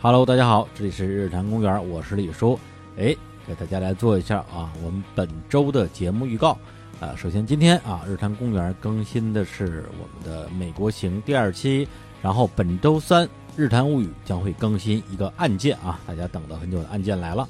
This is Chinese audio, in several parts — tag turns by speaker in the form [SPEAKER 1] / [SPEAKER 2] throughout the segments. [SPEAKER 1] Hello，大家好，这里是日坛公园，我是李叔。哎，给大家来做一下啊，我们本周的节目预告。啊，首先今天啊，日坛公园更新的是我们的《美国行》第二期，然后本周三《日坛物语》将会更新一个案件啊，大家等了很久的案件来了。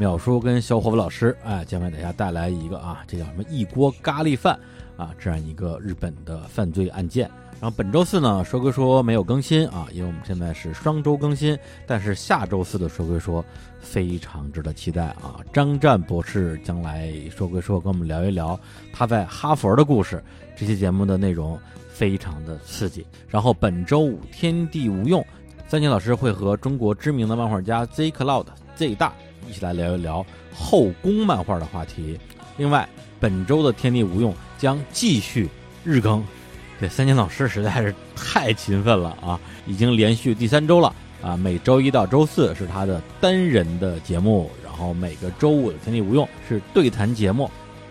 [SPEAKER 1] 淼叔跟小伙伴老师哎，将为大家带来一个啊，这叫什么一锅咖喱饭啊，这样一个日本的犯罪案件。啊然后本周四呢，说归说没有更新啊，因为我们现在是双周更新，但是下周四的说归说非常值得期待啊。张湛博士将来说归说跟我们聊一聊他在哈佛的故事，这期节目的内容非常的刺激。然后本周五天地无用，三井老师会和中国知名的漫画家 Z Cloud Z 大一起来聊一聊后宫漫画的话题。另外，本周的天地无用将继续日更。对，三金老师实在是太勤奋了啊，已经连续第三周了啊！每周一到周四是他的单人的节目，然后每个周五的天地无用是对谈节目。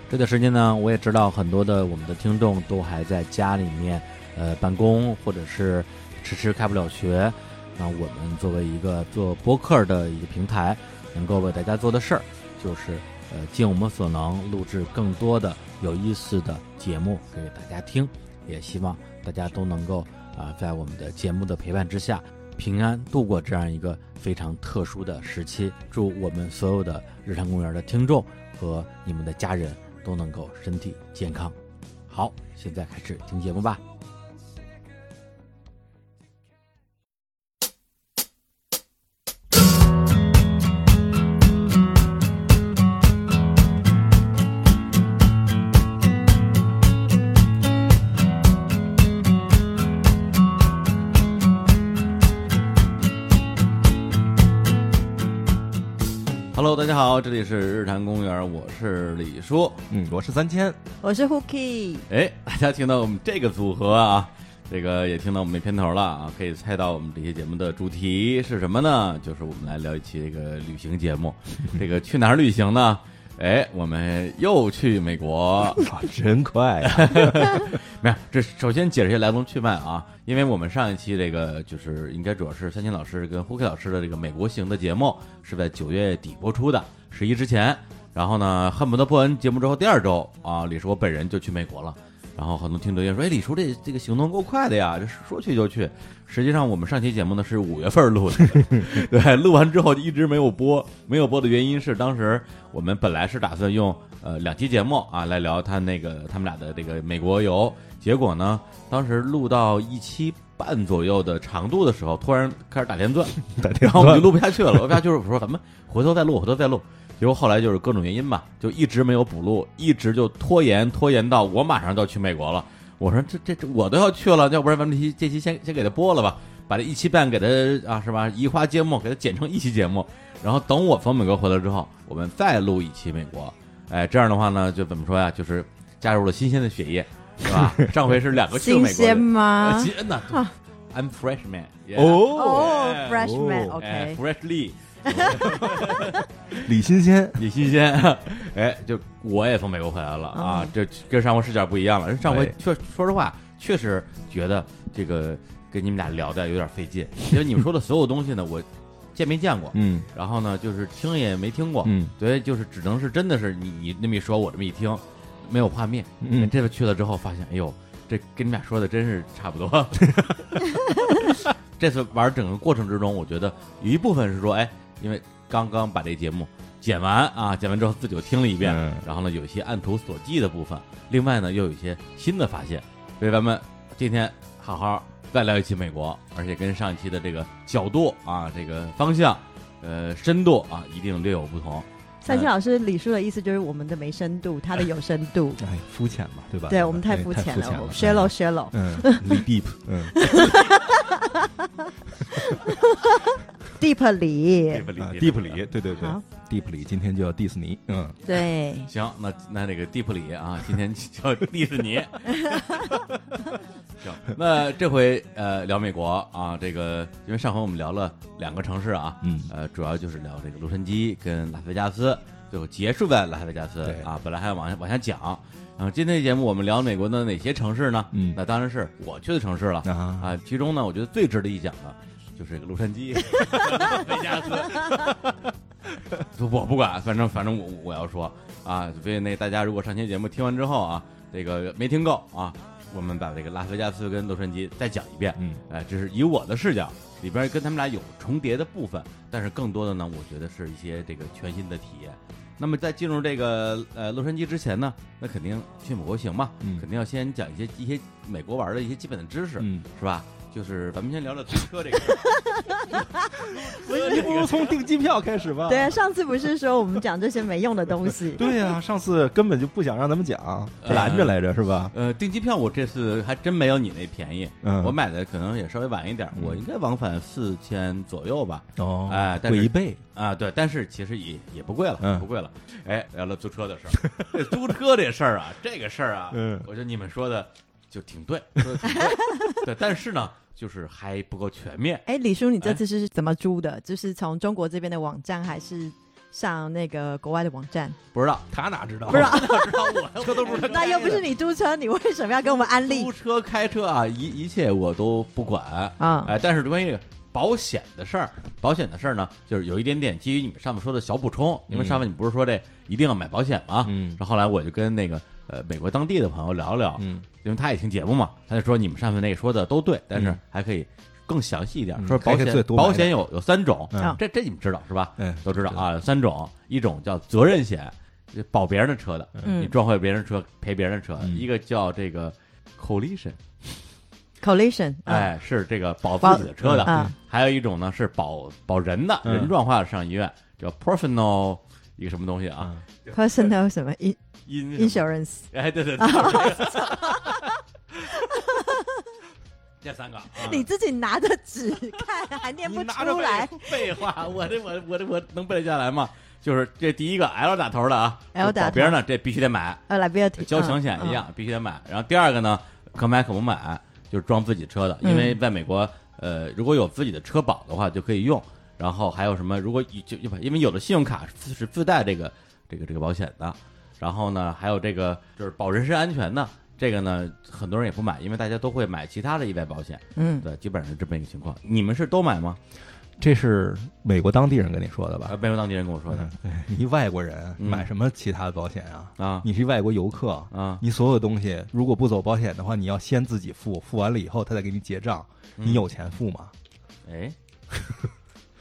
[SPEAKER 1] 这段时间呢，我也知道很多的我们的听众都还在家里面呃办公，或者是迟迟开不了学。那我们作为一个做播客的一个平台，能够为大家做的事儿，就是呃尽我们所能录制更多的有意思的节目给大家听。也希望大家都能够啊、呃，在我们的节目的陪伴之下，平安度过这样一个非常特殊的时期。祝我们所有的日坛公园的听众和你们的家人都能够身体健康。好，现在开始听节目吧。Hello，大家好，这里是日坛公园，我是李叔。
[SPEAKER 2] 嗯，我是三千，
[SPEAKER 3] 我是 Hooky，
[SPEAKER 1] 哎，大家听到我们这个组合啊，这个也听到我们的片头了啊，可以猜到我们这期节目的主题是什么呢？就是我们来聊一期这个旅行节目。这个去哪儿旅行呢？哎，我们又去美国。
[SPEAKER 2] 哇，真快 呀！
[SPEAKER 1] 没有，这首先解释一下来龙去脉啊，因为我们上一期这个就是应该主要是三千老师跟胡凯老师的这个美国行的节目是在九月底播出的，十一之前。然后呢，恨不得播完节目之后第二周啊，李叔我本人就去美国了。然后很多听众也说，哎，李叔这这个行动够快的呀，这说去就去。实际上我们上期节目呢是五月份录的，对，录完之后就一直没有播，没有播的原因是当时我们本来是打算用呃两期节目啊来聊他那个他们俩的这个美国游，结果呢，当时录到一期半左右的长度的时候，突然开始打电钻，
[SPEAKER 2] 打电
[SPEAKER 1] 然后我
[SPEAKER 2] 话哦
[SPEAKER 1] 们就录不下去了，录不下去了，我说咱们回头再录，回头再录。结果后来就是各种原因吧，就一直没有补录，一直就拖延拖延到我马上就要去美国了。我说这这这我都要去了，要不然咱们这期这期先先给它播了吧，把这一期半给它啊是吧移花接木，给它剪成一期节目，然后等我从美国回来之后，我们再录一期美国。哎，这样的话呢，就怎么说呀？就是加入了新鲜的血液，是吧？上回是两个去美国
[SPEAKER 3] 新
[SPEAKER 1] 的，
[SPEAKER 3] 鲜
[SPEAKER 1] 啊，
[SPEAKER 3] 吗？
[SPEAKER 1] 新那，I'm freshman，
[SPEAKER 2] 哦，
[SPEAKER 3] 哦
[SPEAKER 1] 哎
[SPEAKER 2] 哦
[SPEAKER 1] 哎
[SPEAKER 3] ，freshman，OK，
[SPEAKER 1] ，freshly，
[SPEAKER 2] 李新鲜，
[SPEAKER 1] 你新鲜， 哎，就我也从美国回来了啊
[SPEAKER 3] 嗯，
[SPEAKER 1] 这跟上回视角不一样了。人上回
[SPEAKER 2] 哎
[SPEAKER 1] 确说实话，确实觉得这个跟你们俩聊的有点费劲，因为你们说的所有东西呢，我见没见过，
[SPEAKER 2] 嗯
[SPEAKER 1] 然后呢，就是听也没听过，
[SPEAKER 2] 嗯
[SPEAKER 1] 所以就是只能是真的是你你那么一说，我这么一听，没有画面。
[SPEAKER 2] 嗯，
[SPEAKER 1] 这次去了之后发现，哎呦，这跟你们俩说的真是差不多。 这次玩整个过程之中，我觉得有一部分是说，哎，因为刚刚把这节目剪完啊，剪完之后自己又听了一遍，
[SPEAKER 2] 嗯
[SPEAKER 1] 然后呢有一些按图索骥的部分，另外呢又有一些新的发现，所以咱们今天好好再聊一期美国，而且跟上一期的这个角度啊，这个方向，呃，深度啊，一定略有不同。
[SPEAKER 3] 三星老师李叔的意思就是我们的没深度，他的有深度。
[SPEAKER 2] 哎，肤浅嘛， 对吧？
[SPEAKER 3] 对我们太
[SPEAKER 2] 哎
[SPEAKER 3] 肤
[SPEAKER 2] 太
[SPEAKER 3] 浅
[SPEAKER 2] 肤浅
[SPEAKER 3] 了
[SPEAKER 2] 了
[SPEAKER 3] ，shallow shallow。
[SPEAKER 2] 嗯，李 deep，嗯，
[SPEAKER 3] deep 里，
[SPEAKER 2] 啊
[SPEAKER 1] 里
[SPEAKER 2] deep 里，对对对
[SPEAKER 3] 好
[SPEAKER 2] ，deep 里今天就要 diss 你，嗯，
[SPEAKER 3] 对，
[SPEAKER 1] 行，那那这个蒂普里啊，今天叫迪士尼。行，那这回呃聊美国啊，这个因为上回我们聊了两个城市啊，
[SPEAKER 2] 嗯
[SPEAKER 1] 呃，主要就是聊这个洛杉矶跟拉斯维加斯，最后结束在拉斯维加斯
[SPEAKER 2] 对
[SPEAKER 1] 啊。本来还往下往下讲，然后今天的节目我们聊美国的哪些城市呢？
[SPEAKER 2] 嗯
[SPEAKER 1] 那当然是我去的城市了
[SPEAKER 2] 啊
[SPEAKER 1] 啊。其中呢，我觉得最值得一讲的就是洛杉矶维加斯，我不管，反正反正我我要说啊，所以那大家如果上期节目听完之后啊，这个没听够啊，我们把这个拉斯维加斯跟洛杉矶再讲一遍，
[SPEAKER 2] 嗯，
[SPEAKER 1] 哎，这是以我的视角，里边跟他们俩有重叠的部分，但是更多的呢，我觉得是一些这个全新的体验。那么在进入这个呃洛杉矶之前呢，那肯定去美国行嘛，
[SPEAKER 2] 嗯
[SPEAKER 1] 肯定要先讲一些一些美国玩的一些基本的知识，
[SPEAKER 2] 嗯，
[SPEAKER 1] 是吧？就是咱们先聊聊租车这个事儿，
[SPEAKER 2] 哎你不如从订机票开始吧。
[SPEAKER 3] 对啊，上次不是说我们讲这些没用的东西？
[SPEAKER 2] 对呀、上次根本就不想让咱们讲，
[SPEAKER 1] 呃
[SPEAKER 2] 拦着来着是吧？
[SPEAKER 1] 呃，订机票我这次还真没有你那便宜，
[SPEAKER 2] 嗯，
[SPEAKER 1] 我买的可能也稍微晚一点，
[SPEAKER 2] 嗯
[SPEAKER 1] 我应该往返四千左右吧。
[SPEAKER 2] 哦，
[SPEAKER 1] 哎但是
[SPEAKER 2] 贵一倍，
[SPEAKER 1] 啊，对，但是其实也也不贵了，
[SPEAKER 2] 嗯
[SPEAKER 1] 不贵了。哎，聊聊租车的事 儿，这租车这事儿啊，这个事儿啊，
[SPEAKER 2] 嗯
[SPEAKER 1] 我觉得你们说的就挺对，说的挺 对，对，但是呢，就是还不够全面。
[SPEAKER 3] 哎，李叔，你这次是怎么租的？就是从中国这边的网站，还是上那个国外的网站？
[SPEAKER 1] 不知道，
[SPEAKER 2] 他哪知道？
[SPEAKER 3] 不知道，
[SPEAKER 1] 知道我 车都不是他开的啊
[SPEAKER 3] 那又不是你租车，你为什么要跟我们安利
[SPEAKER 1] 租车开车啊，一一切我都不管。
[SPEAKER 3] 啊？
[SPEAKER 1] 哎，但是关于保险的事儿，保险的事儿呢，就是有一点点基于你们上面说的小补充，因为上面你不是说这一定要买保险吗？
[SPEAKER 2] 嗯
[SPEAKER 1] 然后后来我就跟那个呃美国当地的朋友聊聊，
[SPEAKER 2] 嗯，
[SPEAKER 1] 因为他也听节目嘛，他就说你们上面那个说的都对，但是
[SPEAKER 2] 嗯
[SPEAKER 1] 还可以更详细一点，
[SPEAKER 2] 嗯
[SPEAKER 1] 说保
[SPEAKER 2] 还可以再
[SPEAKER 1] 险
[SPEAKER 2] 多买
[SPEAKER 1] 保
[SPEAKER 2] 点
[SPEAKER 1] 险有有三种，
[SPEAKER 2] 嗯
[SPEAKER 3] 哦
[SPEAKER 1] 这这你们知道是吧？
[SPEAKER 2] 哎，
[SPEAKER 1] 都知道啊，有三种，一种叫责任险，就保别人的车的，你
[SPEAKER 3] 嗯
[SPEAKER 1] 撞坏别人车赔别人的车；
[SPEAKER 2] 嗯
[SPEAKER 1] 一个叫这个 collision，
[SPEAKER 3] ，collision，啊，
[SPEAKER 1] 哎，是这个保自己的车的；
[SPEAKER 3] 啊，
[SPEAKER 1] 还有一种呢是保保人的，
[SPEAKER 2] 嗯
[SPEAKER 1] 人撞坏了上医院，叫 personal 一个什么东西啊
[SPEAKER 2] 啊，
[SPEAKER 3] ，personal 什么 in
[SPEAKER 1] ，in
[SPEAKER 3] insurance，
[SPEAKER 1] 哎，对对对，就是这个
[SPEAKER 3] 啊
[SPEAKER 1] 这三个啊，
[SPEAKER 3] 你自己拿着纸看，还念
[SPEAKER 1] 你
[SPEAKER 3] 不
[SPEAKER 1] 拿着
[SPEAKER 3] 出来。
[SPEAKER 1] 背废话，我这我我这我能背得下来吗？就是这第一个 L 打头的啊
[SPEAKER 3] L 打头
[SPEAKER 1] 保别人呢，这必须得买，
[SPEAKER 3] 呃，liability，
[SPEAKER 1] 交强险一
[SPEAKER 2] 嗯
[SPEAKER 1] 样必须得买。然后第二个呢，可买可不买，就是装自己车的，
[SPEAKER 3] 嗯
[SPEAKER 1] 因为在美国，呃，如果有自己的车保的话就可以用。然后还有什么？如果以就就因为有的信用卡是是自带这个这个这个保险的，然后呢，还有这个就是保人身安全的，这个呢很多人也不买，因为大家都会买其他的意外保险。
[SPEAKER 3] 嗯，
[SPEAKER 1] 对，基本上是这么一个情况。你们是都买吗？
[SPEAKER 2] 这是美国当地人跟你说的吧
[SPEAKER 1] 啊，？美国当地人跟我说的
[SPEAKER 2] 嗯，对你一外国人
[SPEAKER 1] 嗯
[SPEAKER 2] 买什么其他的保险啊？
[SPEAKER 1] 啊
[SPEAKER 2] 你是一外国游客，
[SPEAKER 1] 啊，
[SPEAKER 2] 你所有东西如果不走保险的话，你要先自己付，付完了以后他再给你结账。
[SPEAKER 1] 嗯
[SPEAKER 2] 你有钱付吗？
[SPEAKER 1] 哎，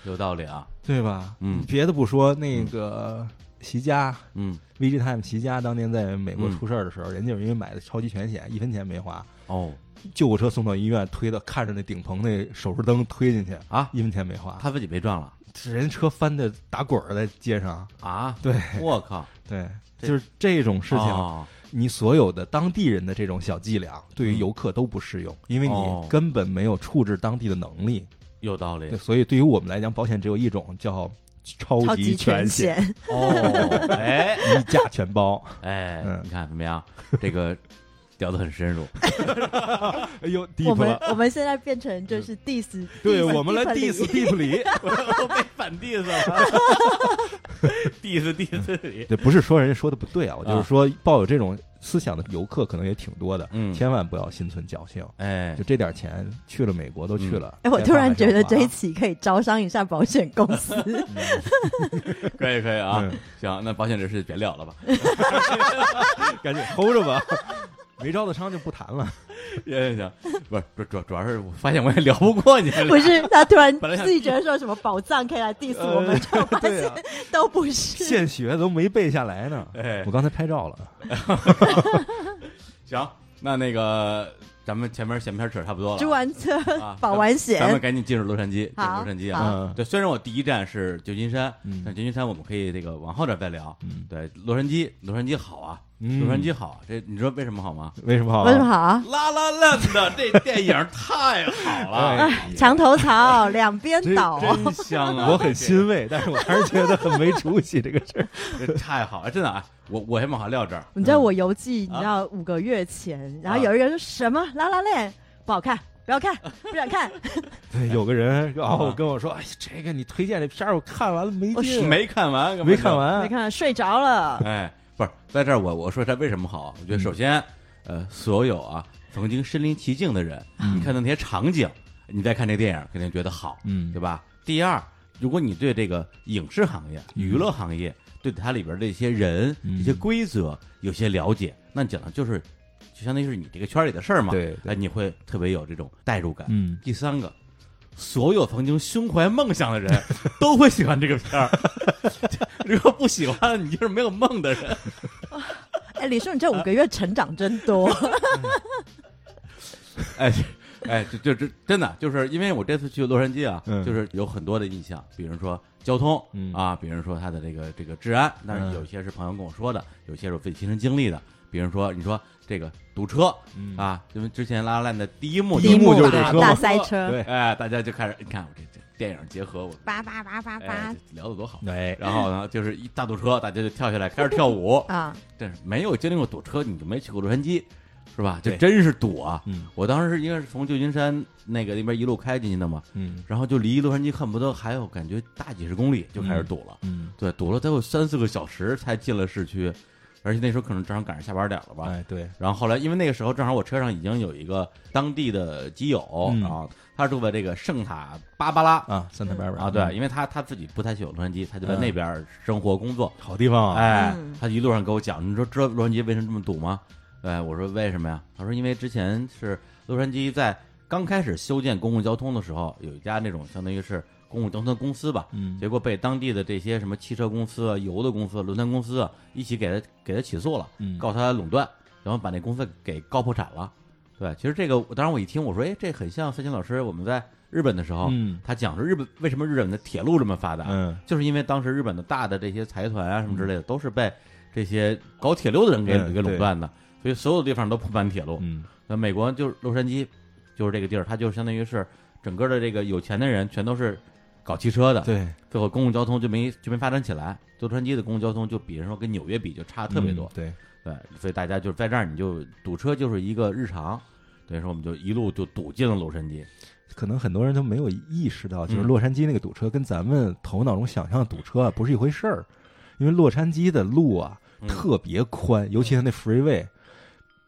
[SPEAKER 1] 有道理啊，
[SPEAKER 2] 对吧？
[SPEAKER 1] 嗯
[SPEAKER 2] 别的不说，那个席家
[SPEAKER 1] 嗯，
[SPEAKER 2] VG Time 席家当年在美国
[SPEAKER 1] 嗯
[SPEAKER 2] 出事儿的时候，人家有因为买的超级全险，一分钱没花，
[SPEAKER 1] 哦，
[SPEAKER 2] 救护车送到医院，推的看着那顶棚那手术灯推进去
[SPEAKER 1] 啊
[SPEAKER 2] 一分钱没花，
[SPEAKER 1] 他自己被撞了
[SPEAKER 2] 人车翻的打滚儿在街上。
[SPEAKER 1] 啊！
[SPEAKER 2] 对
[SPEAKER 1] 我 靠，
[SPEAKER 2] 对，
[SPEAKER 1] 这
[SPEAKER 2] 就是这种事情，
[SPEAKER 1] 哦
[SPEAKER 2] 你所有的当地人的这种小伎俩，对于游客都不适用，因为
[SPEAKER 1] 哦
[SPEAKER 2] 你根本没有处置当地的能力。
[SPEAKER 1] 有道
[SPEAKER 2] 对，
[SPEAKER 1] 理
[SPEAKER 2] 所以对于我们来讲，保险只有一种叫超
[SPEAKER 3] 超
[SPEAKER 2] 级
[SPEAKER 3] 级
[SPEAKER 2] 全
[SPEAKER 3] 全
[SPEAKER 2] 险，
[SPEAKER 3] 险，
[SPEAKER 1] 哦， 哎
[SPEAKER 2] 一价全包。
[SPEAKER 1] 哎，
[SPEAKER 2] 嗯
[SPEAKER 1] 你看怎么样？这 个聊得很深入，
[SPEAKER 2] 哎呦
[SPEAKER 3] 我
[SPEAKER 2] ，deep
[SPEAKER 3] 们
[SPEAKER 2] 了，
[SPEAKER 3] 我们现在变成就是
[SPEAKER 1] 嗯
[SPEAKER 3] diss，
[SPEAKER 2] 对
[SPEAKER 3] diss-
[SPEAKER 2] 我们来
[SPEAKER 3] diss-
[SPEAKER 2] diss deep 里，
[SPEAKER 1] 我被反 diss 了，diss diss 你，
[SPEAKER 2] 对，不是说人家说的不对啊，我就
[SPEAKER 1] 啊
[SPEAKER 2] 是说抱有这种思想的游客可能也挺多的，
[SPEAKER 1] 嗯
[SPEAKER 2] 千万不要心存侥幸。
[SPEAKER 1] 哎
[SPEAKER 2] 就，这点钱去了美国都去了，
[SPEAKER 3] 哎，我突然觉得这一
[SPEAKER 2] 次
[SPEAKER 3] 期可以招商一下保险公司，
[SPEAKER 1] 可以可以啊
[SPEAKER 2] 嗯，
[SPEAKER 1] 行，那保险这事别聊了吧，
[SPEAKER 2] 赶紧 hold 着吧， 没招的商就不谈了。
[SPEAKER 1] 行行行，不是主主主要是我发现我也聊不过你们
[SPEAKER 3] 不
[SPEAKER 1] 俩，
[SPEAKER 3] 是他突然
[SPEAKER 1] 本来想
[SPEAKER 3] 自己觉得说什么宝藏可以来 diss 我们，就发
[SPEAKER 2] 呃对啊
[SPEAKER 3] 现
[SPEAKER 1] 呃
[SPEAKER 3] 都不是。
[SPEAKER 2] 现学都没背下来呢。
[SPEAKER 1] 哎
[SPEAKER 2] 我，刚才拍照了，
[SPEAKER 1] 行，那那个咱们前面闲篇扯差不多了，
[SPEAKER 3] 租完车
[SPEAKER 1] 啊，
[SPEAKER 3] 保完
[SPEAKER 1] 咱们
[SPEAKER 3] 险，
[SPEAKER 1] 赶紧进入洛杉矶，进入
[SPEAKER 3] 好
[SPEAKER 1] 洛杉矶
[SPEAKER 3] 好
[SPEAKER 1] 啊。
[SPEAKER 2] 嗯，
[SPEAKER 1] 对，虽然我第一站是旧金山，
[SPEAKER 2] 嗯
[SPEAKER 1] 但旧金山我们可以这个往后点再聊。
[SPEAKER 2] 嗯
[SPEAKER 1] 对，洛杉矶，洛杉矶好啊，
[SPEAKER 2] 嗯
[SPEAKER 1] 洛杉矶好啊，这你知道为什么好吗？
[SPEAKER 2] 为什么好？
[SPEAKER 3] 为什么好啊？
[SPEAKER 1] 拉拉烂的这电影太好了，
[SPEAKER 2] 哎呀
[SPEAKER 3] 墙头草两边倒，
[SPEAKER 1] 真香啊！
[SPEAKER 2] 我很
[SPEAKER 1] 这
[SPEAKER 2] 欣 慰，但是我还是觉得很没出息。这个事儿，
[SPEAKER 1] 这太好了，真的啊！我我先往下撂这儿，
[SPEAKER 3] 你知道我邮寄，
[SPEAKER 1] 嗯
[SPEAKER 3] 你知道五个月前，然后
[SPEAKER 1] 啊
[SPEAKER 3] 有一个人说什么拉拉链不好看，不要看，不想 看，
[SPEAKER 2] 对，有个人然后
[SPEAKER 1] 啊
[SPEAKER 2] 跟我说：“哎呀，这个你推荐这片儿，我看完了没
[SPEAKER 3] 我
[SPEAKER 2] 劲，
[SPEAKER 1] 没看完，根本
[SPEAKER 2] 没
[SPEAKER 1] 就
[SPEAKER 2] 看。完
[SPEAKER 3] 没。看睡着 了。
[SPEAKER 1] 哎，不是，在这儿我我说一下为什么好。
[SPEAKER 2] 嗯
[SPEAKER 1] 啊我觉得首先，呃，所有啊曾经身临其境的人，你看到那些场景，你再看这个电影肯定觉得好，
[SPEAKER 2] 嗯
[SPEAKER 1] 对吧？第二，如果你对这个影视行业、娱乐行业，对它里边这些人、
[SPEAKER 2] 嗯
[SPEAKER 1] 这些规则有些了解，那你讲的就是就相当于是你这个圈里的事儿嘛，
[SPEAKER 2] 对对
[SPEAKER 1] 哎，你会特别有这种代入感。
[SPEAKER 2] 嗯，
[SPEAKER 1] 第三个，所有曾经胸怀梦想 的人都会喜欢这个片儿， 如果不喜欢，你就是没有梦的人。
[SPEAKER 3] 哎，李叔，你这五个月成长真多，
[SPEAKER 1] 哎，哎，就就这真的就是因为我这次去洛杉矶啊，
[SPEAKER 2] 嗯
[SPEAKER 1] 就是有很多的印象，比如说交通、
[SPEAKER 2] 嗯
[SPEAKER 1] 啊，比如说它的这个这个治安，但
[SPEAKER 2] 嗯
[SPEAKER 1] 是有些是朋友跟我说的，有些是我自己亲身经历的，比如说你说这个堵车、
[SPEAKER 2] 嗯
[SPEAKER 1] 啊，因为之前拉拉烂的第一幕
[SPEAKER 2] 第一幕就是
[SPEAKER 3] 吧
[SPEAKER 2] 这车
[SPEAKER 3] 大
[SPEAKER 2] 嘛
[SPEAKER 3] 塞车，
[SPEAKER 2] 对，
[SPEAKER 1] 哎，大家就开始你看我这这电影结合我们
[SPEAKER 3] 叭叭叭叭叭。
[SPEAKER 1] 哎，这聊的多好。
[SPEAKER 2] 对，
[SPEAKER 1] 然后呢，就是一大堵车，大家就跳下来开始跳舞
[SPEAKER 3] 啊，
[SPEAKER 1] 但是没有经历过堵车，你就没去过洛杉矶，是吧？这
[SPEAKER 2] 对
[SPEAKER 1] 真是堵啊！
[SPEAKER 2] 嗯
[SPEAKER 1] 我当时是应该是从旧金山那个那边一路开进去的嘛，
[SPEAKER 2] 嗯
[SPEAKER 1] 然后就离洛杉矶恨不得还有感觉大几十公里就开始堵了。
[SPEAKER 2] 嗯，
[SPEAKER 1] 对，堵了得有三四个小时才进了市区，而且那时候可能正好赶上下班点了吧。
[SPEAKER 2] 哎对，
[SPEAKER 1] 然后后来，因为那个时候正好我车上已经有一个当地的基友，
[SPEAKER 2] 嗯
[SPEAKER 1] 然后他住在这个圣塔芭芭拉
[SPEAKER 2] 啊，Santa Barbara
[SPEAKER 1] 啊，对，，因为他他自己不太喜欢洛杉矶，他就在
[SPEAKER 2] 嗯
[SPEAKER 1] 那边生活工作。
[SPEAKER 2] 好地方啊，
[SPEAKER 1] 哎
[SPEAKER 3] 嗯，
[SPEAKER 1] 他一路上给我讲，你说知道洛杉矶为什么这么堵吗？哎，我说为什么呀？他说因为之前是洛杉矶在刚开始修建公共交通的时候，有一家那种相当于是公共交通公司吧，
[SPEAKER 2] 嗯，
[SPEAKER 1] 结果被当地的这些什么汽车公司啊、油的公司啊、轮船公司啊一起给他给他起诉了，
[SPEAKER 2] 嗯
[SPEAKER 1] 告他垄断，然后把那公司给告破产了。对，其实这个，当时我一听，我说，哎，这很像飞行老师我们在日本的时候，
[SPEAKER 2] 嗯
[SPEAKER 1] 他讲说日本为什么日本的铁路这么发达，
[SPEAKER 2] 嗯
[SPEAKER 1] 就是因为当时日本的大的这些财团啊什么之类的，都是被这些搞铁路的人给
[SPEAKER 2] 嗯
[SPEAKER 1] 给垄断的，所以所有地方都铺满铁路。
[SPEAKER 2] 嗯
[SPEAKER 1] 那美国就是洛杉矶，就是这个地儿，它就相当于是整个的这个有钱的人全都是搞汽车的，
[SPEAKER 2] 对，
[SPEAKER 1] 最后公共交通就没就没发展起来。洛杉矶的公共交通就比如说跟纽约比就差特别多
[SPEAKER 2] 嗯，对，
[SPEAKER 1] 对，所以大家就是在这儿你就堵车就是一个日常，等于说我们就一路就堵进了洛杉矶。
[SPEAKER 2] 可能很多人都没有意识到，就是
[SPEAKER 1] 嗯
[SPEAKER 2] 洛杉矶那个堵车跟咱们头脑中想象的堵车啊不是一回事儿，因为洛杉矶的路啊
[SPEAKER 1] 嗯
[SPEAKER 2] 特别宽，尤其它那 freeway。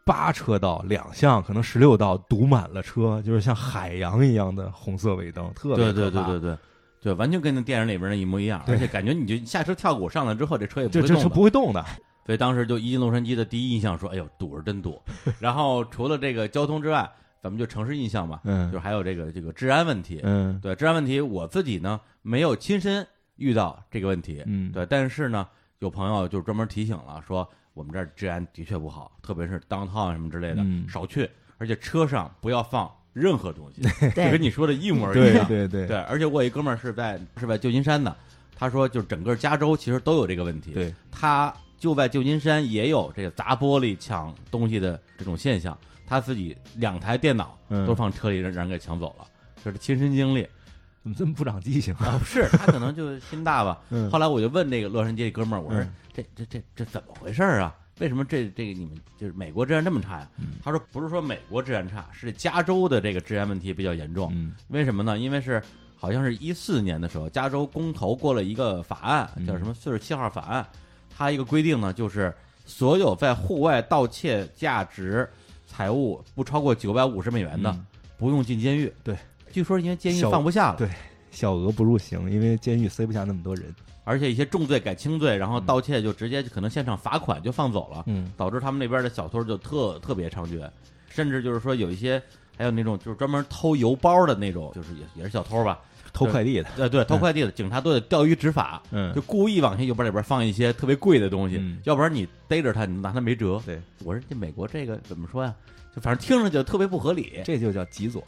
[SPEAKER 2] 八车道两项可能十六道堵满了车，就是像海洋一样的红色尾灯，特
[SPEAKER 1] 对
[SPEAKER 2] 别
[SPEAKER 1] 对
[SPEAKER 2] 可
[SPEAKER 1] 对
[SPEAKER 2] 怕
[SPEAKER 1] 对对。对，完全跟那电影里边那一模一样，
[SPEAKER 2] 对
[SPEAKER 1] 而且感觉你就下车跳个舞上来之后，这车也不
[SPEAKER 2] 这
[SPEAKER 1] 会
[SPEAKER 2] 这
[SPEAKER 1] 动
[SPEAKER 2] 是
[SPEAKER 1] 的
[SPEAKER 2] 不会动的，
[SPEAKER 1] 所以当时就一进洛杉矶的第一印象说，哎呦，堵是真 堵。然后除了这个交通之外，咱们就城市印象吧，
[SPEAKER 2] 嗯
[SPEAKER 1] 就是还有这个这个治安问题。
[SPEAKER 2] 嗯
[SPEAKER 1] 对治安问题，我自己呢没有亲身遇到这个问题，
[SPEAKER 2] 嗯，
[SPEAKER 1] 对，但是呢，有朋友就专门提醒了，说我们这儿治安的确不好，特别是 downtown 什么之类的，
[SPEAKER 2] 嗯
[SPEAKER 1] 少去，而且车上不要放任何东西，就跟
[SPEAKER 3] 对，
[SPEAKER 1] 你说的一模一
[SPEAKER 2] 嗯对
[SPEAKER 1] 样。
[SPEAKER 2] 对对
[SPEAKER 1] 对，而且我有一哥们儿是在是在旧金山的，他说就是整个加州其实都有这个问题。
[SPEAKER 2] 对，
[SPEAKER 1] 他就在旧金山也有这个砸玻璃抢东西的这种现象，他自己两台电脑
[SPEAKER 2] 嗯
[SPEAKER 1] 都放车里让让人给抢走了，这是亲身经历。
[SPEAKER 2] 怎么这么不长记性啊？
[SPEAKER 1] 啊，不是他可能就心大吧。
[SPEAKER 2] 嗯
[SPEAKER 1] 后来我就问那个洛杉矶的哥们儿，我说
[SPEAKER 2] 嗯
[SPEAKER 1] 这这这这怎么回事儿啊？为什么这这个你们就是美国治安这么差呀、
[SPEAKER 2] 嗯
[SPEAKER 1] 他说不是说美国治安差，是加州的这个治安问题比较严重。
[SPEAKER 2] 嗯
[SPEAKER 1] 为什么呢？因为是好像是一四年的时候，加州公投过了一个法案，
[SPEAKER 2] 嗯
[SPEAKER 1] 叫什么四十七号法案，它一个规定呢，就是所有在户外盗窃价值财物不超过九百五十美元的，
[SPEAKER 2] 嗯
[SPEAKER 1] 不用进监狱。
[SPEAKER 2] 对，
[SPEAKER 1] 据说是因为监狱
[SPEAKER 2] 小
[SPEAKER 1] 放不下了，
[SPEAKER 2] 对小额不入刑，因为监狱塞不下那么多人。啊
[SPEAKER 1] 而且一些重罪改轻罪，然后盗窃就直接可能现场罚款就放走了，
[SPEAKER 2] 嗯
[SPEAKER 1] 导致他们那边的小偷就特特别猖獗，甚至就是说有一些还有那种就是专门偷邮包的那种，就是也也是小偷吧，
[SPEAKER 2] 偷快递的，
[SPEAKER 1] 呃，对，偷快递的，警察都得钓鱼执法，
[SPEAKER 2] 嗯
[SPEAKER 1] 就故意往些邮包里边放一些特别贵的东西，
[SPEAKER 2] 嗯
[SPEAKER 1] 要不然你逮着他，你拿他没辙。
[SPEAKER 2] 对，
[SPEAKER 1] 我说这美国这个怎么说呀？就反正听着就特别不合理，
[SPEAKER 2] 这就叫极左。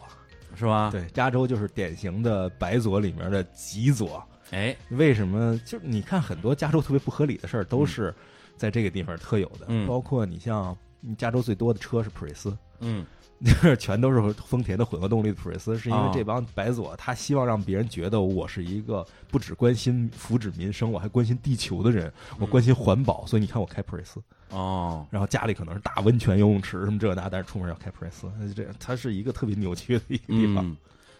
[SPEAKER 1] 是吧？，
[SPEAKER 2] 对，加州就是典型的白左里面的极左。
[SPEAKER 1] 哎，
[SPEAKER 2] 为什么？就是你看很多加州特别不合理的事儿，都是在这个地方特有的，
[SPEAKER 1] 嗯
[SPEAKER 2] 包括你像你加州最多的车是普锐斯。
[SPEAKER 1] 嗯，
[SPEAKER 2] 就是全都是丰田的混合动力的普锐斯，是因
[SPEAKER 1] 啊
[SPEAKER 2] 为这帮白左他希望让别人觉得我是一个不只关心福祉民生，我还关心地球的人，我
[SPEAKER 1] 嗯
[SPEAKER 2] 关心环保，所以你看我开普锐斯，
[SPEAKER 1] 哦，
[SPEAKER 2] 然后家里可能是大温泉游泳池什么这那，但是出门要开普锐斯，这它是一个特别扭曲的一个地方。
[SPEAKER 1] 嗯。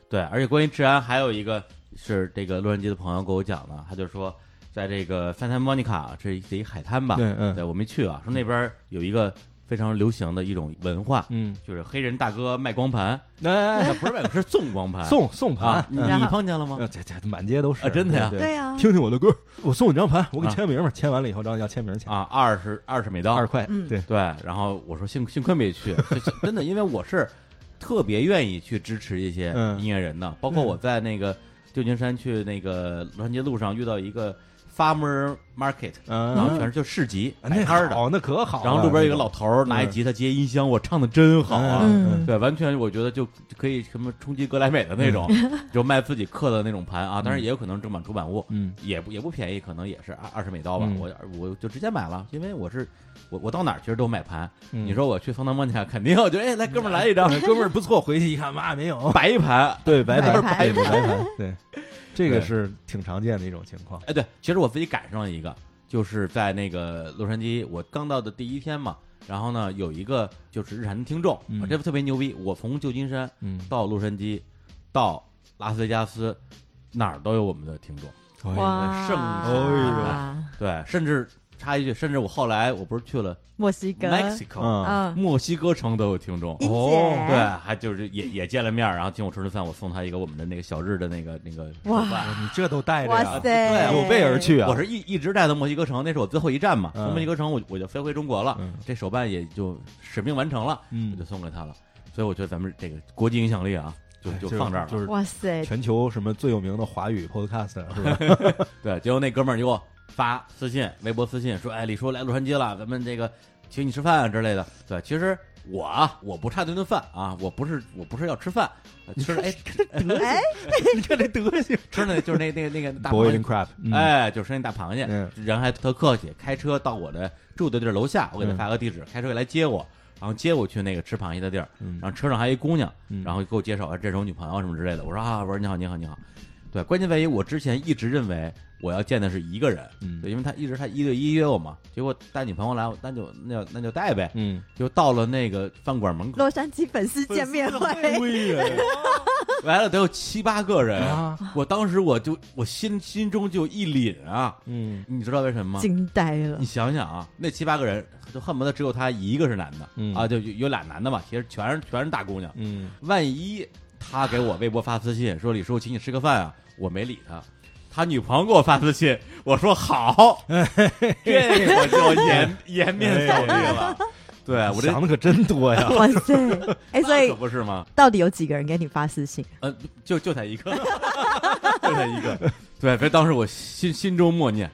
[SPEAKER 1] 对，而且关于治安还有一个是这个洛杉矶的朋友给我讲的，他就说在这个 Santa Monica 这一这一海滩吧，
[SPEAKER 2] 对，嗯，
[SPEAKER 1] 对我没去啊，说那边有一个非常流行的一种文化，
[SPEAKER 2] 嗯，
[SPEAKER 1] 就是黑人大哥卖光盘，
[SPEAKER 2] 哎，
[SPEAKER 1] 那 不是卖光盘，是送光 盘。
[SPEAKER 2] 送送盘
[SPEAKER 1] 啊，，你
[SPEAKER 3] 然
[SPEAKER 1] 你
[SPEAKER 3] 后
[SPEAKER 1] 碰见了吗？
[SPEAKER 2] 呃这这满街都是，
[SPEAKER 1] 啊真的呀
[SPEAKER 3] 对啊，
[SPEAKER 2] 听听我的歌，我送你张盘，我给你
[SPEAKER 1] 啊
[SPEAKER 2] 签名吧，签完了以后，然后要签名钱，
[SPEAKER 1] 啊，二十二十美刀，
[SPEAKER 2] 二十块，
[SPEAKER 3] 嗯
[SPEAKER 2] 对，
[SPEAKER 1] 对，然后我说幸幸亏没去，就就真的，因为我是特别愿意去支持一些
[SPEAKER 2] 嗯
[SPEAKER 1] 音乐人的，包括我在那个旧金山去那个洛杉矶路上遇到一个 farmer market，
[SPEAKER 2] 嗯，
[SPEAKER 1] 然后全是就市集
[SPEAKER 2] 啊
[SPEAKER 1] 摆
[SPEAKER 2] 那
[SPEAKER 1] 摊儿的，
[SPEAKER 2] 好，那可好了，
[SPEAKER 1] 然后路边有一个老头儿拿一
[SPEAKER 2] 嗯
[SPEAKER 1] 吉他接音箱，我唱的真好啊。
[SPEAKER 3] 嗯
[SPEAKER 1] 对，完全我觉得就可以什么冲击格莱美的那种，就卖自己刻的那种盘啊，当然也有可能是正版出版物，
[SPEAKER 2] 嗯
[SPEAKER 1] 也不也不便宜，可能也是二二十美刀吧。
[SPEAKER 2] 嗯
[SPEAKER 1] 我我就直接买了，因为我是我我到哪儿其实都买盘。
[SPEAKER 2] 嗯，
[SPEAKER 1] 你说我去桑塔莫尼亚，肯定我就哎来 哥们儿来一张
[SPEAKER 2] 哥们儿不错，回去一看，妈没 有，
[SPEAKER 1] 白盘。
[SPEAKER 2] 对，白
[SPEAKER 3] 白
[SPEAKER 2] 盘，
[SPEAKER 3] 盘
[SPEAKER 2] 对白盘，对，这个
[SPEAKER 1] 对
[SPEAKER 2] 是挺常见的一种情况，
[SPEAKER 1] 哎，对，其实我自己赶上了一个，就是在那个洛杉矶，我刚到的第一天嘛。然后呢，有一个就是日韩的听众，
[SPEAKER 2] 嗯
[SPEAKER 1] 啊这特别牛逼。我从旧金山
[SPEAKER 2] 嗯，
[SPEAKER 1] 到洛杉矶，到拉斯维加斯，哪儿都有我们的听众。
[SPEAKER 3] 哇，
[SPEAKER 1] 盛
[SPEAKER 2] 哎
[SPEAKER 1] 对，甚至插一句，甚至我后来我不是去了
[SPEAKER 3] 墨西哥，
[SPEAKER 1] Mexico，、
[SPEAKER 2] 嗯，
[SPEAKER 3] 嗯，
[SPEAKER 1] 墨西哥城都有听众。
[SPEAKER 3] 英姐，
[SPEAKER 2] 哦
[SPEAKER 1] 对，还就是也也见了面儿，然后请我吃顿饭，我送他一个我们的那个小日的那个那
[SPEAKER 2] 嗯
[SPEAKER 1] 个
[SPEAKER 3] 哇
[SPEAKER 1] 手办
[SPEAKER 2] 你这都带着
[SPEAKER 3] 哇
[SPEAKER 2] 呀，
[SPEAKER 3] 塞，
[SPEAKER 2] 有备而去啊，
[SPEAKER 1] 哎我是一一直带到墨西哥城，那是我最后一站嘛。从
[SPEAKER 2] 嗯
[SPEAKER 1] 墨西哥城我我就飞回中国了，
[SPEAKER 2] 嗯
[SPEAKER 1] 这手办也就使命完成了，我就
[SPEAKER 2] 嗯，
[SPEAKER 1] 送给他了。所以我觉得咱们这个国际影响力啊，就
[SPEAKER 2] 哎
[SPEAKER 1] 就放这儿了。
[SPEAKER 2] 就是
[SPEAKER 3] 哇塞，
[SPEAKER 2] 全球什么最有名的华语 podcast 是吧？
[SPEAKER 1] 对，结果那哥们儿就给我发私信、微博私信说：“哎，李叔来洛杉矶了，咱们这个请你吃饭啊之类的。”对，其实我啊，我不差那顿饭啊，我不是我不是要吃饭，呃吃哎
[SPEAKER 3] 哎，
[SPEAKER 2] 你看这德行
[SPEAKER 1] 吃那就是那那那个 大螃
[SPEAKER 2] ，boiling
[SPEAKER 1] 蟹，
[SPEAKER 2] crap，嗯，
[SPEAKER 1] 哎，就吃那大螃蟹，
[SPEAKER 2] 嗯
[SPEAKER 1] 人还特客气，开车到我的住的地儿楼下，我给他
[SPEAKER 2] 嗯
[SPEAKER 1] 发个地址，开车来接我，然后接我去那个吃螃蟹的地儿，
[SPEAKER 2] 嗯
[SPEAKER 1] 然后车上还有一姑娘，
[SPEAKER 2] 嗯
[SPEAKER 1] 然后给我介绍啊，这是我女朋友什么之类的。我说啊，我说你好，你好，你好。对，关键在于我之前一直认为我要见的是一个人，
[SPEAKER 2] 嗯
[SPEAKER 1] 对，因为他一直他一对一约我嘛，结果带女朋友来，我那就那就那就带呗，
[SPEAKER 2] 嗯，
[SPEAKER 1] 就到了那个饭馆门 口，
[SPEAKER 3] 洛杉矶粉丝见面会，
[SPEAKER 1] 来了得有七八个人，
[SPEAKER 2] 啊
[SPEAKER 1] 我当时我就我心心中就一凛啊，
[SPEAKER 2] 嗯
[SPEAKER 1] 你知道为什么吗？
[SPEAKER 3] 惊呆了
[SPEAKER 1] 你，想想啊，那七八个人就恨不得只有他一个是男的、
[SPEAKER 2] 嗯
[SPEAKER 1] 啊，就有有俩男的嘛，其实全是全是大姑娘，
[SPEAKER 2] 嗯，
[SPEAKER 1] 万一他给我微博发私信说李叔，请你吃个饭啊，我没理他。他女朋友给我发私信，我说 好，这我就颜颜面扫地了。 对我 这
[SPEAKER 2] 想的可真 多呀，
[SPEAKER 3] 哇塞，哎，所
[SPEAKER 1] 可
[SPEAKER 3] 以
[SPEAKER 1] 不是吗？
[SPEAKER 3] 到底有几个人给你发私信？
[SPEAKER 1] 呃，就就他一个，就他一个。对，所以当时我心心中默念，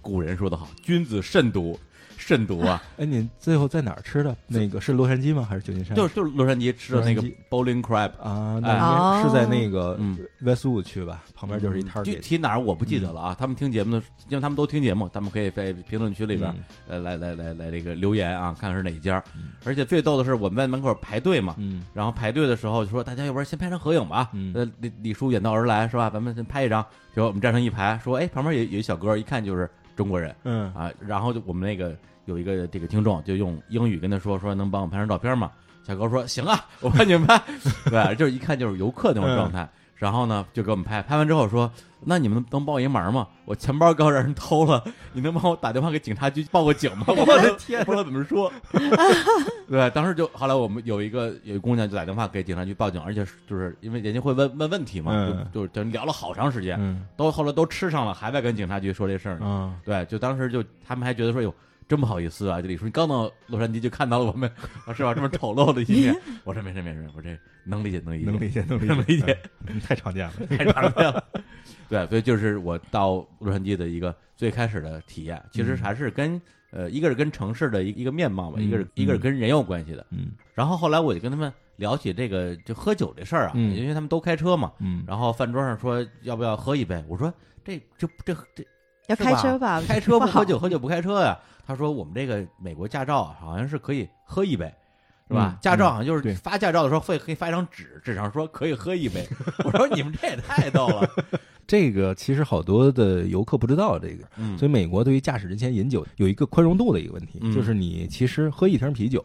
[SPEAKER 1] 古人说得好，君子慎独，慎独 啊，
[SPEAKER 2] 哎，你最后在哪儿吃的？那个是洛杉矶吗？还是旧金山？
[SPEAKER 1] 就就是洛杉矶吃的 那个
[SPEAKER 2] 洛杉
[SPEAKER 1] bowling crab，
[SPEAKER 2] 啊，
[SPEAKER 1] 哎
[SPEAKER 2] 那应该是在那个
[SPEAKER 1] 嗯
[SPEAKER 2] Westwood 区吧，旁边就是一摊儿
[SPEAKER 1] 具
[SPEAKER 2] 给嗯
[SPEAKER 1] 体哪儿我不记得了啊。他们听节目的，因为他们都听节目，他们可以在评论区里
[SPEAKER 2] 嗯
[SPEAKER 1] 边呃来来来来这个留言啊，看看是哪一家。而且最逗的是，我们在门口排队嘛，
[SPEAKER 2] 嗯
[SPEAKER 1] 然后排队的时候就说大家要不然先拍张合影吧。
[SPEAKER 2] 嗯
[SPEAKER 1] 呃，李李叔远道而来是吧？咱们先拍一张。结果我们站成一排，说哎，旁边有有一小哥，一看就是中国人
[SPEAKER 2] 嗯
[SPEAKER 1] 啊。然后就我们那个有一个这个听众就用英语跟他说说能帮我拍张照片吗？小哥说行啊，我帮你们拍。 对，就是一看就是游客那种状态。然后呢，就给我们拍，拍完之后说：“那你们能帮我一忙吗？我钱包刚让人偷了，你能帮我打电话给警察局报个警吗？” 我的天，不知道怎么说。 对，当时就后来我们有一个有一姑娘就打电话给警察局报警，而且是就是因为人家会问问问题嘛，
[SPEAKER 2] 嗯
[SPEAKER 1] 就就就聊了好长时间，
[SPEAKER 2] 嗯
[SPEAKER 1] 都后来都吃上了，还在跟警察局说这事儿呢。
[SPEAKER 2] 啊，
[SPEAKER 1] 对，就当时就他们还觉得说，哟，真不好意思啊，这李叔，你刚到洛杉矶就看到了我们， 是吧？这么丑陋的一 面。我说没事没事，我这能理解能理解
[SPEAKER 2] 能理解能理解
[SPEAKER 1] 嗯能理解，
[SPEAKER 2] 嗯太常见了。
[SPEAKER 1] 太常见
[SPEAKER 2] 嗯
[SPEAKER 1] 了。对，所以就是我到洛杉矶的一个最开始的体验，其实还是跟、呃，一个是跟城市的一一个面貌吧，一个是
[SPEAKER 2] 嗯
[SPEAKER 1] 一个是跟人有关系的。
[SPEAKER 2] 嗯
[SPEAKER 1] 然后后来我就跟他们聊起这个就喝酒这事儿啊，
[SPEAKER 2] 嗯
[SPEAKER 1] 因为他们都开车嘛，
[SPEAKER 2] 嗯，
[SPEAKER 1] 然后饭桌上说要不要喝一杯，我说这这这这
[SPEAKER 3] 要
[SPEAKER 1] 是
[SPEAKER 3] 开车吧？
[SPEAKER 1] 开车不
[SPEAKER 3] 不好
[SPEAKER 1] 喝酒，喝酒不开车呀、他说我们这个美国驾照啊好像是可以喝一杯。是吧
[SPEAKER 2] 嗯？
[SPEAKER 1] 驾照好像就
[SPEAKER 2] 对
[SPEAKER 1] 是发驾照的时候会可以发一张纸，纸上说可以喝一杯。 我说你们这也太逗了，
[SPEAKER 2] 这个其实好多的游客不知道这个，
[SPEAKER 1] 嗯
[SPEAKER 2] 所以美国对于驾驶人前饮酒有一个宽容度的一个问题，
[SPEAKER 1] 嗯
[SPEAKER 2] 就是你其实喝一瓶啤酒，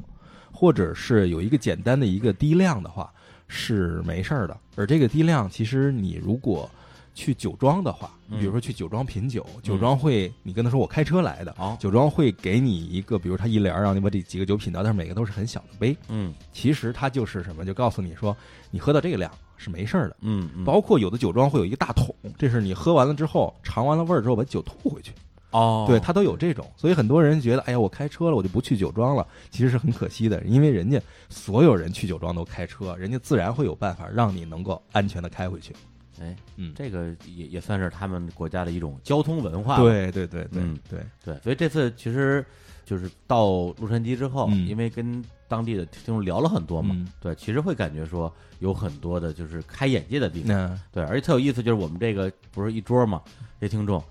[SPEAKER 2] 或者是有一个简单的一个低量的话是没事儿的，而这个低量其实你如果去酒庄的话，
[SPEAKER 1] 嗯
[SPEAKER 2] 比如说去酒庄品酒，酒庄会你跟他说我开车来的，
[SPEAKER 1] 好，
[SPEAKER 2] 酒庄会给你一个，比如他一帘儿啊让你把这几个酒品到，但是每个都是很小的杯，
[SPEAKER 1] 嗯
[SPEAKER 2] 其实它就是什么，就告诉你说你喝到这个量是没事儿的。
[SPEAKER 1] 嗯嗯，
[SPEAKER 2] 包括有的酒庄会有一个大桶，这是你喝完了之后尝完了味儿之后把酒吐回去，
[SPEAKER 1] 哦，
[SPEAKER 2] 对它都有这种，所以很多人觉得，哎呀，我开车了，我就不去酒庄了，其实是很可惜的，因为人家所有人去酒庄都开车，人家自然会有办法让你能够安全的开回去。
[SPEAKER 1] 哎，
[SPEAKER 2] 嗯
[SPEAKER 1] 这个也也算是他们国家的一种交通文化吧，
[SPEAKER 2] 对对对对
[SPEAKER 1] 啊嗯
[SPEAKER 2] 对，
[SPEAKER 1] 对，所以这次其实就是到洛杉矶之后，
[SPEAKER 2] 嗯
[SPEAKER 1] 因为跟当地的听众聊了 很多嘛，
[SPEAKER 2] 嗯
[SPEAKER 1] 对，其实会感觉说有很多的就是开眼界的地方，
[SPEAKER 2] 那
[SPEAKER 1] 对，而且特有意思就是我们这个不是一桌嘛，这听众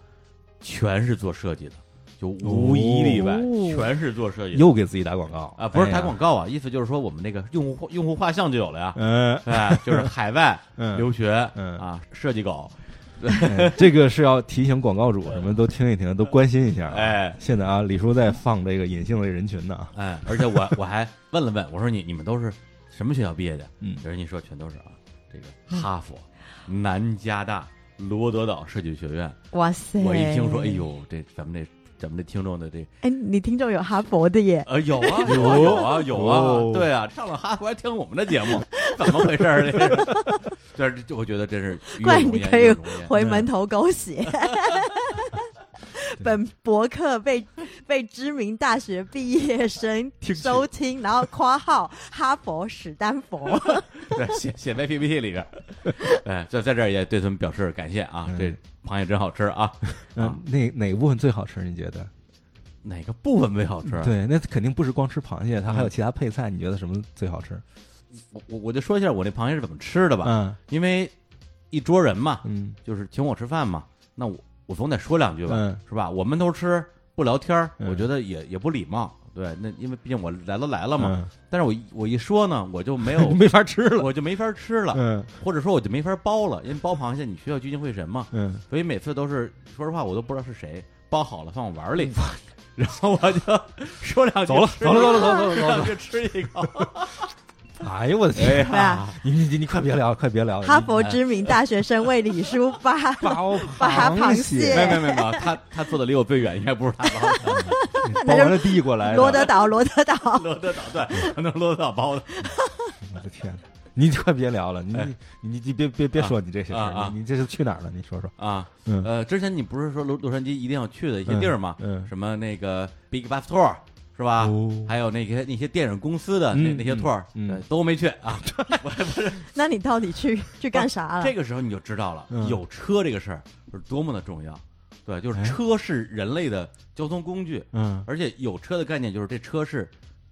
[SPEAKER 1] 全是做设计的，就无一例外，
[SPEAKER 3] 哦
[SPEAKER 1] 全是做设计的
[SPEAKER 2] 又给自己打广告哎
[SPEAKER 1] 啊，不是打
[SPEAKER 2] 告，
[SPEAKER 1] 广告啊，意思就是说我们那个用户用户画像就有了呀，
[SPEAKER 2] 嗯
[SPEAKER 1] 对，就是海外
[SPEAKER 2] 嗯，
[SPEAKER 1] 留学
[SPEAKER 2] 嗯
[SPEAKER 1] 啊，设计狗，
[SPEAKER 2] 哎这个是要提醒广告主什么都听一听，都关心一下。，啊
[SPEAKER 1] 哎。
[SPEAKER 2] 现在啊，李叔在放这个隐性的人群呢啊，
[SPEAKER 1] 哎，而且我我还问了问，我说你你们都是什么学校毕业的？
[SPEAKER 2] 嗯
[SPEAKER 1] 人家说全都是啊，这个哈佛、南加大、罗德岛设计学院。
[SPEAKER 3] 哇塞！
[SPEAKER 1] 我一听说，哎，呦，这咱们这咱们这听众的这
[SPEAKER 3] 哎，你听众有哈佛 的耶，
[SPEAKER 1] 呃有啊有啊有啊有啊
[SPEAKER 2] 哦，
[SPEAKER 1] 对啊，上了哈佛还听我们的节目， 怎么回事儿？这是， 这是这我觉得真是与有
[SPEAKER 3] 怪
[SPEAKER 1] 荣
[SPEAKER 3] 你
[SPEAKER 1] 焉
[SPEAKER 3] 可
[SPEAKER 1] 与
[SPEAKER 3] 以
[SPEAKER 1] 有荣焉
[SPEAKER 3] 回门头狗血。 本博客被被知名大学毕业生
[SPEAKER 1] 听取
[SPEAKER 3] 收听，然后括号哈佛、史丹佛，
[SPEAKER 1] 对，写写在 PPT 里边儿。哎，就在这儿也对他们表示感谢啊，
[SPEAKER 2] 嗯
[SPEAKER 1] 这螃蟹真好吃啊！啊
[SPEAKER 2] 嗯，那哪个部分最好吃？你觉得？
[SPEAKER 1] 哪个部分最好吃？啊
[SPEAKER 2] 对，那肯定不是光吃螃蟹，它还
[SPEAKER 1] 嗯
[SPEAKER 2] 有其他配菜。你觉得什么最好吃？
[SPEAKER 1] 我我我就说一下我那螃蟹是怎么吃的吧，
[SPEAKER 2] 嗯
[SPEAKER 1] 因为一桌人嘛，
[SPEAKER 2] 嗯
[SPEAKER 1] 就是请我吃饭嘛，那我我总得说两句吧，
[SPEAKER 2] 嗯
[SPEAKER 1] 是吧？我闷头吃不聊天儿，
[SPEAKER 2] 嗯
[SPEAKER 1] 我觉得也也不礼貌。对，那因为毕竟我来都来了嘛，
[SPEAKER 2] 嗯
[SPEAKER 1] 但是我一我一说呢，我就没
[SPEAKER 2] 就
[SPEAKER 1] 有，
[SPEAKER 2] 没法吃了。
[SPEAKER 1] 我就没法吃了，
[SPEAKER 2] 嗯
[SPEAKER 1] 或者说我就没法包了，因为包螃蟹你需要聚精会神嘛，
[SPEAKER 2] 嗯，
[SPEAKER 1] 所以每次都是说实话我都不知道是谁包好了放我碗里， 然后我就说两句
[SPEAKER 2] 走了
[SPEAKER 1] 吃
[SPEAKER 2] 嗯走
[SPEAKER 1] 一
[SPEAKER 2] 了走了
[SPEAKER 1] 口
[SPEAKER 2] 走了走 了
[SPEAKER 1] 说两句吃一 口，
[SPEAKER 2] 哎呦我的天！
[SPEAKER 3] 对啊，
[SPEAKER 2] 你你你快别聊，快别聊！
[SPEAKER 3] 哈佛知名大学生为李叔发
[SPEAKER 2] 包
[SPEAKER 3] 扒螃蟹
[SPEAKER 1] 没有没有没有没有， 他他坐的离我最远，应该不是他包的。
[SPEAKER 2] 包完了递过来的。哎
[SPEAKER 3] 罗德岛，罗德岛，
[SPEAKER 1] 罗德岛
[SPEAKER 2] 嗯
[SPEAKER 1] 对，可能罗德岛包的。
[SPEAKER 2] 我的天哪！你快别聊了，你
[SPEAKER 1] 哎
[SPEAKER 2] 你你你别别别说你这些事
[SPEAKER 1] 啊啊
[SPEAKER 2] 儿，你你这是去哪儿了？你说说。
[SPEAKER 1] 啊，
[SPEAKER 2] 嗯
[SPEAKER 1] 呃，之前你不是说洛洛杉矶一定要去的一些地儿吗？
[SPEAKER 2] 嗯嗯
[SPEAKER 1] 什么那个 Big Bath Tour 是吧？
[SPEAKER 2] 哦
[SPEAKER 1] 还有那些那些电影公司的那、
[SPEAKER 2] 嗯
[SPEAKER 1] 那些 tour，、
[SPEAKER 2] 嗯嗯
[SPEAKER 1] 对都没去啊。我也不是
[SPEAKER 3] 那你到底去去干啥啊了？
[SPEAKER 1] 这个时候你就知道了，
[SPEAKER 2] 啊嗯
[SPEAKER 1] 有车这个事儿是多么的重要。对，就是
[SPEAKER 2] 哎
[SPEAKER 1] 车是人类的交通工具，
[SPEAKER 2] 嗯
[SPEAKER 1] 而且有车的概念就是这车是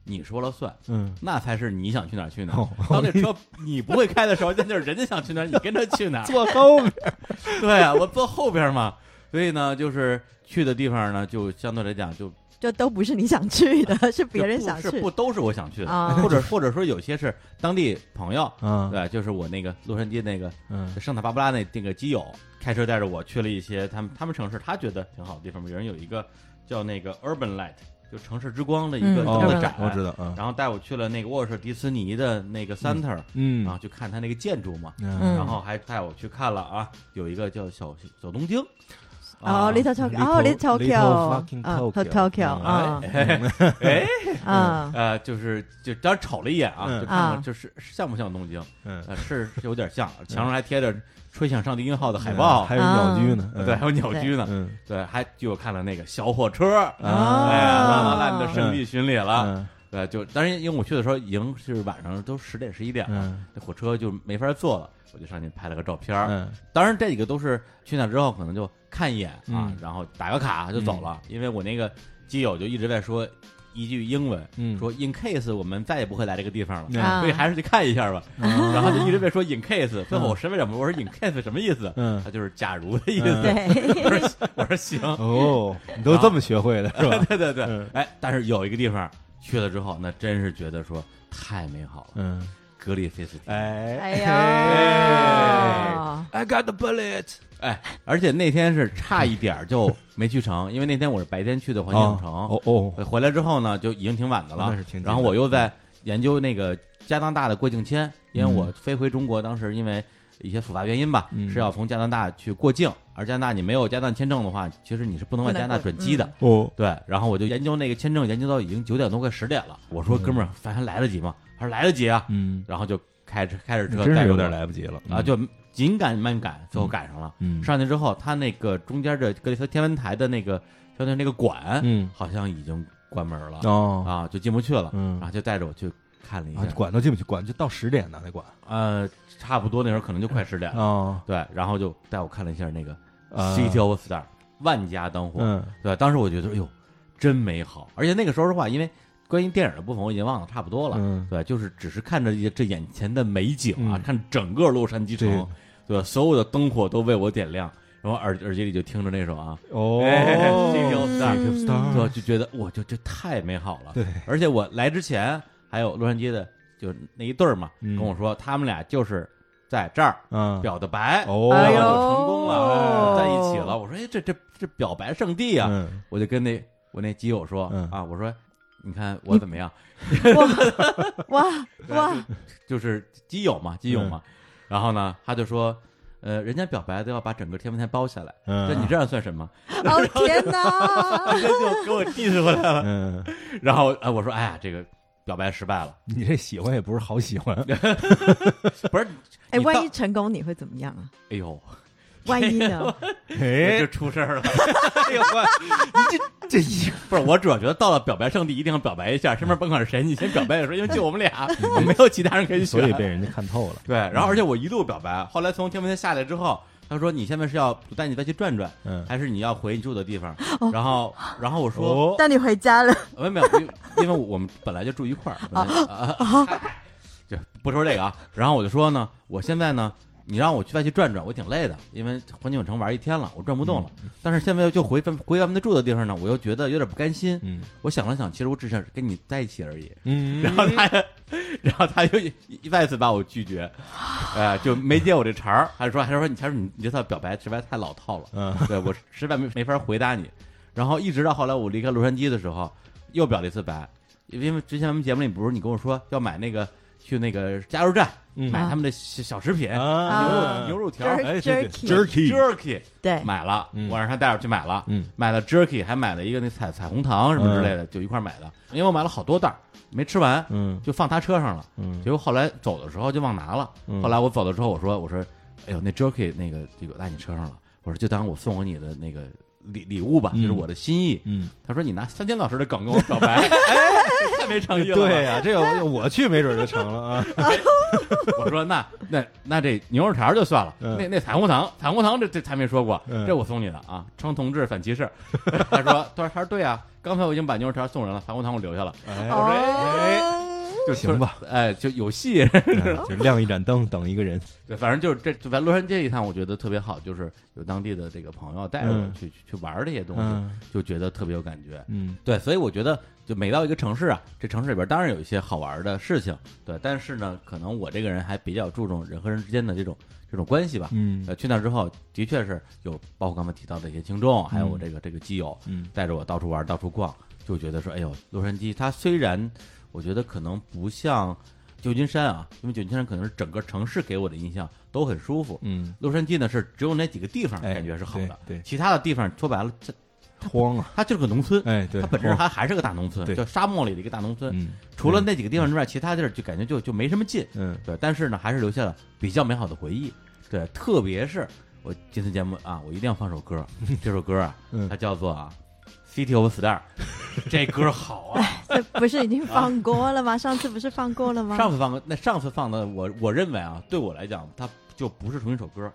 [SPEAKER 1] 你说了算。
[SPEAKER 2] 嗯，
[SPEAKER 1] 那才是你想去哪儿去哪
[SPEAKER 2] 哦
[SPEAKER 1] 儿。当这车你不会开的时候，那就是人家想去哪儿，你跟着去哪儿。
[SPEAKER 2] 坐后面。
[SPEAKER 1] 对啊，我坐后边嘛，所以呢，就是去的地方呢，就相对来讲就
[SPEAKER 3] 就都不是你想 去的，是别人
[SPEAKER 1] 不
[SPEAKER 3] 想
[SPEAKER 1] 是
[SPEAKER 3] 去
[SPEAKER 1] 不都是我想去的，
[SPEAKER 3] 啊
[SPEAKER 1] 或者或者说有些是当地朋友，
[SPEAKER 2] 嗯
[SPEAKER 1] 对，就是我那个洛杉矶那个
[SPEAKER 2] 嗯
[SPEAKER 1] 圣塔芭芭拉那那个基友，开车带着我去了一些他们他们城市，他觉得挺好的地方，比如有一个叫那个 Urban Light，就城市之光的一个
[SPEAKER 3] 嗯
[SPEAKER 1] 灯的
[SPEAKER 3] 哦
[SPEAKER 1] 展，
[SPEAKER 2] 我知道啊。
[SPEAKER 1] 然后带我去了那个沃尔特迪斯尼的那个 Center，、
[SPEAKER 2] 嗯
[SPEAKER 1] 然后去看他那个建筑嘛，
[SPEAKER 3] 嗯
[SPEAKER 1] 然后还带我去看了啊，有一个叫小小东京，啊
[SPEAKER 3] 哦，Little Tokyo，哦
[SPEAKER 2] Little-
[SPEAKER 3] ，Little
[SPEAKER 2] Little
[SPEAKER 3] Tokyo，
[SPEAKER 2] fucking
[SPEAKER 3] 啊
[SPEAKER 2] Tokyo
[SPEAKER 3] ，Tokyo，
[SPEAKER 2] 嗯
[SPEAKER 3] 啊
[SPEAKER 1] 哎，
[SPEAKER 3] 啊，
[SPEAKER 1] 呃，就是就当时瞅了一眼啊，
[SPEAKER 2] 嗯
[SPEAKER 1] 就看看
[SPEAKER 3] 啊
[SPEAKER 1] 就是像不像东京，
[SPEAKER 2] 嗯，
[SPEAKER 1] 呃，是是有点 像，墙上还贴着“吹响上帝音号”的海报
[SPEAKER 2] 还，有鸟居嗯呢。嗯
[SPEAKER 1] 对，还，有鸟居呢，
[SPEAKER 2] 嗯
[SPEAKER 1] 对，还就看了那个小火
[SPEAKER 3] 哦
[SPEAKER 1] 车。
[SPEAKER 2] 啊
[SPEAKER 1] 哎呀，啊拉拉烂的圣地巡礼了，
[SPEAKER 2] 嗯
[SPEAKER 1] 对，就当然因为我去的时候已经是晚上都十点十一点了，
[SPEAKER 2] 嗯
[SPEAKER 1] 那火车就没法坐了，我就上去拍了个照片儿，
[SPEAKER 2] 嗯
[SPEAKER 1] 当然，这几个都是去那之后可能就看一眼啊，
[SPEAKER 2] 嗯
[SPEAKER 1] 然后打个卡就走了。因为我那个基友就一直在说一句英文，
[SPEAKER 2] 嗯
[SPEAKER 1] 说 “in case” 我们再也不会来这个地方了，
[SPEAKER 2] 嗯
[SPEAKER 3] 啊
[SPEAKER 1] 所以还是去看一下吧。
[SPEAKER 2] 嗯
[SPEAKER 1] 然后就一直在说 “in case”，最后我实在忍不住，我说 “in case” 什么意思？
[SPEAKER 2] 嗯
[SPEAKER 1] 他就是假如的意
[SPEAKER 2] 嗯
[SPEAKER 1] 思。
[SPEAKER 3] 对，
[SPEAKER 1] 我说我说 行，
[SPEAKER 2] 哦，你都这么学会的 是吧？
[SPEAKER 1] 对对对
[SPEAKER 2] 嗯，
[SPEAKER 1] 哎，但是有一个地方去了之后，那真是觉得说太美好了，
[SPEAKER 2] 嗯，
[SPEAKER 1] 格里菲斯汀。
[SPEAKER 2] 哎
[SPEAKER 3] 哎呀，
[SPEAKER 2] ，I got the bullet，
[SPEAKER 1] 哎，而且那天是差一点儿就没去成，因为那天我是白天去的环球影城，
[SPEAKER 2] 哦哦，
[SPEAKER 1] 回来之后呢，就已经挺晚的了。
[SPEAKER 2] 那是挺近的
[SPEAKER 1] 然后我又在研究那个加拿大的过境签，因为我飞回中国，当时因为一些复杂原因吧，
[SPEAKER 2] 嗯
[SPEAKER 1] 是要从加拿大去过境，而加拿大你没有加拿大签证的话，其实你是不能往
[SPEAKER 3] 不
[SPEAKER 1] 加
[SPEAKER 3] 能
[SPEAKER 1] 拿大
[SPEAKER 3] 过
[SPEAKER 1] 转机的。
[SPEAKER 3] 嗯
[SPEAKER 2] 哦，
[SPEAKER 1] 对，然后我就研究那个签证，研究到已经九点多快十点了。我说：“哥们儿，咱还来得及吗？”他说：“来得及啊。
[SPEAKER 2] 嗯”，
[SPEAKER 1] 然后就开着开着车
[SPEAKER 2] 真
[SPEAKER 1] 带
[SPEAKER 2] 是
[SPEAKER 1] 着
[SPEAKER 2] 有
[SPEAKER 1] 我
[SPEAKER 2] 点来嗯不及了
[SPEAKER 1] 啊，就紧赶慢赶，最后赶上了。
[SPEAKER 2] 嗯
[SPEAKER 1] 上去之后，他那个中间的格里斯天文台的那个相当于那个馆，
[SPEAKER 2] 嗯
[SPEAKER 1] 好像已经关门了
[SPEAKER 2] 哦
[SPEAKER 1] 啊，就进不去了。
[SPEAKER 2] 嗯
[SPEAKER 1] 然后就带着我去看了一
[SPEAKER 2] 啊
[SPEAKER 1] 下，
[SPEAKER 2] 管都进不去，管就到十点呢，那管
[SPEAKER 1] 呃，差不多那时候可能就快十点了。
[SPEAKER 2] 哦，
[SPEAKER 1] 对，然后就带我看了一下那个
[SPEAKER 2] 啊
[SPEAKER 1] City of Star，万家灯火。
[SPEAKER 2] 嗯
[SPEAKER 1] 对，当时我觉得，哎呦，真美好。而且那个时候的话，因为关于电影的部分我已经忘得差不多了，
[SPEAKER 2] 嗯，
[SPEAKER 1] 对，就是只是看着一这眼前的美景啊，
[SPEAKER 2] 嗯
[SPEAKER 1] 看整个洛杉矶城，对吧？所有的灯火都为我点亮，然后耳耳机里就听着那首啊，
[SPEAKER 2] 哦
[SPEAKER 1] 哎这就
[SPEAKER 2] City of
[SPEAKER 1] 对
[SPEAKER 2] Star，
[SPEAKER 1] 吧，就觉得哇，这这太美好了。
[SPEAKER 2] 对，
[SPEAKER 1] 而且我来之前还有洛杉矶的，就那一对儿嘛，
[SPEAKER 2] 嗯
[SPEAKER 1] 跟我说他们俩就是在这儿
[SPEAKER 2] 嗯，
[SPEAKER 1] 表的白，
[SPEAKER 2] 哦
[SPEAKER 1] 然
[SPEAKER 3] 哎
[SPEAKER 1] 后就
[SPEAKER 3] 呦
[SPEAKER 1] 成功了，在一起了。我说，哎，这这这表白圣地啊！
[SPEAKER 2] 嗯
[SPEAKER 1] 我就跟那我那基友说、
[SPEAKER 2] 嗯
[SPEAKER 1] 啊，我说你看我怎么样，
[SPEAKER 3] 哇哇，
[SPEAKER 1] 就是基友嘛，基友嘛。
[SPEAKER 2] 嗯
[SPEAKER 1] 然后呢，他就说，呃，人家表白都要把整个天文台包下来，那、
[SPEAKER 2] 嗯，
[SPEAKER 1] 你这样算什 么？
[SPEAKER 3] 哦天哪！
[SPEAKER 1] 他就给我递回来了。
[SPEAKER 2] 嗯，
[SPEAKER 1] 然后啊，我说，哎呀，这个表白失败了，
[SPEAKER 2] 你这喜欢也不是好喜欢，
[SPEAKER 1] 不是？
[SPEAKER 3] 哎，
[SPEAKER 1] 你到
[SPEAKER 3] 万一成功你会怎么样啊？
[SPEAKER 1] 哎呦，
[SPEAKER 3] 万一呢？
[SPEAKER 1] 这
[SPEAKER 2] 哎
[SPEAKER 1] 就，出事儿了。 哎呦，我
[SPEAKER 2] 这一
[SPEAKER 1] 不是，我主要觉得到了表白圣地一定要表白一下，
[SPEAKER 2] 嗯
[SPEAKER 1] 身边甭管是谁，你先表白一下，因为就我们俩，我没有其他人可以选。
[SPEAKER 2] 所以被人家看透了，
[SPEAKER 1] 对，然后而且我一路表白，后来从天文台下来之后，他说你现在是要我带你再去转转，
[SPEAKER 2] 嗯，
[SPEAKER 1] 还是你要回你住的地方？然后，然后我说、
[SPEAKER 2] 哦，
[SPEAKER 3] 带你回家了，
[SPEAKER 1] 没有没有，因为因为我们本来就住一块儿，本来啊， 嗨就不说这个啊。然后我就说呢，我现在呢，你让我去再去转转，我挺累的，因为环球影城玩一天了，我转不动了。但是现在就回咱回咱们的住的地方呢，我又觉得有点不甘心。
[SPEAKER 2] 嗯
[SPEAKER 1] 我想了想，其实我只想跟你在一起而已。
[SPEAKER 2] 嗯，
[SPEAKER 1] 然后他，然后他又一再次把我拒 绝，哎、就没接我这茬儿，还说还说你，他说你你这套表白实在太老套 了，
[SPEAKER 2] 嗯
[SPEAKER 1] 对我实在没没法回答你。然后一直到后来我离开洛杉矶的时候，又表了一次白，因为之前咱们节目里不是你跟我说要买那个去那个加油站、
[SPEAKER 2] 嗯
[SPEAKER 1] 买他们的小小食品、
[SPEAKER 2] 啊
[SPEAKER 1] 牛肉牛肉条、
[SPEAKER 2] 哎对对
[SPEAKER 3] Jerky
[SPEAKER 2] jerky，
[SPEAKER 1] jerky，
[SPEAKER 3] 对，
[SPEAKER 1] 买了，
[SPEAKER 2] 嗯
[SPEAKER 1] 我让他带我去买了，
[SPEAKER 2] 嗯
[SPEAKER 1] 买了 jerky，还买了一个那彩彩虹糖什么之类的，就一块儿买的。因为我买了好多袋儿，没吃完，
[SPEAKER 2] 嗯
[SPEAKER 1] 就放他车上了。
[SPEAKER 2] 嗯
[SPEAKER 1] 结果后来走的时候就忘拿了。
[SPEAKER 2] 嗯
[SPEAKER 1] 后来我走了之后，我说我说，哎呦，那 jerky 那个这个落你车上了，我说就当我送给你的那个礼礼物吧，
[SPEAKER 2] 嗯
[SPEAKER 1] 就是我的心意。
[SPEAKER 2] 嗯，
[SPEAKER 1] 他说你拿三千老师的梗跟我表白，哎，这太没诚意了。
[SPEAKER 2] 对，哎呀，这个我我去没准就成了 啊，
[SPEAKER 1] 我说那那那这牛肉条就算了，
[SPEAKER 2] 嗯
[SPEAKER 1] 那那彩虹糖彩虹糖这这才没说过，
[SPEAKER 2] 嗯
[SPEAKER 1] 这我送你的啊，称同志反歧视。 他说他说他说对啊，刚才我已经把牛肉条送人了，彩虹糖我留下了，
[SPEAKER 2] 哎
[SPEAKER 1] 我说哎
[SPEAKER 3] 哦，
[SPEAKER 1] 就
[SPEAKER 2] 嗯行吧，
[SPEAKER 1] 就哎就有戏。
[SPEAKER 2] 嗯就亮一盏灯等一个人，
[SPEAKER 1] 对，反正就是这，反正洛杉矶一趟，我觉得特别好，就是有当地的这个朋友带着我
[SPEAKER 2] 嗯
[SPEAKER 1] 去、去去玩这些东西，
[SPEAKER 2] 嗯
[SPEAKER 1] 就觉得特别有感觉。
[SPEAKER 2] 嗯
[SPEAKER 1] 对，所以我觉得，就每到一个城市啊，这城市里边当然有一些好玩的事情，对，但是呢，可能我这个人还比较注重人和人之间的这种这种关系吧。
[SPEAKER 2] 嗯
[SPEAKER 1] 呃，去那之后，的确是有包括刚才提到的一些听众，还有我这个这个基友，
[SPEAKER 2] 嗯
[SPEAKER 1] 带着我到处玩、到处逛，就觉得说，哎呦，洛杉矶它虽然我觉得可能不像旧金山啊，因为旧金山可能是整个城市给我的印象都很舒服，
[SPEAKER 2] 嗯，
[SPEAKER 1] 洛杉矶呢是只有那几个地方
[SPEAKER 2] 哎
[SPEAKER 1] 感觉是好的，
[SPEAKER 2] 对对
[SPEAKER 1] 其他的地方说白了，这
[SPEAKER 2] 慌 啊，
[SPEAKER 1] 它就是个农村。
[SPEAKER 2] 哎对，
[SPEAKER 1] 它本质上还还是个大农村，
[SPEAKER 2] 对
[SPEAKER 1] 就沙漠里的一个大农村。
[SPEAKER 2] 嗯
[SPEAKER 1] 除了那几个地方之外，其他地儿就感觉就就没什么劲。
[SPEAKER 2] 嗯
[SPEAKER 1] 对，但是呢，还是留下了比较美好的回忆。对，特别是我这次节目啊，我一定要放首歌， 这首歌啊，
[SPEAKER 2] 嗯
[SPEAKER 1] 它叫做啊《City of Star》，这歌好啊！
[SPEAKER 3] 这不是已经放过了吗？上次不是放过了吗？
[SPEAKER 1] 上次放的那上次放的我我认为啊，对我来讲，它就不是同一首歌，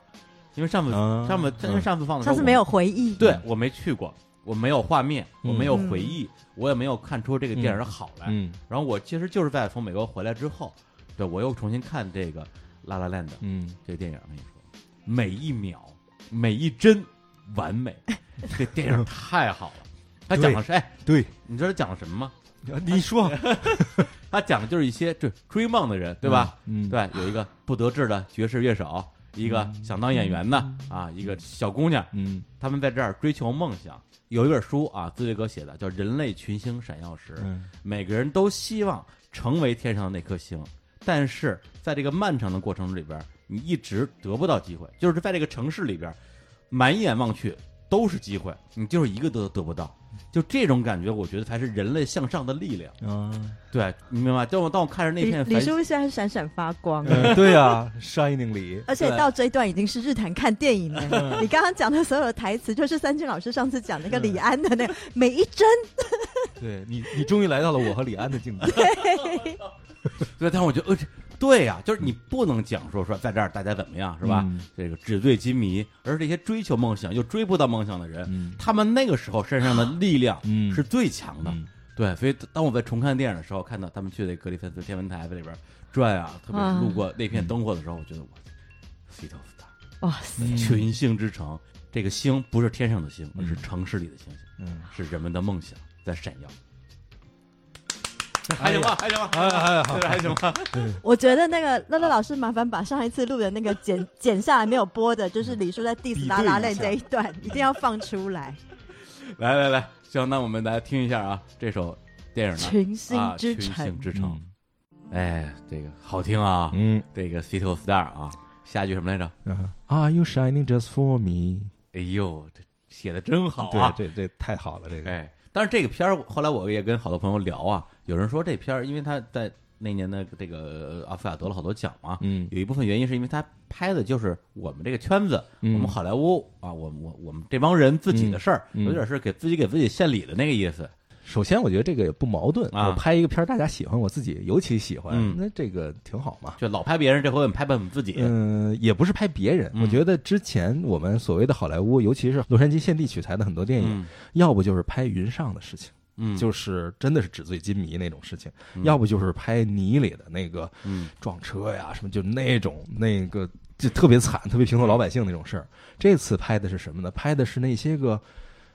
[SPEAKER 1] 因为上次、
[SPEAKER 2] 啊
[SPEAKER 1] 上次因为
[SPEAKER 2] 嗯
[SPEAKER 1] 上次放的时候
[SPEAKER 3] 上次
[SPEAKER 1] 我
[SPEAKER 3] 没有回忆，
[SPEAKER 1] 对我没去过，我没有画面，我没有
[SPEAKER 3] 嗯
[SPEAKER 1] 回忆，我也没有看出这个电影好来。
[SPEAKER 2] 嗯
[SPEAKER 1] 然后我其实就是在从美国回来之后，对我又重新看这个《La La Land》
[SPEAKER 2] 嗯
[SPEAKER 1] 这个电影，我跟你说，每一秒、每一帧完美，这电 影太好了。他讲的是，哎，
[SPEAKER 2] 对，
[SPEAKER 1] 你知道他讲了什么吗？
[SPEAKER 2] 你说
[SPEAKER 1] 他讲的就是一些追追梦的人，对吧？？
[SPEAKER 2] 嗯
[SPEAKER 1] 对，有一个不得志的爵士乐手，一个想当演员的啊，一个小姑娘，
[SPEAKER 2] 嗯
[SPEAKER 1] 他们在这儿追求梦想。有一本书啊，自卫哥写的叫《人类群星闪耀时》，
[SPEAKER 2] 嗯
[SPEAKER 1] 每个人都希望成为天上的那颗星，但是在这个漫长的过程里边，你一直得不到机会，就是在这个城市里边，满眼望去都是机会，你就是一个都得不到，就这种感觉，我觉得才是人类向上的力量。
[SPEAKER 2] 嗯，
[SPEAKER 1] 对，你明白？当我当我看着那
[SPEAKER 3] 李
[SPEAKER 1] 片
[SPEAKER 3] 李
[SPEAKER 1] 繁星
[SPEAKER 3] 叔现在闪闪发光。
[SPEAKER 2] 对呀，Shining 里，
[SPEAKER 3] 而且
[SPEAKER 1] 对
[SPEAKER 3] 到这一段已经是日坛看电影了。你刚刚讲的所有的台词，就是三军老师上次讲那个李安的那个每一帧，
[SPEAKER 2] 对你，你终于来到了我和李安的境界。
[SPEAKER 1] 对，但是我觉得，呃，这对呀、就是你不能讲说说在这儿大家怎么样是吧？
[SPEAKER 2] 嗯
[SPEAKER 1] 这个纸醉金迷，而这些追求梦想又追不到梦想的人，
[SPEAKER 2] 嗯
[SPEAKER 1] 他们那个时候身上的力量
[SPEAKER 2] 嗯
[SPEAKER 1] 是最强的。
[SPEAKER 2] 嗯
[SPEAKER 1] 对，所以当我在重看电影的时候，看到他们去那格里芬斯天文台在里边转啊，特别是路过那片灯火的时候，我觉得我 c i t y of
[SPEAKER 3] 哇塞！
[SPEAKER 1] star 群星之城，这个星不是天上的星，而是
[SPEAKER 2] 嗯
[SPEAKER 1] 城市里的星星，
[SPEAKER 2] 嗯，
[SPEAKER 1] 是人们的梦想在闪耀。
[SPEAKER 2] 还行吧，
[SPEAKER 1] 还行吧，
[SPEAKER 2] 嗯哎哎
[SPEAKER 1] 对，还行吧。
[SPEAKER 3] 我觉得那个乐乐老师，麻烦把上一次录的那个剪 剪下来没有播的，就是李叔在
[SPEAKER 1] 嗯比
[SPEAKER 3] diss
[SPEAKER 1] 对一
[SPEAKER 3] 拉拉链
[SPEAKER 1] 下
[SPEAKER 3] 这一段， 一定要放出来。
[SPEAKER 1] 来来来，行，那我们来听一下啊，这首电影呢
[SPEAKER 3] 群星
[SPEAKER 1] 啊，
[SPEAKER 3] 之
[SPEAKER 1] 群
[SPEAKER 3] 城
[SPEAKER 1] 星，之城》。哎，这个好听啊，
[SPEAKER 2] 嗯
[SPEAKER 1] 这个《City of Star》啊，下一句什么来着？
[SPEAKER 2] 嗯，Are you shining just for me？
[SPEAKER 1] 哎呦，这写的真好啊！
[SPEAKER 2] 对，这这太好了，这个
[SPEAKER 1] 哎，但是这个片儿，后来我也跟好多朋友聊啊，有人说这片儿，因为他在那年的这个呃奥斯卡得了好多奖嘛，
[SPEAKER 2] 嗯
[SPEAKER 1] 有一部分原因是因为他拍的就是我们这个圈子，
[SPEAKER 2] 嗯
[SPEAKER 1] 我们好莱坞啊，我我我们这帮人自己的事儿，
[SPEAKER 2] 嗯嗯
[SPEAKER 1] 有点是给自己给自己献礼的那个意思。
[SPEAKER 2] 首先我觉得这个也不矛盾。
[SPEAKER 1] 啊
[SPEAKER 2] 我拍一个片儿，大家喜欢，我自己尤其喜欢
[SPEAKER 1] 嗯，
[SPEAKER 2] 那这个挺好嘛。
[SPEAKER 1] 就老拍别人，这回我们拍拍我们自己。
[SPEAKER 2] 嗯，也不是拍别人，
[SPEAKER 1] 嗯
[SPEAKER 2] 我觉得之前我们所谓的好莱坞，尤其是洛杉矶现地取材的很多电影，
[SPEAKER 1] 嗯
[SPEAKER 2] 要不就是拍云上的事情，
[SPEAKER 1] 嗯，
[SPEAKER 2] 就是真的是纸醉金迷那种事情；
[SPEAKER 1] 嗯
[SPEAKER 2] 要不就是拍泥里的那个
[SPEAKER 1] 嗯
[SPEAKER 2] 撞车呀，什么就那种那个就特别惨、特别平头老百姓那种事儿。这次拍的是什么呢？拍的是那些个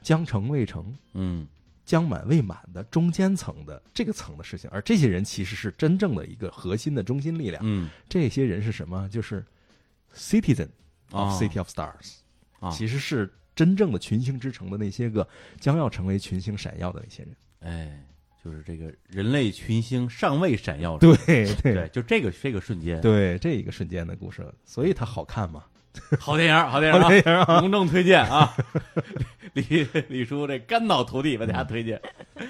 [SPEAKER 2] 将成未成、
[SPEAKER 1] 嗯
[SPEAKER 2] 将满未满的中间层的这个层的事情，而这些人其实是真正的一个核心的中心力量。
[SPEAKER 1] 嗯
[SPEAKER 2] 这些人是什么？就是 citizen
[SPEAKER 1] 啊
[SPEAKER 2] of City of Stars，、
[SPEAKER 1] 啊
[SPEAKER 2] 其实是真正的群星之城的那些个将要成为群星闪耀的那些人。
[SPEAKER 1] 哎，就是这个人类群星尚未闪耀着。
[SPEAKER 2] 对对
[SPEAKER 1] 对，就这个这个瞬间，
[SPEAKER 2] 对这一个瞬间的故事，所以它好看嘛。
[SPEAKER 1] 好电影儿，好电影儿 啊
[SPEAKER 2] 好电影啊！
[SPEAKER 1] 隆重推荐啊！ 李李叔这肝脑涂地为大家推荐，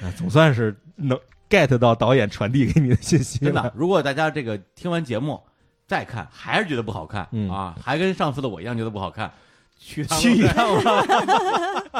[SPEAKER 2] 啊总算是能 get 到导演传递给你的信息
[SPEAKER 1] 真的
[SPEAKER 2] 了。。
[SPEAKER 1] 如果大家这个听完节目再看，还是觉得不好看、
[SPEAKER 2] 嗯
[SPEAKER 1] 啊，还跟上次的我一样觉得不好看，去他
[SPEAKER 2] 去一
[SPEAKER 1] 趟吧。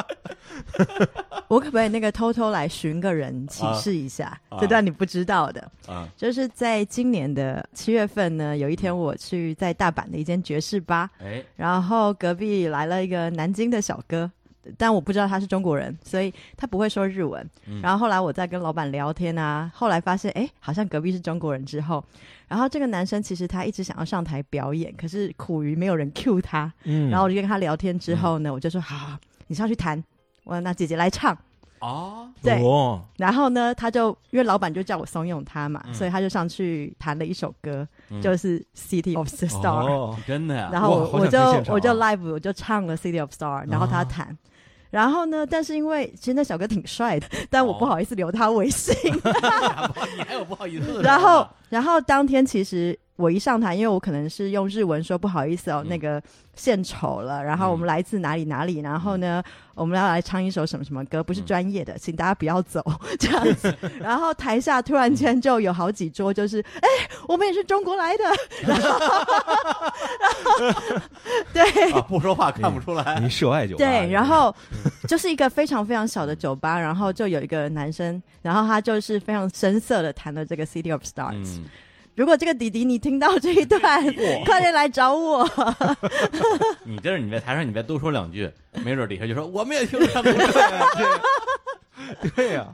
[SPEAKER 3] 我可不可以那个偷偷来寻个人，启示一下、
[SPEAKER 1] 啊
[SPEAKER 3] 这段你不知道的？
[SPEAKER 1] 啊，
[SPEAKER 3] 就是在今年的七月份呢，有一天我去在大阪的一间爵士吧，
[SPEAKER 1] 嗯哎，
[SPEAKER 3] 然后隔壁来了一个南京的小哥，但我不知道他是中国人，所以他不会说日文。
[SPEAKER 1] 嗯
[SPEAKER 3] 然后后来我在跟老板聊天啊，后来发现哎，好像隔壁是中国人之后，然后这个男生其实他一直想要上台表演，可是苦于没有人 cue 他。
[SPEAKER 2] 嗯
[SPEAKER 3] 然后我就跟他聊天之后呢，我就说好好，好你上去弹，我那姐姐来唱。
[SPEAKER 1] 哦，
[SPEAKER 3] 对
[SPEAKER 2] 哦，
[SPEAKER 3] 然后呢，他就因为老板就叫我怂恿他嘛，
[SPEAKER 1] 嗯
[SPEAKER 3] 所以他就上去弹了一首歌，
[SPEAKER 1] 嗯
[SPEAKER 3] 就是《City of the Star》。
[SPEAKER 2] 哦，
[SPEAKER 1] 真的呀、
[SPEAKER 3] 然后
[SPEAKER 2] 哇
[SPEAKER 3] 我
[SPEAKER 2] 好想
[SPEAKER 3] 我就
[SPEAKER 2] 听现场啊啊
[SPEAKER 3] 我就 live 我就唱了《City of Star》，然后他弹。然后呢？但是因为其实那小哥挺帅的，但我
[SPEAKER 1] 哦
[SPEAKER 3] 不好意思留他微信。
[SPEAKER 1] 你还有不好意思 的时候呢
[SPEAKER 3] 然后，然后当天其实我一上台，因为我可能是用日文说不好意思哦，
[SPEAKER 1] 嗯
[SPEAKER 3] 那个献丑了。然后我们来自哪里哪里，然后呢，我们要来唱一首什么什么歌，不是
[SPEAKER 1] 嗯
[SPEAKER 3] 专业的，请大家不要走 这样 子。然后台下突然间就有好几桌，就是哎，我们也是中国来 的，然后，然后对，
[SPEAKER 1] 啊，不说话看不出来。
[SPEAKER 2] 你涉外酒吧
[SPEAKER 3] 对，然后就是一个非常非常小的酒吧，然后就有一个男生，然后他就是非常深色的弹了这个《City of Stars》。
[SPEAKER 1] 嗯，
[SPEAKER 3] 如果这个弟弟你听到这一 段，快点来找 我。
[SPEAKER 1] 你这是你在台上，你再多说两句，没准底下就说我们也听上了。
[SPEAKER 2] 对呀，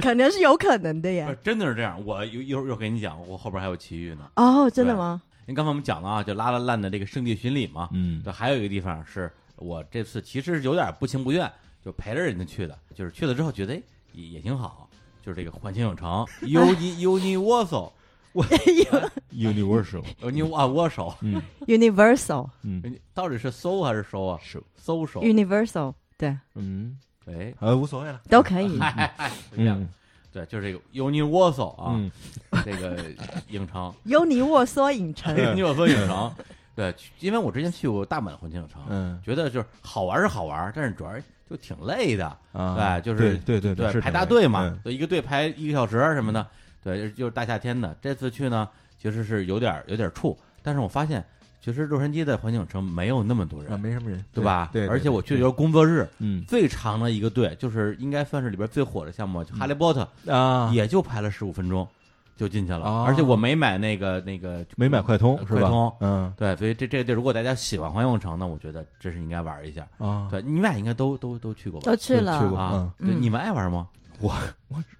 [SPEAKER 3] 可能是有可能的
[SPEAKER 1] 不是
[SPEAKER 3] 耶。
[SPEAKER 1] 真的是这样，我一一会儿一会儿给你讲，我后边还有奇遇呢。
[SPEAKER 3] 哦，真的吗？
[SPEAKER 1] 因为刚才我们讲了啊，就拉拉烂的这个圣地巡礼嘛，
[SPEAKER 2] 嗯
[SPEAKER 1] 对，还有一个地方是我这次其实是有点不情不愿，就陪着人家去的，就是去了之后觉得哎也也挺好，就是这个环球影城，U N U N w a s o
[SPEAKER 2] ，Universal，
[SPEAKER 1] u n 啊握手，
[SPEAKER 2] 嗯
[SPEAKER 3] Universal，
[SPEAKER 2] 嗯
[SPEAKER 1] 到底是搜还是收啊？
[SPEAKER 2] 是
[SPEAKER 1] 搜
[SPEAKER 3] 哦
[SPEAKER 1] 手，
[SPEAKER 3] Universal，对，
[SPEAKER 2] 嗯，
[SPEAKER 1] 哎，
[SPEAKER 2] 呃，无所谓了，
[SPEAKER 3] 都可以。
[SPEAKER 1] 嗨嗨，就哎这样，对，就是这个 U N w a s o 啊，
[SPEAKER 2] 嗯
[SPEAKER 1] 这个影城
[SPEAKER 3] 尤尼沃梭影城，
[SPEAKER 1] ，U N w a s o 影城，对，去因为我之前去过大阪环球影城，
[SPEAKER 2] 嗯
[SPEAKER 1] 觉得就是好玩是好玩，但是主要就挺累的，
[SPEAKER 2] 啊，
[SPEAKER 1] 对就是
[SPEAKER 2] 对对
[SPEAKER 1] 对，
[SPEAKER 2] 是
[SPEAKER 1] 排
[SPEAKER 2] 这
[SPEAKER 1] 大
[SPEAKER 2] 样
[SPEAKER 1] 队嘛
[SPEAKER 2] 嗯，
[SPEAKER 1] 对，一个队排一个小时什么的，对，就是大夏天的。这次去呢，其实是有点有点怵，但是我发现其实洛杉矶的环球影城没有那么多
[SPEAKER 2] 啊，
[SPEAKER 1] 人，
[SPEAKER 2] 没什么人，
[SPEAKER 1] 对吧？
[SPEAKER 2] 对，对
[SPEAKER 1] 而且我去的时
[SPEAKER 2] 对
[SPEAKER 1] 候工作日，
[SPEAKER 2] 嗯
[SPEAKER 1] 最长的一个队就是应该算是里边最火的项目，就哈利波特，
[SPEAKER 2] 啊，
[SPEAKER 1] 也就排了十五分钟就进去了，
[SPEAKER 2] 哦
[SPEAKER 1] 而且我没买那个那个
[SPEAKER 2] 没买快通是
[SPEAKER 1] 呃快
[SPEAKER 2] 吧？
[SPEAKER 1] 通
[SPEAKER 2] 嗯
[SPEAKER 1] 对，所以这这个地儿，如果大家喜欢环球影城呢，我觉得真是应该玩一下。
[SPEAKER 2] 啊，
[SPEAKER 1] 对，你们俩应该都都都去过吧
[SPEAKER 3] 都？
[SPEAKER 2] 去
[SPEAKER 3] 去 了
[SPEAKER 2] 过，
[SPEAKER 1] 啊，
[SPEAKER 3] 嗯
[SPEAKER 1] 对，
[SPEAKER 3] 嗯
[SPEAKER 1] 你们爱玩吗？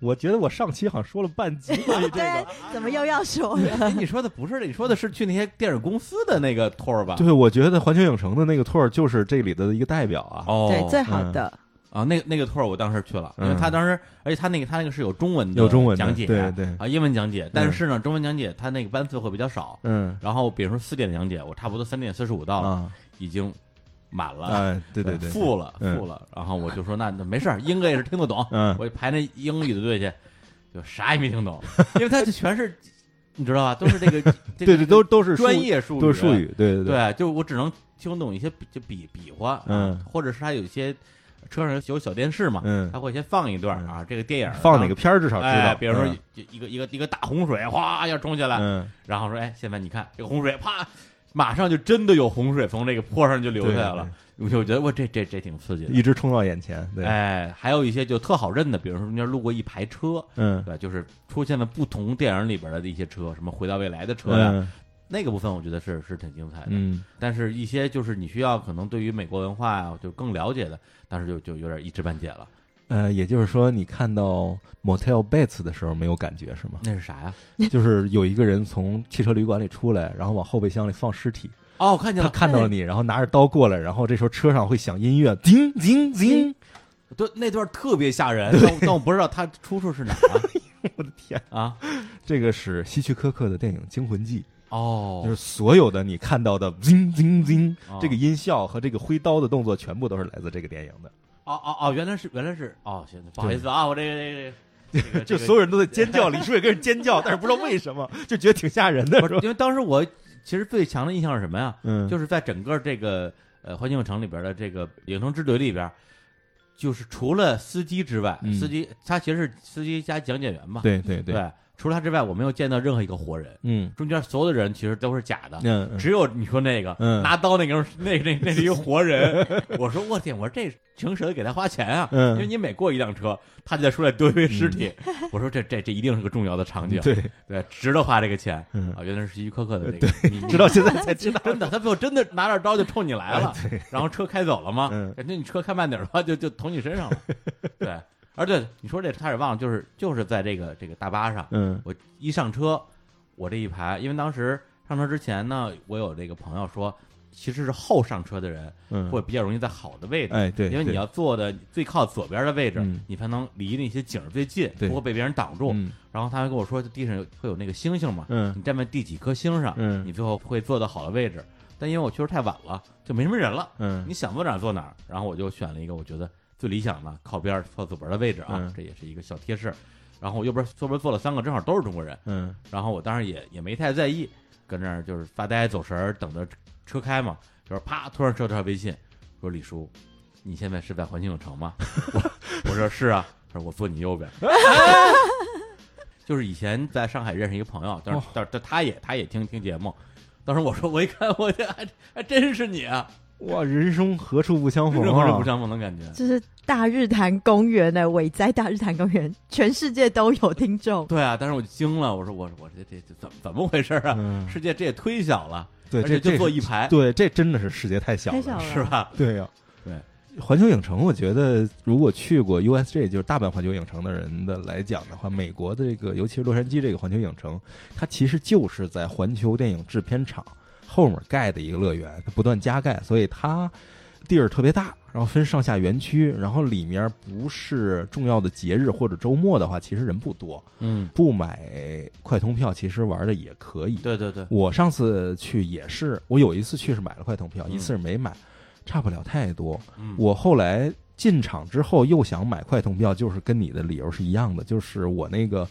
[SPEAKER 2] 我觉得我上期好像说了半集关于这
[SPEAKER 3] 哦对
[SPEAKER 2] 个。，
[SPEAKER 3] 怎么又要说了？
[SPEAKER 1] 哎你说的不是这，你说的是去那些电影公司的那个 tour 吧？
[SPEAKER 2] 对，我觉得环球影城的那个托儿就是这里的一个代表啊。
[SPEAKER 1] 哦，
[SPEAKER 3] 对，最好的，
[SPEAKER 1] 啊，那个那个 tour 我当时去了，因为
[SPEAKER 2] 嗯
[SPEAKER 1] 他当时，而且他那个他那个是有中文的
[SPEAKER 2] 有中文的
[SPEAKER 1] 讲解，
[SPEAKER 2] 对嗯对
[SPEAKER 1] 啊，英文讲解，但是呢，中文讲解他那个班次会比较少。
[SPEAKER 2] 嗯
[SPEAKER 1] 然后比如说四点的讲解，我差不多三点四十五到了，
[SPEAKER 2] 啊
[SPEAKER 1] 已经满了，
[SPEAKER 2] 啊，对对对，
[SPEAKER 1] 富了
[SPEAKER 2] 嗯
[SPEAKER 1] 富了。然后我就说那那没事儿，英哥也是听得懂，
[SPEAKER 2] 嗯
[SPEAKER 1] 我就排那英语的队去，就啥也没听 懂，因为他就全是，你知道吧，都是这个，这
[SPEAKER 2] 对
[SPEAKER 1] 个
[SPEAKER 2] 对，都都是术
[SPEAKER 1] 专业术语，啊
[SPEAKER 2] 都是术语，对对对
[SPEAKER 1] 对，就我只能听懂一些比就比比划，
[SPEAKER 2] 嗯
[SPEAKER 1] 或者是他有一些车上有小电视嘛，
[SPEAKER 2] 嗯
[SPEAKER 1] 他，会先放一段儿啊，这个电影儿
[SPEAKER 2] 放哪个？片儿至少知
[SPEAKER 1] 哎，
[SPEAKER 2] 道，
[SPEAKER 1] 比如说
[SPEAKER 2] 嗯
[SPEAKER 1] 一一个一个一个大洪水，哗要冲下来，
[SPEAKER 2] 嗯，
[SPEAKER 1] 然后说，哎，现在你看这个洪水，啪，马上就真的有洪水从这个坡上就流下来了，我就觉得哇，这这这挺刺激
[SPEAKER 2] 一
[SPEAKER 1] 的。
[SPEAKER 2] 直冲到眼前，对，
[SPEAKER 1] 哎，还有一些就特好认的，比如说中间路过一排车，
[SPEAKER 2] 嗯
[SPEAKER 1] 对，就是出现了不同电影里边的一些车，什么《回到未来》的车呀，
[SPEAKER 2] 嗯
[SPEAKER 1] 那个部分我觉得是是挺精彩的。
[SPEAKER 2] 嗯，
[SPEAKER 1] 但是一些就是你需要可能对于美国文化啊就更了解的，但是就就有点一知半解了。
[SPEAKER 2] 呃，也就是说，你看到 Motel Bates 的时候没有感觉是吗？
[SPEAKER 1] 那是啥呀？
[SPEAKER 2] 就是有一个人从汽车旅馆里出来，然后往后备箱里放尸体，
[SPEAKER 1] 哦，我看见
[SPEAKER 2] 他
[SPEAKER 1] 了，
[SPEAKER 2] 看到了你，然后拿着刀过来，然后这时候车上会响音
[SPEAKER 1] 哎
[SPEAKER 2] 乐，叮叮 叮，
[SPEAKER 1] 对，那段特别吓人，但我但我不知道他出处是哪 儿
[SPEAKER 2] 我的天！
[SPEAKER 1] 啊。啊，
[SPEAKER 2] 这个是希区柯克的电影《惊魂记》，就
[SPEAKER 1] 哦
[SPEAKER 2] 是，所有的你看到的“叮叮叮
[SPEAKER 1] 哦”
[SPEAKER 2] 这个音效和这个挥刀的动作，全部都是来自这个电影的。
[SPEAKER 1] 哦哦哦，原来是原来是哦，行，不好意思啊，我这个这个这个这个，
[SPEAKER 2] 就所有人都在 尖叫，李叔也跟着尖叫，但是不知道为什么，就觉得挺吓人的，
[SPEAKER 1] 不是
[SPEAKER 2] 是吧？
[SPEAKER 1] 因为当时我其实最强的印象是什么呀？
[SPEAKER 2] 嗯，
[SPEAKER 1] 就是在整个这个呃环球影城里边的这个影城之旅里边，就是除了司机之外，
[SPEAKER 2] 嗯
[SPEAKER 1] 司机他其实是司机加讲解员嘛，
[SPEAKER 2] 对对对，
[SPEAKER 1] 对，除了他之外，我没有见到任何一个活人。
[SPEAKER 2] 嗯
[SPEAKER 1] 中间所有的人其实都是假的，
[SPEAKER 2] 嗯嗯
[SPEAKER 1] 只有你说那个、
[SPEAKER 2] 嗯
[SPEAKER 1] 拿刀那个人是那那那是一个活 人。我说我天，我说这成舍得给他花钱啊，
[SPEAKER 2] 嗯
[SPEAKER 1] 因为你每过一辆车，他就再出来丢一堆尸体。我说这这这一定是个重要的场景，
[SPEAKER 2] 对，
[SPEAKER 1] 对值得花这个钱、
[SPEAKER 2] 嗯
[SPEAKER 1] 啊！原来是希区柯克的那个，你
[SPEAKER 2] 直到现在才 知道。
[SPEAKER 1] 真的，他最后真的拿着刀就冲你来了，然后车开走了吗？
[SPEAKER 2] 哎嗯
[SPEAKER 1] 感觉你车开慢点儿吧，就就捅你身上了。 对，而对你说这差点忘了，就是就是在这个这个大巴上，
[SPEAKER 2] 嗯
[SPEAKER 1] 我一上车，我这一排，因为当时上车之前呢，我有这个朋友说，其实是后上车的人
[SPEAKER 2] 嗯，
[SPEAKER 1] 会比较容易在好的位置，
[SPEAKER 2] 哎对，
[SPEAKER 1] 因为你
[SPEAKER 2] 对
[SPEAKER 1] 要坐的最靠左边的位置，
[SPEAKER 2] 嗯
[SPEAKER 1] 你才能离那些景儿最近，
[SPEAKER 2] 对
[SPEAKER 1] 不会被别人挡住。
[SPEAKER 2] 嗯
[SPEAKER 1] 然后他还跟我说，地上有会有那个星星嘛，
[SPEAKER 2] 嗯
[SPEAKER 1] 你站在第几颗星上，
[SPEAKER 2] 嗯
[SPEAKER 1] 你最后会坐到好的位置。但因为我去的太晚了，就没什么人了，
[SPEAKER 2] 嗯
[SPEAKER 1] 你想坐哪儿坐哪儿。然后我就选了一个我觉得最理想的靠边儿靠左边的位置啊，
[SPEAKER 2] 嗯
[SPEAKER 1] 这也是一个小贴士。然后我右边左边坐了三个，正好都是中国人。
[SPEAKER 2] 嗯
[SPEAKER 1] 然后我当时也也没太在意，跟那儿就是发呆走神儿，等着车开嘛。就是啪，突然收到条微信，说李叔，你现在是在环球影城吗？ 我我说是啊，他说我坐你右边。 就是以前在上海认识一个朋友，
[SPEAKER 2] 哦
[SPEAKER 1] 但是但但他也他也听听节目。当时我说我一看，我这还还真是你啊，
[SPEAKER 2] 哇，人生何处不相逢
[SPEAKER 1] 任何人
[SPEAKER 2] 啊
[SPEAKER 1] 不！相逢的感觉。
[SPEAKER 3] 这是大日坛公园的伟哉大日坛公园，全世界都有听众。
[SPEAKER 1] 对啊，当时我就惊了，我说我我这这这怎么怎么回事儿啊？
[SPEAKER 2] 嗯，
[SPEAKER 1] 世界这也忒小了，
[SPEAKER 2] 对，
[SPEAKER 1] 而
[SPEAKER 2] 这
[SPEAKER 1] 且就
[SPEAKER 2] 这
[SPEAKER 1] 坐
[SPEAKER 2] 是
[SPEAKER 1] 一排，
[SPEAKER 2] 对，这真的是世界太小
[SPEAKER 3] 太小了
[SPEAKER 1] 是吧？
[SPEAKER 2] 对呀、
[SPEAKER 1] 对。
[SPEAKER 2] 环球影城，我觉得如果去过 USJ，就是大阪环球影城的人的来讲的话，美国的这个，尤其是洛杉矶这个环球影城，它其实就是在环球电影制片厂后面盖的一个乐园，它不断加盖，所以它地儿特别大，然后分上下园区，然后里面不是重要的节日或者周末的话，其实人不多，
[SPEAKER 1] 嗯，
[SPEAKER 2] 不买快通票其实玩的也可以。
[SPEAKER 1] 对对对，
[SPEAKER 2] 我上次去也是，我有一次去是买了快通票，
[SPEAKER 1] 嗯
[SPEAKER 2] 一次是没买，差不了太多。
[SPEAKER 1] 嗯，
[SPEAKER 2] 我后来进场之后又想买快通票，就是跟你的理由是一样的，就是我那个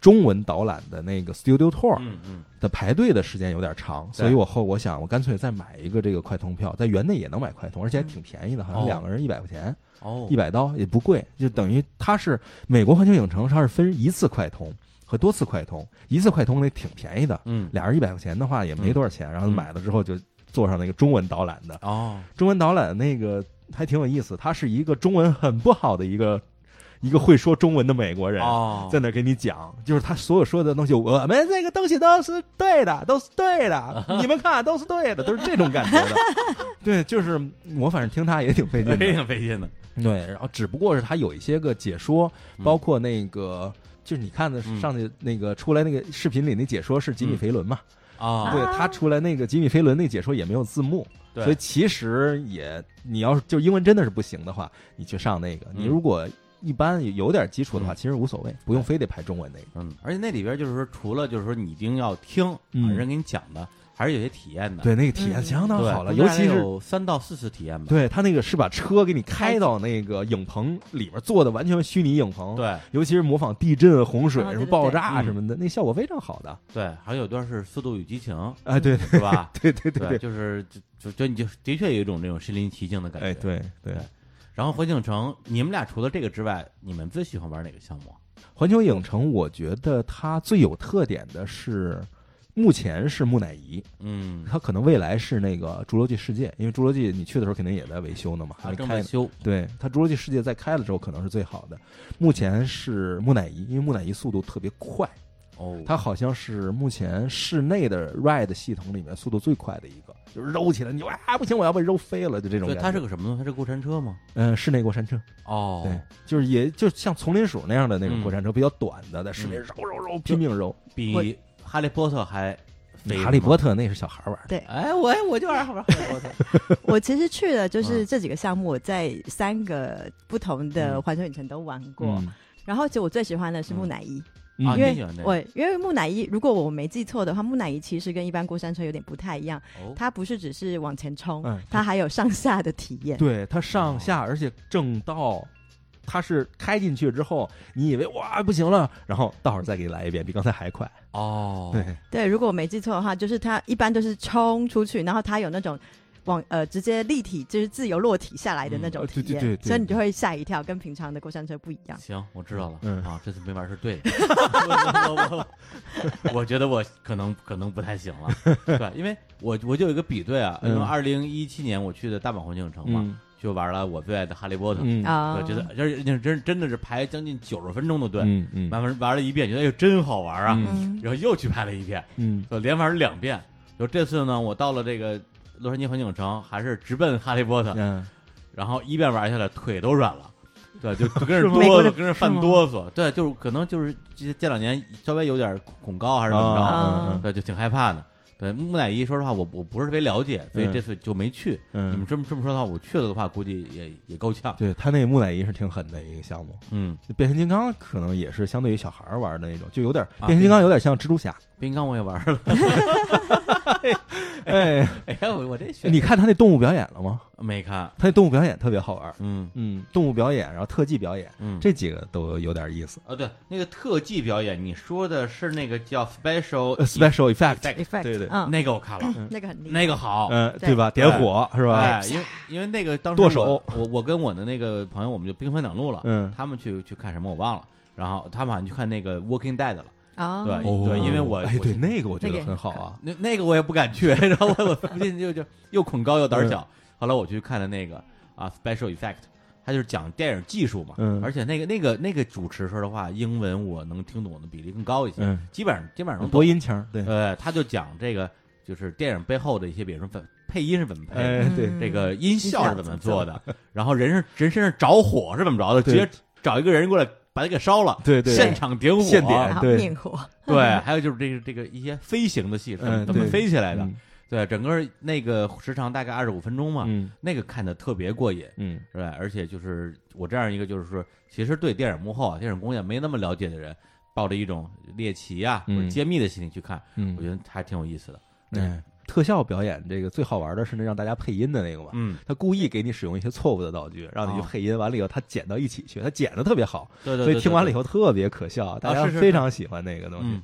[SPEAKER 2] 中文导览的那个 Studio Tour
[SPEAKER 1] 嗯嗯，
[SPEAKER 2] 的排队的时间有点长，所以我后我想我干脆再买一个这个快通票，在园内也能买快通，而且还挺便宜的，好像
[SPEAKER 1] 哦
[SPEAKER 2] 两个人一百块钱，
[SPEAKER 1] 哦
[SPEAKER 2] 一，百刀也不贵，就等于它是美国环球影城，它是分一次快通和多次快通，一次快通那挺便宜的，
[SPEAKER 1] 嗯，
[SPEAKER 2] 俩人一百块钱的话也没多少钱，然后
[SPEAKER 1] 嗯
[SPEAKER 2] 买了之后就坐上那个中文导览的，
[SPEAKER 1] 哦，
[SPEAKER 2] 中文导览那个还挺有意思，他是一个中文很不好的一个一个会说中文的美国人。
[SPEAKER 1] 哦，
[SPEAKER 2] 在那儿给你讲，就是他所有说的东西，我们这个东西都是对的，都是对的，你们看都是对的，都是这种感觉的。 对，就是我反正听他也挺费劲的。
[SPEAKER 1] 非常费劲的，
[SPEAKER 2] 对，然后只不过是他有一些个解说，
[SPEAKER 1] 嗯
[SPEAKER 2] 包括那个。就是你看的
[SPEAKER 1] 嗯
[SPEAKER 2] 上去那个出来那个视频里那解说是吉
[SPEAKER 1] 嗯
[SPEAKER 2] 米·肥伦嘛？
[SPEAKER 1] 啊，
[SPEAKER 2] 对他出来那个吉米·菲伦那解说也没有字幕，
[SPEAKER 1] 对
[SPEAKER 2] 所以其实也你要是就英文真的是不行的话，你去上那个，
[SPEAKER 1] 嗯
[SPEAKER 2] 你如果一般有点基础的话，
[SPEAKER 1] 嗯
[SPEAKER 2] 其实无所谓，不用非得排中文那个。
[SPEAKER 1] 嗯，而且那里边就是说，除了就是说你一定要听、
[SPEAKER 2] 嗯
[SPEAKER 1] 啊人给你讲的，还是有些体验的。
[SPEAKER 2] 对，那个体验
[SPEAKER 3] 嗯
[SPEAKER 2] 相
[SPEAKER 1] 对，
[SPEAKER 2] 当好了，
[SPEAKER 1] 中
[SPEAKER 2] 尤
[SPEAKER 1] 间
[SPEAKER 2] 其是
[SPEAKER 1] 有三到四次体验吧。
[SPEAKER 2] 对他那个是把车给你开到那个影棚里边做的完全虚拟影棚，，
[SPEAKER 1] 对
[SPEAKER 2] 尤其是模仿地震、洪水、
[SPEAKER 3] 啊
[SPEAKER 2] 什
[SPEAKER 3] 对
[SPEAKER 2] 么
[SPEAKER 3] 对
[SPEAKER 2] 爆
[SPEAKER 3] 对
[SPEAKER 2] 炸
[SPEAKER 1] 嗯
[SPEAKER 2] 什么的，那效果非常好的。
[SPEAKER 1] 对，还有一段是《速度与激情》，
[SPEAKER 2] 哎，对？
[SPEAKER 1] 是吧
[SPEAKER 2] 对
[SPEAKER 1] 对
[SPEAKER 2] 对对对，
[SPEAKER 1] 就是就就就你就的确有一种那种身临其境的感觉。
[SPEAKER 2] 哎。对对。
[SPEAKER 1] 然后环境城，你们俩除了这个之外，你们最喜欢玩哪个项目？啊
[SPEAKER 2] 环球影城，我觉得它最有特点的是，目前是木乃伊，
[SPEAKER 1] 嗯，
[SPEAKER 2] 它可能未来是那个侏罗纪世界，因为侏罗纪你去的时候肯定也在维修呢嘛，还没
[SPEAKER 1] 正
[SPEAKER 2] 开
[SPEAKER 1] 在
[SPEAKER 2] 呢。
[SPEAKER 1] 修。
[SPEAKER 2] 对，它侏罗纪世界在开了之后可能是最好的。目前是木乃伊，因为木乃伊速度特别快，
[SPEAKER 1] 哦，
[SPEAKER 2] 它好像是目前室内的 ride 系统里面速度最快的一个，就是揉起来你哇不行，我要被揉飞了，就这种
[SPEAKER 1] 对，
[SPEAKER 2] 感觉。
[SPEAKER 1] 它是个什么东西？它是过山车吗？
[SPEAKER 2] 嗯、室内过山车。
[SPEAKER 1] 哦，
[SPEAKER 2] 对，就是也就像丛林鼠那样的那种过山车，比较短的，在室内
[SPEAKER 1] 嗯
[SPEAKER 2] 揉揉揉，拼命揉。
[SPEAKER 1] 比哈利波特还肥
[SPEAKER 2] 哈利
[SPEAKER 1] 是吗
[SPEAKER 2] 波特那是小孩玩的，
[SPEAKER 3] 对，
[SPEAKER 1] 哎，我我就玩哈 利波特。
[SPEAKER 3] 我其实去了，就
[SPEAKER 1] 嗯
[SPEAKER 3] 是这几个项目，我在三个不同的环球影城都玩过。然后，其实我最喜欢的是木乃伊，
[SPEAKER 1] 嗯
[SPEAKER 2] 嗯
[SPEAKER 1] 啊，你
[SPEAKER 3] 因为
[SPEAKER 1] 喜欢这
[SPEAKER 3] 我
[SPEAKER 1] 个？
[SPEAKER 3] 因为木乃伊，如果我没记错的话，木乃伊其实跟一般过山车有点不太一样，
[SPEAKER 1] 哦
[SPEAKER 3] 它不是只是往前冲，
[SPEAKER 2] 嗯
[SPEAKER 3] 它还有上下的体验。
[SPEAKER 2] 对，它上
[SPEAKER 1] 哦
[SPEAKER 2] 下而且正道，它是开进去之后，你以为哇不行了，然后到会儿再给你来一遍，比刚才还快。
[SPEAKER 1] 哦，
[SPEAKER 2] 对，
[SPEAKER 3] 对，如果我没记错的话，就是它一般都是冲出去，然后它有那种往呃直接立体，就是自由落体下来的那
[SPEAKER 2] 嗯
[SPEAKER 3] 种
[SPEAKER 1] 呃
[SPEAKER 2] 啊
[SPEAKER 3] 体
[SPEAKER 2] 对对
[SPEAKER 3] 验，
[SPEAKER 2] 对对
[SPEAKER 3] 所以你就会吓一跳，跟平常的过山车不一样。
[SPEAKER 1] 行，我知道了。
[SPEAKER 2] 嗯
[SPEAKER 1] 啊，这次没玩是 对的。我我我我觉得我可能可能不太行 了，对，因为我我就有一个比对啊，因为
[SPEAKER 2] 嗯
[SPEAKER 1] 二零一七年我去的大阪环球影城嘛，
[SPEAKER 2] 嗯
[SPEAKER 1] 就玩了我最爱的《哈利波特》，
[SPEAKER 2] 嗯
[SPEAKER 3] 啊、
[SPEAKER 1] 我觉得就是真真真的是排将近九十分钟的队，
[SPEAKER 2] 嗯嗯
[SPEAKER 1] 玩完玩了一遍，觉得哎呦真好玩啊，
[SPEAKER 2] 嗯
[SPEAKER 3] 嗯，
[SPEAKER 1] 然后又去排了一遍，
[SPEAKER 2] 嗯
[SPEAKER 1] 就连玩了两遍。就这次呢，我到了这个洛杉矶环球影城，还是直奔《哈利波特》，
[SPEAKER 2] 嗯，
[SPEAKER 1] 然后一遍玩下来腿都软了，对， 就就跟着
[SPEAKER 2] 是吗
[SPEAKER 1] 哆
[SPEAKER 3] 美国
[SPEAKER 1] 嗦，
[SPEAKER 3] 的
[SPEAKER 1] 跟着犯哆嗦，对，就是可能就是这这两年稍微有点恐高还是怎么着，
[SPEAKER 3] 啊
[SPEAKER 1] 对，就挺害怕的。对木乃伊，说实话，我我不是特别了解，所以
[SPEAKER 2] 嗯
[SPEAKER 1] 这次就没去。你们
[SPEAKER 2] 嗯，
[SPEAKER 1] 这么这么说的话，我去了的话，估计也也够呛。
[SPEAKER 2] 对他那木乃伊是挺狠的一个项目。
[SPEAKER 1] 嗯，
[SPEAKER 2] 变形金刚可能也是相对于小孩玩的那种，就有点
[SPEAKER 1] 啊
[SPEAKER 2] 变形金刚有点像蜘蛛侠。
[SPEAKER 1] 冰缸我也玩了。
[SPEAKER 2] 哎，
[SPEAKER 1] 哎呀，我我这选
[SPEAKER 2] 你看他那动物表演了吗？
[SPEAKER 1] 没看？
[SPEAKER 2] 他那动物表演特别好玩。
[SPEAKER 1] 嗯
[SPEAKER 2] 嗯，动物表演，然后特技表演，
[SPEAKER 1] 嗯，
[SPEAKER 2] 这几个都有点意思。
[SPEAKER 1] 啊对，那个特技表演，你说的是那个叫 special
[SPEAKER 2] 呃 special effect，
[SPEAKER 3] effect，
[SPEAKER 2] 对对
[SPEAKER 3] 嗯，
[SPEAKER 1] 那个我看了，
[SPEAKER 3] 那个很厉害，
[SPEAKER 1] 那个好，
[SPEAKER 2] 嗯，
[SPEAKER 3] 对
[SPEAKER 2] 对吧？点火是吧
[SPEAKER 1] 哎？，因为因为那个当时
[SPEAKER 2] 剁
[SPEAKER 1] 我
[SPEAKER 2] 手，
[SPEAKER 1] 我我跟我的那个朋友，我们就兵分两路了。
[SPEAKER 2] 嗯
[SPEAKER 1] 他们去去看什么我忘了，然后他们好像去看那个《Walking Dead》了。
[SPEAKER 3] 哦，
[SPEAKER 1] 对对因为我
[SPEAKER 2] 哎，
[SPEAKER 1] 我
[SPEAKER 2] 对那个我觉
[SPEAKER 3] 那
[SPEAKER 2] 得
[SPEAKER 3] 个
[SPEAKER 2] 很好啊。
[SPEAKER 1] 那那个我也不敢去， 然后我我附近就就又恐高又胆小。
[SPEAKER 2] 嗯
[SPEAKER 1] 后来我去看了那个啊，Special Effect，它就是讲电影技术嘛。
[SPEAKER 2] 嗯
[SPEAKER 1] 而且那个那个那个主持说的话，英文我能听懂的比例更高一些，
[SPEAKER 2] 嗯，
[SPEAKER 1] 基本上基本上能懂
[SPEAKER 2] 播。音腔，对，
[SPEAKER 1] 呃，他就讲这个就是电影背后的一些，比如说配配音是怎么配的，
[SPEAKER 2] 哎对
[SPEAKER 3] 嗯
[SPEAKER 1] 这个音效是
[SPEAKER 3] 音效
[SPEAKER 1] 怎么做的，然后人是人身上着火是怎么着的，直
[SPEAKER 2] 对
[SPEAKER 1] 接找一个人过来把它给烧了，
[SPEAKER 2] 对对，
[SPEAKER 1] 现场点火，
[SPEAKER 2] 现点
[SPEAKER 3] 然后
[SPEAKER 2] 对
[SPEAKER 3] 灭火，
[SPEAKER 1] 对， 还有就是这个这个一些飞行的戏怎么
[SPEAKER 2] 嗯
[SPEAKER 1] 怎么
[SPEAKER 2] 对
[SPEAKER 1] 飞起来
[SPEAKER 2] 来
[SPEAKER 1] 的，对，整个那个时长大概二十五分钟嘛，
[SPEAKER 2] 嗯
[SPEAKER 1] 那个看的特别过瘾。
[SPEAKER 2] 嗯
[SPEAKER 1] 是吧？而且就是我这样一个，就是说，其实对电影幕后啊、电影工业没那么了解的人，抱着一种猎奇啊、或者
[SPEAKER 2] 嗯
[SPEAKER 1] 揭秘的心理去看，我觉
[SPEAKER 2] 嗯，
[SPEAKER 1] 得还挺有意思的。
[SPEAKER 2] 哎，特效表演这个最好玩的是那让大家配音的那个嘛，
[SPEAKER 1] 嗯，
[SPEAKER 2] 他故意给你使用一些错误的道具，让你去
[SPEAKER 1] 哦
[SPEAKER 2] 配音，完了以后他剪到一起去，他剪的特别好，
[SPEAKER 1] 对对，
[SPEAKER 2] 所以听完了以
[SPEAKER 1] 后，
[SPEAKER 2] 后特别可笑，大家
[SPEAKER 1] 是是是
[SPEAKER 2] 非常喜欢那个东西。
[SPEAKER 1] 嗯，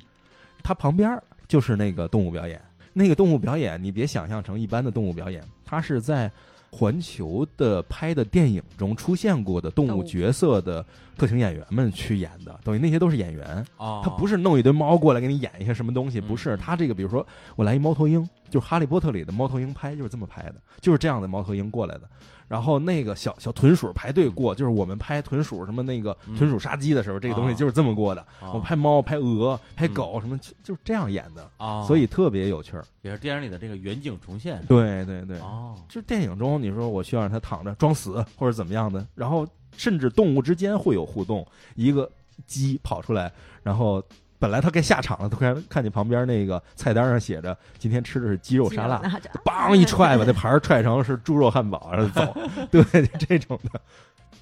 [SPEAKER 2] 它旁边儿就是那个动物表演，那个动物表演你别想象成一般的动物表演，它是在环球的拍的电影中出现过的动
[SPEAKER 3] 动
[SPEAKER 2] 物
[SPEAKER 3] 物
[SPEAKER 2] 角色的特型演员们去演的，等于那些都是演员，
[SPEAKER 1] 哦，
[SPEAKER 2] 他不是弄一堆猫过来给你演一些什么东西，
[SPEAKER 1] 嗯
[SPEAKER 2] 不是
[SPEAKER 1] 嗯
[SPEAKER 2] 他这个，比如说我来一猫头鹰，就是《哈利波特》里的猫头鹰拍就是这么拍的，就是这样的猫头鹰过来的。然后那个小小豚鼠排队过，就是我们拍豚鼠什么那个
[SPEAKER 1] 嗯
[SPEAKER 2] 豚鼠杀鸡的时候，这个东西
[SPEAKER 1] 哦
[SPEAKER 2] 就是这么过的。
[SPEAKER 1] 哦，
[SPEAKER 2] 我拍猫、拍鹅、拍狗什么，就就是这样演的，
[SPEAKER 1] 哦，
[SPEAKER 2] 所以特别有趣儿。
[SPEAKER 1] 也是电影里的这个远景重现，
[SPEAKER 2] 对对对，
[SPEAKER 1] 哦，
[SPEAKER 2] 就是电影中你说我需要让它躺着装死或者怎么样的，然后甚至动物之间会有互动，一个鸡跑出来，然后。本来它该下场了，突然看见旁边那个菜单上写着“今天吃的是鸡肉沙拉”，
[SPEAKER 3] 然后就啊
[SPEAKER 2] 梆一 踹把那盘儿踹成是猪肉汉堡，然后走。 对，就这种的。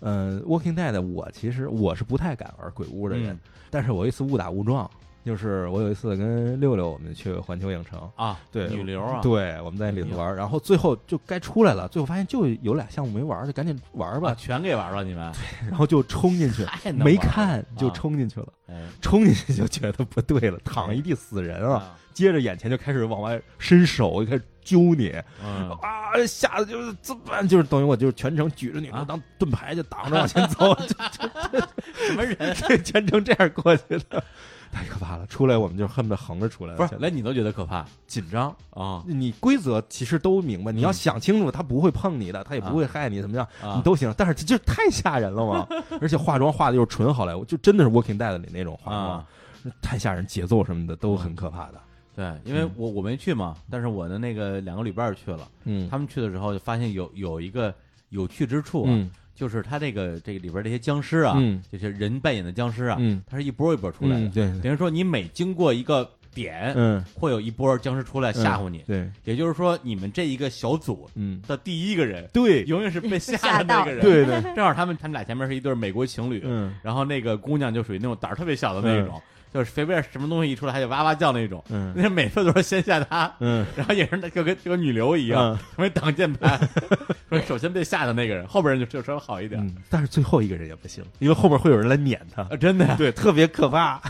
[SPEAKER 2] 嗯，《Walking Dead》我其实我是不太敢玩鬼屋的人，
[SPEAKER 1] 嗯
[SPEAKER 2] 但是我有一次误打误撞，就是我有一次跟六六我们去环球影城，
[SPEAKER 1] 啊，
[SPEAKER 2] 对
[SPEAKER 1] 女流啊，
[SPEAKER 2] 对，我们在里头玩，然后最后就该出来了，最后发现就有俩项目没玩，就赶紧玩
[SPEAKER 1] 把
[SPEAKER 2] 吧，
[SPEAKER 1] 全给玩了，你们
[SPEAKER 2] 然后就冲进去，
[SPEAKER 1] 啊太能玩了
[SPEAKER 2] 没看就，冲进去了，
[SPEAKER 1] 啊哎
[SPEAKER 2] 冲进去就觉得不对了，躺一地死人啊，
[SPEAKER 1] 啊，
[SPEAKER 2] 接着眼前就开始往外伸手，就开始揪你，
[SPEAKER 1] 嗯，
[SPEAKER 2] 啊，吓得就是怎么办？就是等于我就是全程举着女
[SPEAKER 1] 啊
[SPEAKER 2] 当盾牌就挡着往前 走，就
[SPEAKER 1] 什么人？啊
[SPEAKER 2] 对，全程这样过去的，太可怕了。出来我们就恨 不得横着出来了，
[SPEAKER 1] 不是，
[SPEAKER 2] 现在
[SPEAKER 1] 连你都觉得可怕
[SPEAKER 2] 紧张。
[SPEAKER 1] 啊
[SPEAKER 2] 你规则其实都明白，你要想清楚，他不会碰你的，他也不会害你，怎么样，
[SPEAKER 1] 嗯啊
[SPEAKER 2] 你！都行。但是这就太吓人 了嘛！而且化妆化的又是纯好莱坞，就真的是《Walking Dead》里那种化妆
[SPEAKER 1] 啊，，
[SPEAKER 2] 太吓人，节奏什么的都很可怕的。
[SPEAKER 1] 对，因为
[SPEAKER 2] 嗯
[SPEAKER 1] 我我没去嘛，但是我的那个两个旅伴儿去了，
[SPEAKER 2] 嗯
[SPEAKER 1] 他们去的时候就发现有有一个有趣之处啊，
[SPEAKER 2] 嗯
[SPEAKER 1] 就是他这个这个里边这些僵尸啊，
[SPEAKER 2] 嗯
[SPEAKER 1] 这些人扮演的僵尸啊，
[SPEAKER 2] 嗯，
[SPEAKER 1] 它是一波一波出来的，
[SPEAKER 2] 嗯对，对
[SPEAKER 1] 等于说你每经过一个点，
[SPEAKER 2] 嗯
[SPEAKER 1] 会有一波僵尸出来吓唬你。
[SPEAKER 2] 对，
[SPEAKER 1] 也就是说，你们这一个小组
[SPEAKER 2] 嗯
[SPEAKER 1] 的第一个人，
[SPEAKER 2] 对
[SPEAKER 1] 永远是被吓
[SPEAKER 3] 吓
[SPEAKER 1] 的
[SPEAKER 3] 到
[SPEAKER 1] 那个人。
[SPEAKER 2] 对对，
[SPEAKER 1] 正好他们他们俩前面是一对美国情侣，
[SPEAKER 2] 嗯
[SPEAKER 1] 然后那个姑娘就属于那种胆儿特别小的那种，就是随便什么东西一出来，她就哇哇叫那种。
[SPEAKER 2] 嗯
[SPEAKER 1] 那每次都是先吓她，
[SPEAKER 2] 嗯
[SPEAKER 1] 然后也是那就跟就跟女流一样，成为挡箭牌， 说首先被吓的那个人，后边人就就稍微好一点。
[SPEAKER 2] 嗯，但是最后一个人也不行，因为后面会有人来撵他。
[SPEAKER 1] 啊，真的呀
[SPEAKER 2] 对，特别可怕。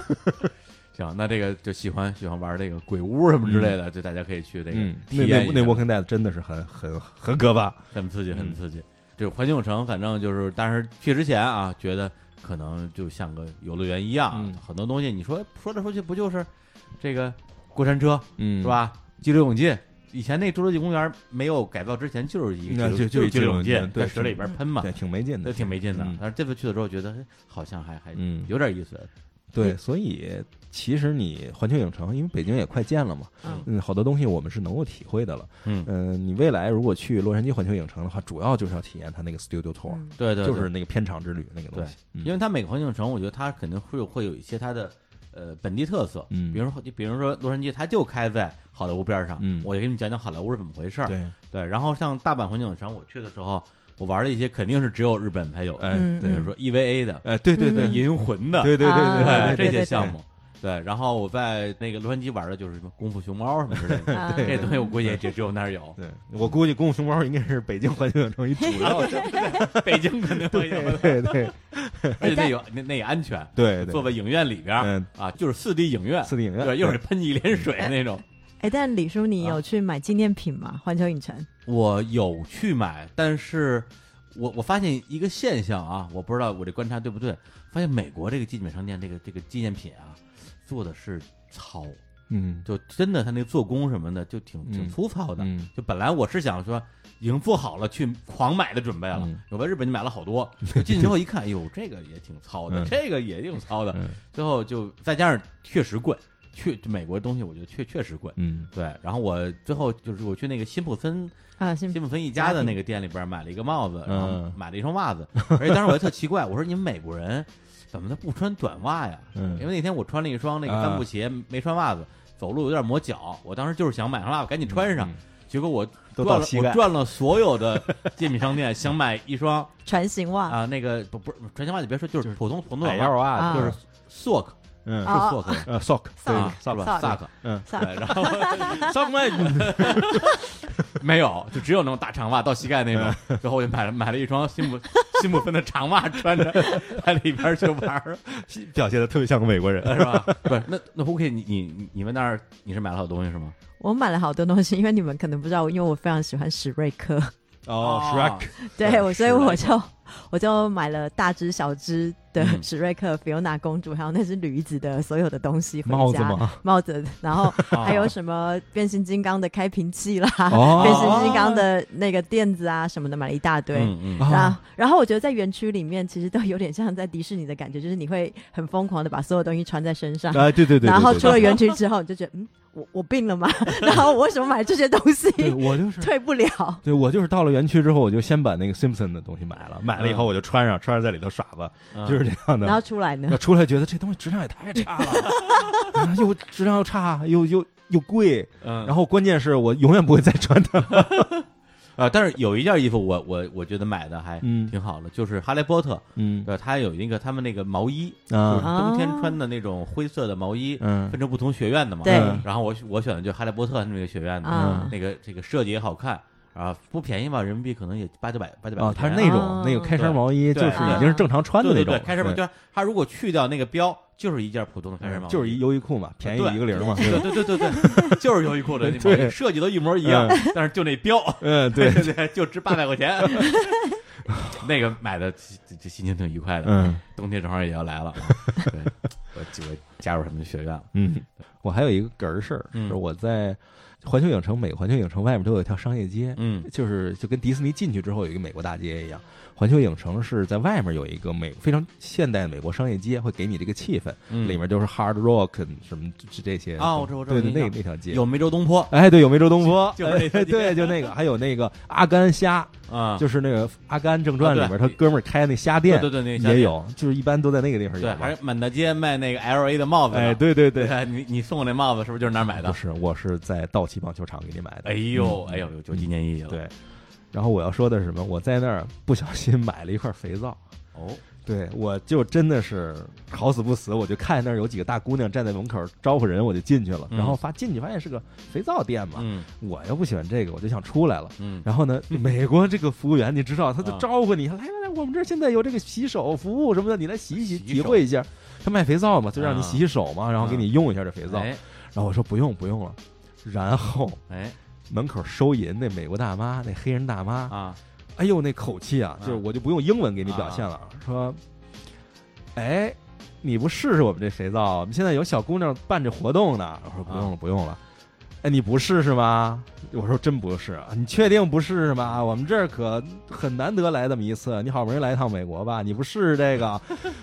[SPEAKER 1] 行，那这个就喜欢喜欢玩这个鬼屋什么之类的，就大家可以去这个
[SPEAKER 2] 嗯，
[SPEAKER 1] 体
[SPEAKER 2] 那
[SPEAKER 1] 验
[SPEAKER 2] 那
[SPEAKER 1] 一下。
[SPEAKER 2] 那 Walking Dead 真的是很很很可怕。
[SPEAKER 1] 很刺激，
[SPEAKER 2] 嗯
[SPEAKER 1] 很刺激。这个环球影城，反正就是，但是去之前啊，觉得可能就像个游乐园一样啊，
[SPEAKER 2] 嗯
[SPEAKER 1] 很多东西你说说来说去不就是这个过山车
[SPEAKER 2] 嗯
[SPEAKER 1] 是？吧？激流勇进，以前那侏罗纪公园没有改造之前就是一
[SPEAKER 2] 那
[SPEAKER 1] 个
[SPEAKER 2] 就
[SPEAKER 1] 就
[SPEAKER 2] 就
[SPEAKER 1] 激流
[SPEAKER 2] 就
[SPEAKER 1] 勇
[SPEAKER 2] 是
[SPEAKER 1] 进，
[SPEAKER 2] 对
[SPEAKER 1] 在水里边喷嘛，
[SPEAKER 2] 对，挺没劲
[SPEAKER 1] 那
[SPEAKER 2] 的。
[SPEAKER 1] 挺没劲的
[SPEAKER 2] 嗯。
[SPEAKER 1] 但是这次去了之后，觉得哎好像还还
[SPEAKER 2] 嗯，
[SPEAKER 1] 有点意思。
[SPEAKER 2] 对，所以其实你环球影城，因为北京也快建了嘛，
[SPEAKER 3] 嗯
[SPEAKER 2] 嗯，好多东西我们是能够体会的了。
[SPEAKER 1] 嗯，
[SPEAKER 2] 嗯、你未来如果去洛杉矶环球影城的话，主要就是要体验它那个 Studio Tour，、
[SPEAKER 3] 嗯
[SPEAKER 1] 对对，对
[SPEAKER 2] 就是那个片场之旅那个东西。嗯
[SPEAKER 1] 因为它每个环球影城，我觉得它肯定会有会有一些它的呃本地特色，
[SPEAKER 2] 嗯
[SPEAKER 1] 比如说比如说洛杉矶，它就开在好莱坞边儿上，
[SPEAKER 2] 嗯
[SPEAKER 1] 我就给你讲讲好莱坞是怎么回事儿，
[SPEAKER 2] 对，
[SPEAKER 1] 对然后像大阪环球影城，我去的时候，我玩了一些肯定是只有日本才有的，
[SPEAKER 2] 哎，
[SPEAKER 3] 嗯
[SPEAKER 2] 对
[SPEAKER 1] 比，如说 EVA 的、
[SPEAKER 2] 哎，对对对，哎
[SPEAKER 3] 嗯
[SPEAKER 1] 银魂的，
[SPEAKER 2] 对对对
[SPEAKER 3] 啊
[SPEAKER 2] 对
[SPEAKER 1] 这些
[SPEAKER 3] 对
[SPEAKER 1] 项目。对，然后我在那个洛杉矶玩的就是什么功夫熊猫什么之类的，
[SPEAKER 3] 啊
[SPEAKER 2] 对哦
[SPEAKER 1] 这东西我估计也只只有那儿有，
[SPEAKER 2] 对，我估计功夫熊猫应该是北京环球影城一主 要的。
[SPEAKER 1] 北京肯定 会有
[SPEAKER 2] 对
[SPEAKER 1] 的，
[SPEAKER 2] 对对
[SPEAKER 1] 而且那有那那也安全，
[SPEAKER 2] 对对，
[SPEAKER 1] 坐在影院里边儿
[SPEAKER 2] 嗯
[SPEAKER 1] 啊，就是四 D 影院，
[SPEAKER 2] 四 D 影院，
[SPEAKER 1] 对，又是喷一脸水那种。
[SPEAKER 3] 哎，但李叔，你
[SPEAKER 1] 啊
[SPEAKER 3] 有去买纪念品吗？环球影城
[SPEAKER 1] 我有去买，但是我我发现一个现象啊，我不知道我这观察对不对，发现美国这个纪念商店这个这个纪念品啊，做的是糙，
[SPEAKER 2] 嗯
[SPEAKER 1] 就真的它那做工什么的就挺挺
[SPEAKER 2] 嗯
[SPEAKER 1] 粗糙的。
[SPEAKER 2] 嗯
[SPEAKER 1] 就本来我是想说已经做好了去狂买的准备了，
[SPEAKER 2] 嗯
[SPEAKER 1] 我在日本就买了好 多，就进去之后一看，哎呦，这个也挺糙的，
[SPEAKER 2] 嗯
[SPEAKER 1] 这个也挺糙的，
[SPEAKER 2] 嗯
[SPEAKER 1] 最后就再加上确实贵，确美国东西我觉得确确实贵。
[SPEAKER 2] 嗯
[SPEAKER 1] 对，然后我最后就是我去那个辛普森
[SPEAKER 3] 啊，新
[SPEAKER 1] 辛普森一家的那个店里边买了一个帽子，然后
[SPEAKER 2] 嗯
[SPEAKER 1] 买了一双袜 子，而且当时我还特奇怪，我说你们美国人怎么他不穿短袜呀？
[SPEAKER 2] 嗯
[SPEAKER 1] 因为那天我穿了一双那个
[SPEAKER 2] 啊
[SPEAKER 1] 帆布鞋，没穿袜子，走路有点磨脚。我当时就是想买双袜子赶紧穿上，
[SPEAKER 2] 嗯
[SPEAKER 1] 结果我
[SPEAKER 2] 都
[SPEAKER 1] 转
[SPEAKER 2] 到
[SPEAKER 1] 了
[SPEAKER 2] 膝
[SPEAKER 1] 我
[SPEAKER 2] 盖
[SPEAKER 1] 转了所有的精品商店， 想买一双
[SPEAKER 3] 船型袜
[SPEAKER 1] 啊、那个不不是船型袜就别说，就是普通普通
[SPEAKER 2] 矮
[SPEAKER 1] 短
[SPEAKER 2] 腰
[SPEAKER 1] 袜，
[SPEAKER 2] 袜
[SPEAKER 3] 啊
[SPEAKER 1] 就是啊 sock
[SPEAKER 2] 嗯
[SPEAKER 1] 是 sock 吗
[SPEAKER 2] 呃 sock 对
[SPEAKER 1] 啊，是
[SPEAKER 2] sock
[SPEAKER 1] 吧
[SPEAKER 3] sock
[SPEAKER 1] ？sock，
[SPEAKER 2] 嗯，
[SPEAKER 3] 算
[SPEAKER 1] 对，然后 sock 嘛， 没有，就只有那种大长袜到膝盖那种。最后我就买了买了一双辛普辛普森的长袜，穿着在里边去玩儿，
[SPEAKER 2] 表现的特别像个美国人。
[SPEAKER 1] 是吧？ 不是，那那 OK，你你你们那儿你是买了好东西是吗？
[SPEAKER 3] 我买了好多东西，因为你们可能不知道，因为我非常喜欢史瑞克，
[SPEAKER 2] 哦
[SPEAKER 1] 啊
[SPEAKER 2] ，Shrek，
[SPEAKER 3] 对我，所
[SPEAKER 1] 史
[SPEAKER 3] 以
[SPEAKER 1] 瑞克
[SPEAKER 3] 我就 我就买了大只小只的
[SPEAKER 1] 嗯
[SPEAKER 3] 史瑞克、菲欧娜公主，还有那只驴子的所有的东西回家，
[SPEAKER 2] 帽子？吗？
[SPEAKER 3] 帽子，然后
[SPEAKER 1] 还
[SPEAKER 3] 还有什么变形金刚的开瓶器啦，
[SPEAKER 1] 啊
[SPEAKER 2] 哦
[SPEAKER 3] 变形金刚的那个垫子啊什么的，买了一大堆。
[SPEAKER 1] 嗯嗯，
[SPEAKER 2] 啊
[SPEAKER 3] 然后，然后我觉得在园区里面，其实都有点像在迪士尼的感觉，就是你会很疯狂的把所有东西穿在身上，
[SPEAKER 2] 啊，对对对对对，
[SPEAKER 3] 然后
[SPEAKER 2] 对
[SPEAKER 3] 出了园区之后，你就觉得，嗯，我我 病了吗？然后我为什么买这些东西？
[SPEAKER 2] 对我就是
[SPEAKER 3] 退不了。
[SPEAKER 2] 对我就是到了园区之后，我就先把那个 Simpson 的东西买了，买了以后我就穿上，穿上在里头耍吧，
[SPEAKER 1] 嗯
[SPEAKER 2] 就是这样
[SPEAKER 3] 然
[SPEAKER 2] 的
[SPEAKER 3] 后。出来呢
[SPEAKER 2] 那，出来觉得这东西质量也太差了，啊又质量又差，又又又贵，
[SPEAKER 1] 嗯，
[SPEAKER 2] 然后关键是我永远不会再穿它。
[SPEAKER 1] 啊，但是有一件衣服我我我觉得买的还
[SPEAKER 2] 嗯
[SPEAKER 1] 挺好的，就是哈利波特，
[SPEAKER 2] 嗯
[SPEAKER 1] 对，他有一个他们那个毛衣，就是
[SPEAKER 2] 啊
[SPEAKER 1] 冬天穿的那种灰色的毛衣，
[SPEAKER 2] 嗯
[SPEAKER 1] 分成不同学院的嘛。
[SPEAKER 3] 对
[SPEAKER 2] 嗯
[SPEAKER 1] 然后我我选的就是哈利波特那个学院的，
[SPEAKER 3] 啊
[SPEAKER 1] 那个这个设计也好看啊，不便宜吧，人民币可能也八九百八九百
[SPEAKER 2] 啊
[SPEAKER 1] 块，
[SPEAKER 2] 它
[SPEAKER 1] 钱。
[SPEAKER 2] 是那
[SPEAKER 3] 啊
[SPEAKER 2] 种那个开衫毛衣，就
[SPEAKER 1] 对
[SPEAKER 2] 是
[SPEAKER 3] 对
[SPEAKER 2] 已经是正常穿的
[SPEAKER 1] 对对
[SPEAKER 2] 那种
[SPEAKER 1] 对，，开衫毛就是他如果去掉那个标，就是一件普通的开衫毛衣，
[SPEAKER 2] 就是一。优衣库嘛，便宜
[SPEAKER 1] 对
[SPEAKER 2] 一个零嘛。
[SPEAKER 1] 对
[SPEAKER 2] 对吧
[SPEAKER 1] 对对对对，就是优衣库的那毛衣，
[SPEAKER 2] 对
[SPEAKER 1] 设计都一模一样，但是就那标，
[SPEAKER 2] 嗯，对，
[SPEAKER 1] 对 对，就值八百块钱。那个买的这这心情挺愉快的，
[SPEAKER 2] 嗯。
[SPEAKER 1] 冬天正好也要 来了，对，我我加入他们的学院了，
[SPEAKER 2] 嗯，我还有一个哏儿事儿，
[SPEAKER 1] 嗯
[SPEAKER 2] 是我在环球影城，每个环球影城外面都有一条商业街，
[SPEAKER 1] 嗯
[SPEAKER 2] 就是就跟迪士尼进去之后有一个美国大街一样，环球影城是在外面有一个美非常现代的美国商业街，会给你这个气氛，
[SPEAKER 1] 嗯，
[SPEAKER 2] 里面都是 hard rock 什么这这些
[SPEAKER 1] 啊我知道我知道
[SPEAKER 2] 对
[SPEAKER 1] 有印
[SPEAKER 2] 那
[SPEAKER 1] 象
[SPEAKER 2] 那条街
[SPEAKER 1] 有。梅州东坡
[SPEAKER 2] 哎，对，有梅州东坡，
[SPEAKER 1] 就就是那条
[SPEAKER 2] 哎
[SPEAKER 1] 街
[SPEAKER 2] 对，就那个，还有那个阿甘虾，
[SPEAKER 1] 啊，
[SPEAKER 2] 就是那个《阿甘正传》
[SPEAKER 1] 啊
[SPEAKER 2] 里
[SPEAKER 1] 对
[SPEAKER 2] 面他哥们儿开那虾店
[SPEAKER 1] 对，对对，那
[SPEAKER 2] 也，有，就是一般都在那个地方有
[SPEAKER 1] 对，
[SPEAKER 2] 嘛。
[SPEAKER 1] 还是满大街卖那个 L A 的帽子，
[SPEAKER 2] 哎，，对对对，
[SPEAKER 1] 对，你你送我那帽子是不是就是那儿买
[SPEAKER 2] 不
[SPEAKER 1] 的？
[SPEAKER 2] 是，我是在道奇棒球场给你买的。
[SPEAKER 1] 哎呦哎呦，有有纪念意义了，，
[SPEAKER 2] 对，然后我要说的是什么？我在那儿不小心买了一块肥皂，
[SPEAKER 1] 哦，
[SPEAKER 2] 对我就真的是好死不死，我就看那儿有几个大姑娘站在门口招呼人，我就进去了。
[SPEAKER 1] 嗯
[SPEAKER 2] 然后发进去发现是个肥皂店嘛，
[SPEAKER 1] 嗯
[SPEAKER 2] 我又不喜欢这个，我就想出来了。
[SPEAKER 1] 嗯，
[SPEAKER 2] 然后呢，美国这个服务员你知道，他就
[SPEAKER 1] 啊
[SPEAKER 2] 招呼你，来来来，我们这儿现在有这个洗手服务什么的，你来洗一洗，
[SPEAKER 1] 洗手
[SPEAKER 2] 体会一下。他卖肥皂嘛，就让你
[SPEAKER 1] 啊
[SPEAKER 2] 洗洗手嘛，然后给
[SPEAKER 1] 啊
[SPEAKER 2] 你用一下这肥皂。
[SPEAKER 1] 哎
[SPEAKER 2] 然后我说不用不用了。然后
[SPEAKER 1] 哎
[SPEAKER 2] 门口收银那美国大妈，那黑人大妈，
[SPEAKER 1] 啊，
[SPEAKER 2] 哎呦，那口气啊，
[SPEAKER 1] 啊
[SPEAKER 2] 就是我就不用英文给你表现了，说，哎，你不试试我们这肥皂？我们现在有小姑娘办这活动呢。我说不用了，不用了。哎，你不试试吗？我说真不是，你确定不试试吗？我们这儿可很难得来这么一次，你好不容易来一趟美国吧，你不试试这个？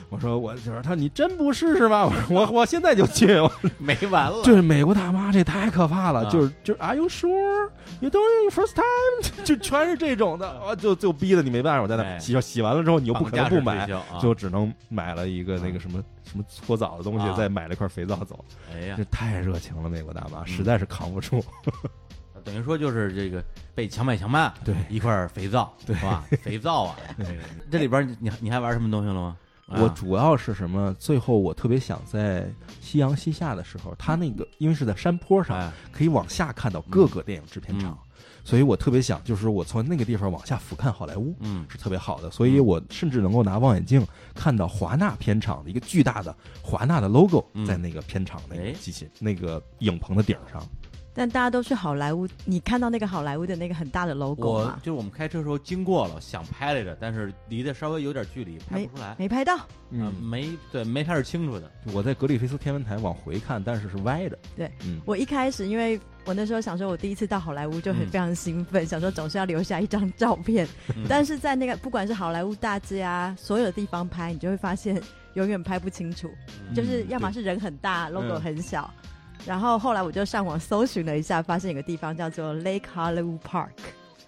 [SPEAKER 2] 我说我就是他，你真不试试吗？我说我我现在就去，我
[SPEAKER 1] 没完了，
[SPEAKER 2] 就是美国大妈，这太可怕了！
[SPEAKER 1] 啊
[SPEAKER 2] 就是就是，Are you sure? You don't first time？就全是这种的啊，就就逼得你没办法。我在那
[SPEAKER 1] 哎
[SPEAKER 2] 洗洗完了之后，你又不可能不
[SPEAKER 1] 绑架
[SPEAKER 2] 买，
[SPEAKER 1] 式推销啊
[SPEAKER 2] 就只能买了一个那
[SPEAKER 1] 啊
[SPEAKER 2] 个什么什么搓澡的东
[SPEAKER 1] 啊
[SPEAKER 2] 西，再买了块肥皂走。
[SPEAKER 1] 哎呀
[SPEAKER 2] 这，太热情了，美国大妈
[SPEAKER 1] 嗯
[SPEAKER 2] 实在是扛不住。
[SPEAKER 1] 等于说就是这个被强买强卖
[SPEAKER 2] 对
[SPEAKER 1] 一块儿肥皂，
[SPEAKER 2] 对
[SPEAKER 1] 是 吧？肥皂啊，这个这里边儿你你你还玩什么东西了吗？啊
[SPEAKER 2] 我主要是什么？最后我特别想在夕阳西下的时候，它那个因为是在山坡上，
[SPEAKER 1] 哎
[SPEAKER 2] 可以往下看到各个电影制片厂，所以我特别想，就是我从那个地方往下俯瞰好莱坞。
[SPEAKER 1] 嗯
[SPEAKER 2] 是特别好的，所以我甚至能够拿望远镜看到华纳片场的一个巨大的华纳的 logo
[SPEAKER 1] 嗯
[SPEAKER 2] 在那个片场那
[SPEAKER 1] 哎
[SPEAKER 2] 个机器、那个影棚的顶上。
[SPEAKER 3] 但大家都去好莱坞，你看到那个好莱坞的那个很大的 logo
[SPEAKER 1] 我
[SPEAKER 3] 吗
[SPEAKER 1] 就？是我们开车的时候经过了，想拍来着，但是离得稍微有点距离，拍不出来，
[SPEAKER 3] 没拍到，
[SPEAKER 1] 啊，没对，没拍是清楚的，
[SPEAKER 2] 嗯我在格里菲斯天文台往回看，但是是歪的。
[SPEAKER 3] 对，
[SPEAKER 2] 嗯，
[SPEAKER 3] 我一开始因为我那时候想说，我第一次到好莱坞就很
[SPEAKER 1] 嗯
[SPEAKER 3] 非常兴奋，想说总是要留下一张照片。
[SPEAKER 1] 嗯
[SPEAKER 3] 但是在那个不管是好莱坞大街啊，所有的地方拍，你就会发现永远拍不清楚，
[SPEAKER 1] 嗯
[SPEAKER 3] 就是
[SPEAKER 2] 嗯
[SPEAKER 3] 要么是人很大、l o g o
[SPEAKER 2] 嗯
[SPEAKER 3] 很小。然后后来我就上网搜寻了一下，发现有个地方叫做 Lake Hollywood Park，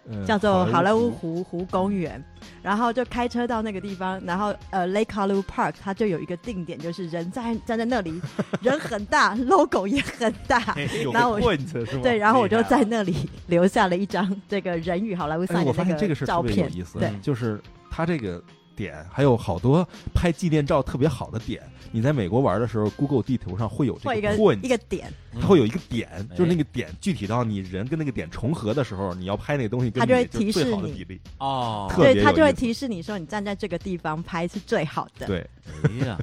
[SPEAKER 2] 嗯
[SPEAKER 3] 叫做好莱坞
[SPEAKER 2] 湖
[SPEAKER 3] 湖湖公园。然后就开车到那个地方，然后呃 Lake Hollywood Park 它就有一个定点，就是人在站在那里，人很大，logo 也很大。
[SPEAKER 2] 有
[SPEAKER 3] 那我
[SPEAKER 2] 个 point 是吗？
[SPEAKER 3] 对，然后我就
[SPEAKER 1] 厉害
[SPEAKER 3] 在那里 留下了一张这个人与好莱坞
[SPEAKER 2] 啊哎，
[SPEAKER 3] 赛
[SPEAKER 2] 我
[SPEAKER 3] 的
[SPEAKER 2] 发
[SPEAKER 3] 那
[SPEAKER 2] 现这个事儿
[SPEAKER 3] 照
[SPEAKER 2] 特别有
[SPEAKER 3] 片。
[SPEAKER 2] 意思
[SPEAKER 3] 对，
[SPEAKER 2] 就是它这个点，还有好多拍纪念照特别好的点。你在美国玩的时候，Google 地图上会有
[SPEAKER 3] 或
[SPEAKER 2] 这
[SPEAKER 3] 一个
[SPEAKER 2] point，
[SPEAKER 3] 一个点，
[SPEAKER 2] 它会有一个点，
[SPEAKER 4] 哎
[SPEAKER 2] 就是那个点具体到你人跟那个点重合的时候，你要拍那个东西，跟
[SPEAKER 3] 它就会
[SPEAKER 2] 你就是
[SPEAKER 3] 提示
[SPEAKER 2] 最好的
[SPEAKER 3] 你
[SPEAKER 2] 比例。
[SPEAKER 1] 哦，
[SPEAKER 2] 特别
[SPEAKER 3] 对，它
[SPEAKER 2] 有
[SPEAKER 3] 就
[SPEAKER 2] 意
[SPEAKER 3] 会
[SPEAKER 2] 思
[SPEAKER 3] 提示你说你站在这个地方拍是最好的。
[SPEAKER 2] 对，
[SPEAKER 1] 哎 呀，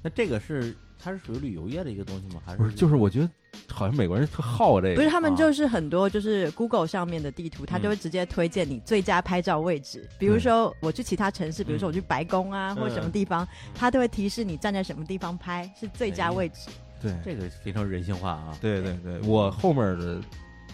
[SPEAKER 1] 那这个是它是属于旅游业的一个东西吗？还
[SPEAKER 2] 不是，就是我觉得好像美国人特好这
[SPEAKER 3] 不
[SPEAKER 2] 个
[SPEAKER 3] 是，，他们
[SPEAKER 1] 啊
[SPEAKER 3] 就是很多就是 Google 上面的地
[SPEAKER 2] 嗯
[SPEAKER 3] 图，它就会直接推荐你最佳拍照位置。比如说我去其他城市，比如说我去白宫
[SPEAKER 2] 嗯
[SPEAKER 3] 啊，或者什么地方，它都会提示你站在什么地方拍是最佳位置。
[SPEAKER 2] 对
[SPEAKER 1] 这个非常人性化啊。
[SPEAKER 2] 对对对，我后面的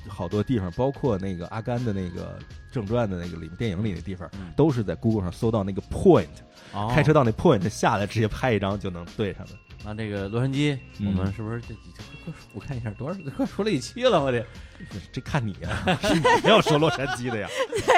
[SPEAKER 2] 好多地方，包括那个阿甘的那个正传的那个里面电影里的地方
[SPEAKER 1] 嗯，
[SPEAKER 2] 都是在 Google 上搜到那个 point，
[SPEAKER 1] 哦
[SPEAKER 2] 开车到那 point 下来，直接拍一张就能对 上了。
[SPEAKER 1] 那这个洛杉矶，我
[SPEAKER 2] 嗯
[SPEAKER 1] 们是不是这几这快快我看一下多少快说了一期了，我这
[SPEAKER 2] 这看你啊，是你要说洛杉矶的呀？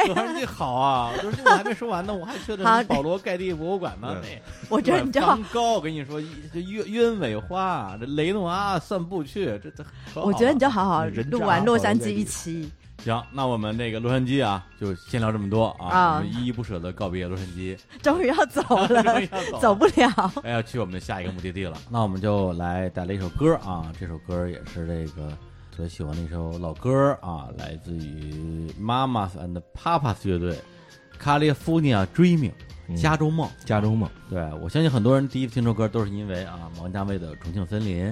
[SPEAKER 1] 洛杉矶好啊！洛杉矶我还没说完呢，我还去
[SPEAKER 3] 好
[SPEAKER 1] 了保罗盖蒂博物馆呢。哎
[SPEAKER 2] 嗯
[SPEAKER 1] 那
[SPEAKER 3] 我觉得 你就
[SPEAKER 1] 梵高，我跟你说，一这鸢鸢尾花，这雷诺阿散步去，这这可好
[SPEAKER 3] 我觉得你
[SPEAKER 1] 了
[SPEAKER 3] 就好好
[SPEAKER 2] 哎人
[SPEAKER 3] 录
[SPEAKER 2] 渣啊
[SPEAKER 3] 完
[SPEAKER 2] 好
[SPEAKER 3] 洛杉
[SPEAKER 2] 在这
[SPEAKER 3] 矶一
[SPEAKER 2] 里
[SPEAKER 3] 期，
[SPEAKER 1] 行。那我们这个洛杉矶啊，就先聊这么多啊，
[SPEAKER 3] 啊
[SPEAKER 1] 我们依依不舍的告别洛杉 矶，
[SPEAKER 3] 终于要走
[SPEAKER 1] 终
[SPEAKER 3] 了
[SPEAKER 1] 于，要
[SPEAKER 3] 走
[SPEAKER 1] 走了
[SPEAKER 3] 不了。
[SPEAKER 1] 哎，要去我们的下一个目的地了。那我们就来带来一首歌啊，这首歌也是这个特别喜欢的一首老歌啊，来自于 Mamas and Papas 乐队《California Dreaming》加州梦。
[SPEAKER 2] 加州嘛，
[SPEAKER 1] 对我相信很多人第一次听这首歌都是因为啊王家卫的《重庆森林》，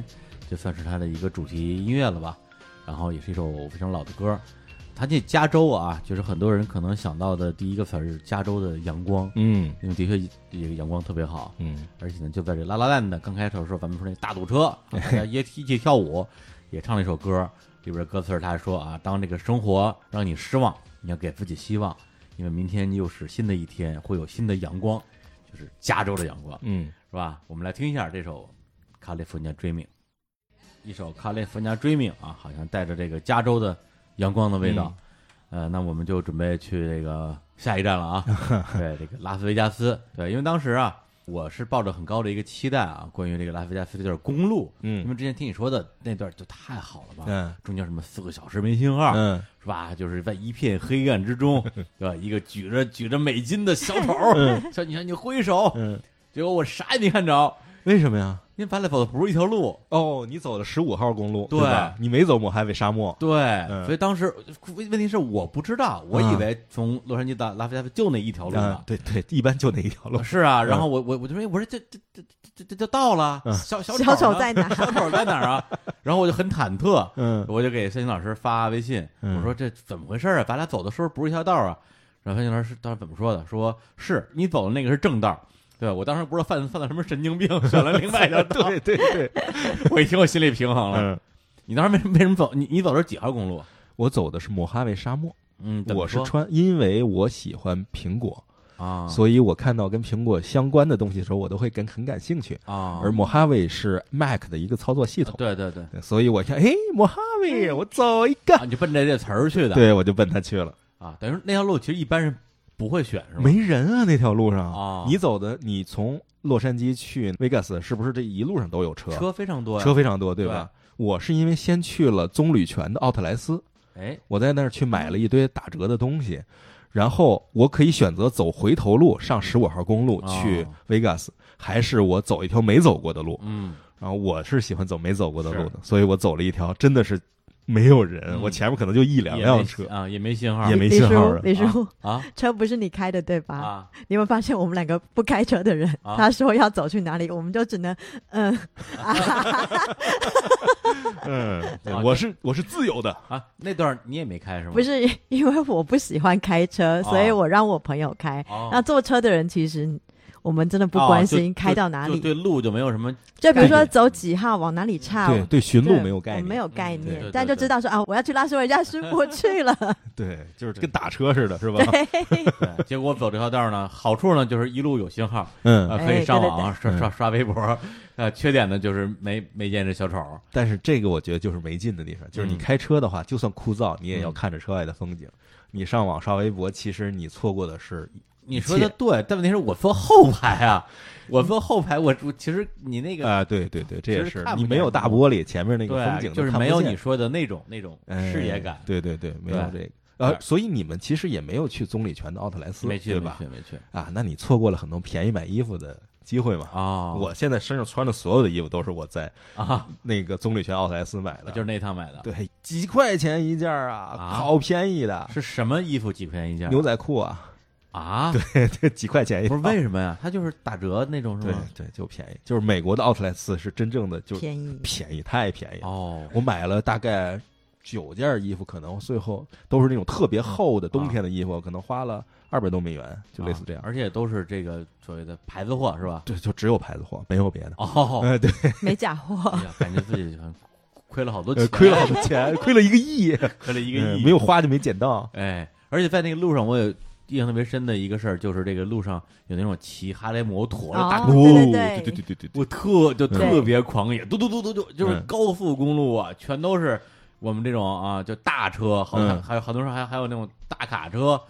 [SPEAKER 1] 这算是他的一个主题音乐了吧。然后也是一首非常老的歌。谈起加州啊，就是很多人可能想到的第一个词儿是加州的阳光，
[SPEAKER 2] 嗯
[SPEAKER 1] 因为的确这个阳光特别好。
[SPEAKER 2] 嗯，
[SPEAKER 1] 而且呢，就在这拉拉烂的刚开始的时候，咱们说那大堵车，大家也一起跳舞，也唱了一首歌，里边的歌词儿他还说啊，当这个生活让你失望，你要给自己希望，因为明天又是新的一天，会有新的阳光，就是加州的阳光，
[SPEAKER 2] 嗯，
[SPEAKER 1] 是吧？我们来听一下这首《California Dreaming》，一首《California Dreaming》啊，好像带着这个加州的阳光的味道。呃，那我们就准备去这个下一站了啊，对，这个拉斯维加斯，对，因为当时啊，我是抱着很高的一个期待啊，关于这个拉斯维加斯这段公路，
[SPEAKER 2] 嗯
[SPEAKER 1] 因为之前听你说的那段就太好了吧，
[SPEAKER 2] 嗯
[SPEAKER 1] 中间什么四个小时没信号，啊
[SPEAKER 2] 嗯
[SPEAKER 1] 是吧？就是在一片黑暗之中，对吧？一个举着举着美金的小丑，向你向你挥手，
[SPEAKER 2] 嗯，
[SPEAKER 1] 结果我啥也没看着，
[SPEAKER 2] 为什么呀？
[SPEAKER 1] 因为咱俩走的不是一条路，
[SPEAKER 2] 哦，你走了十五号公路，
[SPEAKER 1] 对
[SPEAKER 2] 对吧？你没走莫海尾沙漠，
[SPEAKER 1] 对，
[SPEAKER 2] 嗯
[SPEAKER 1] 所以当时问问题是我不知道，我以为从洛杉矶到拉斯维加斯就那一条路呢
[SPEAKER 2] 嗯，。对对，一般就那一条路。
[SPEAKER 1] 是啊，然后我我我就说，哎我说这这这这这这就到了，
[SPEAKER 2] 嗯
[SPEAKER 1] 小小
[SPEAKER 3] 小
[SPEAKER 1] 丑
[SPEAKER 3] 丑
[SPEAKER 1] 呢
[SPEAKER 3] 在哪？
[SPEAKER 1] 小丑在哪儿啊？然后我就很忐忑，
[SPEAKER 2] 嗯
[SPEAKER 1] 我就给孙鑫老师发微信，
[SPEAKER 2] 嗯
[SPEAKER 1] 我说这怎么回事啊？咱俩走的时候不是一条道啊？然后孙鑫老师当时怎么说的？说是你走的那个是正道。对，我当时不知道犯犯了什么神经病，选了另外一条道。
[SPEAKER 2] 对对对，
[SPEAKER 1] 我一听，我心里平衡了。
[SPEAKER 2] 嗯，
[SPEAKER 1] 你当时为什么为什么走？你你走的是几号公路？
[SPEAKER 2] 我走的是莫哈维沙漠，
[SPEAKER 1] 嗯，怎么
[SPEAKER 2] 我是
[SPEAKER 1] 说
[SPEAKER 2] 穿，因为我喜欢苹果，
[SPEAKER 1] 啊，
[SPEAKER 2] 所以我看到跟苹果相关的东西的时候，我都会感很感兴趣。
[SPEAKER 1] 啊，
[SPEAKER 2] 而 Mojave 是 Mac 的一个操作系统，
[SPEAKER 1] 对对对，
[SPEAKER 2] 对所以我看，哎，Mojave，我走一个，
[SPEAKER 1] 啊，你就奔着这词儿去的。
[SPEAKER 2] 对我就奔他去了。
[SPEAKER 1] 啊，等于说那条路其实一般人不会选，是吗？
[SPEAKER 2] 没人啊，那条路上，
[SPEAKER 1] 哦
[SPEAKER 2] 你走的，你从洛杉矶去 Vegas，是不是这一路上都有车？车
[SPEAKER 1] 车非常多呀。
[SPEAKER 2] 非常多，对吧？我是因为先去了棕榈泉的奥特莱斯，
[SPEAKER 1] 哎，
[SPEAKER 2] 我在那儿去买了一堆打折的东西，然后我可以选择走回头路上十五号公路去
[SPEAKER 1] 哦
[SPEAKER 2] Vegas，、还是我走一条没走过的路。
[SPEAKER 1] 嗯，
[SPEAKER 2] 然后我是喜欢走没走过的路的，所以我走了一条真的是没有人，
[SPEAKER 1] 嗯
[SPEAKER 2] 我前面可能就一两辆车
[SPEAKER 1] 也没。啊，也没信号，
[SPEAKER 2] 也没
[SPEAKER 3] 李
[SPEAKER 2] 信号
[SPEAKER 3] 叔
[SPEAKER 2] 啊，
[SPEAKER 3] 李叔，
[SPEAKER 1] 啊
[SPEAKER 3] 车不是你开的对吧？
[SPEAKER 1] 啊，
[SPEAKER 3] 你有没有发现我们两个不开车的人，
[SPEAKER 1] 啊
[SPEAKER 3] 他说要走去哪里，我们就只能嗯、
[SPEAKER 2] 嗯，对
[SPEAKER 1] 啊
[SPEAKER 2] 我是我是自由的，
[SPEAKER 1] 啊，那段儿你也没开是吗？
[SPEAKER 3] 不，是因为我不喜欢开车，所以
[SPEAKER 1] 哦
[SPEAKER 3] 我让我朋友开。
[SPEAKER 1] 哦、
[SPEAKER 3] 那坐车的人其实我们真的不关心开到哪
[SPEAKER 1] 就
[SPEAKER 3] 里，
[SPEAKER 1] 对路就没有什 么
[SPEAKER 3] 就比如
[SPEAKER 2] 概
[SPEAKER 3] 说
[SPEAKER 2] 念
[SPEAKER 3] 走几号往哪里岔。
[SPEAKER 2] 对对，寻路
[SPEAKER 3] 啊对
[SPEAKER 2] 没有概
[SPEAKER 3] 我
[SPEAKER 2] 念，
[SPEAKER 3] 没有概
[SPEAKER 1] 嗯
[SPEAKER 3] 念
[SPEAKER 1] 对，
[SPEAKER 3] 但
[SPEAKER 1] 对
[SPEAKER 3] 就
[SPEAKER 1] 对
[SPEAKER 3] 知道说啊，我要去拉斯维加 斯，我去了。
[SPEAKER 2] 对，就是跟打车似的，是吧？
[SPEAKER 3] 对，
[SPEAKER 1] 对。结果走这条道儿呢，好处呢就是一路有信号，
[SPEAKER 2] 嗯，
[SPEAKER 1] 啊，可以
[SPEAKER 3] 哎
[SPEAKER 1] 上
[SPEAKER 3] 对对
[SPEAKER 1] 网刷
[SPEAKER 2] 嗯
[SPEAKER 1] 刷刷微博，呃，缺点呢就是没没见这小丑儿。
[SPEAKER 2] 但是这个我觉得就是没劲的地方，就是你
[SPEAKER 1] 嗯
[SPEAKER 2] 开车的话，就算枯燥，你也要
[SPEAKER 1] 嗯
[SPEAKER 2] 看着车外的风景。你上网刷微博，其实你错过的是，
[SPEAKER 1] 你说的对，但问题是我坐后排啊，我坐后排，我我其实你那个、
[SPEAKER 2] 啊，对对对，这也
[SPEAKER 1] 其实
[SPEAKER 2] 是
[SPEAKER 1] 看不
[SPEAKER 2] 你没有
[SPEAKER 1] 见
[SPEAKER 2] 大玻璃，前面那个风
[SPEAKER 1] 对，
[SPEAKER 2] 景
[SPEAKER 1] 就是
[SPEAKER 2] 都看不
[SPEAKER 1] 没有
[SPEAKER 2] 见
[SPEAKER 1] 你说的那种那种
[SPEAKER 2] 哎
[SPEAKER 1] 视野感。
[SPEAKER 2] 对对对，没有这个，呃，所以你们其实也没有去棕榈泉的奥特莱斯，
[SPEAKER 1] 没去
[SPEAKER 2] 对
[SPEAKER 1] 没
[SPEAKER 2] 吧？
[SPEAKER 1] 去没去
[SPEAKER 2] 啊，那你错过了很多便宜买衣服的机会嘛。
[SPEAKER 1] 啊，
[SPEAKER 2] 我现在身上穿的所有的衣服都是我在
[SPEAKER 1] 啊，
[SPEAKER 2] 那个棕榈泉奥特莱斯买的，
[SPEAKER 1] 就是那趟买的，，
[SPEAKER 2] 对几块钱一件儿啊，
[SPEAKER 1] 啊
[SPEAKER 2] 好便宜的
[SPEAKER 1] 是什么衣服几块钱一件？
[SPEAKER 2] 牛仔裤啊，
[SPEAKER 1] 啊，
[SPEAKER 2] 这几块钱一
[SPEAKER 1] 不是
[SPEAKER 2] 套
[SPEAKER 1] 为什么呀？它就是打折那种是
[SPEAKER 2] 对
[SPEAKER 1] 吗？
[SPEAKER 2] 对，就便宜，就是美国的奥特莱斯是真正的就
[SPEAKER 3] 便宜。
[SPEAKER 2] 便宜，太便宜了。
[SPEAKER 1] 哦，
[SPEAKER 2] 我买了大概九件衣服，可能最后都是那种特别厚的冬天的衣服，可能花了二百多美元，就类似这样。
[SPEAKER 1] 啊而且都是这个所谓的牌子货是吧？
[SPEAKER 2] 对，就只有牌子货，没有别的。
[SPEAKER 1] 哦，
[SPEAKER 2] 呃，对，
[SPEAKER 3] 美甲货
[SPEAKER 1] 哎呀，感觉自己很亏了好多
[SPEAKER 2] 呃
[SPEAKER 1] 钱，
[SPEAKER 2] 亏了好多钱，亏了一个亿，
[SPEAKER 1] 亏了一
[SPEAKER 2] 呃没有花就没捡到。
[SPEAKER 1] 哎，而且在那个路上，我有印象特别深的一个事儿，就是这个路上有那种骑哈雷摩托的大
[SPEAKER 3] 哦
[SPEAKER 1] 哥。
[SPEAKER 3] 对
[SPEAKER 2] 对
[SPEAKER 3] 对对
[SPEAKER 2] 对对对对，
[SPEAKER 1] 我特就
[SPEAKER 2] 对
[SPEAKER 1] 特别狂野，嘟嘟嘟嘟嘟，就是
[SPEAKER 2] 嗯
[SPEAKER 1] 高速公路啊，全都是我们这种啊，就大车，好
[SPEAKER 2] 嗯
[SPEAKER 1] 还有好多时候还还有那种大卡车，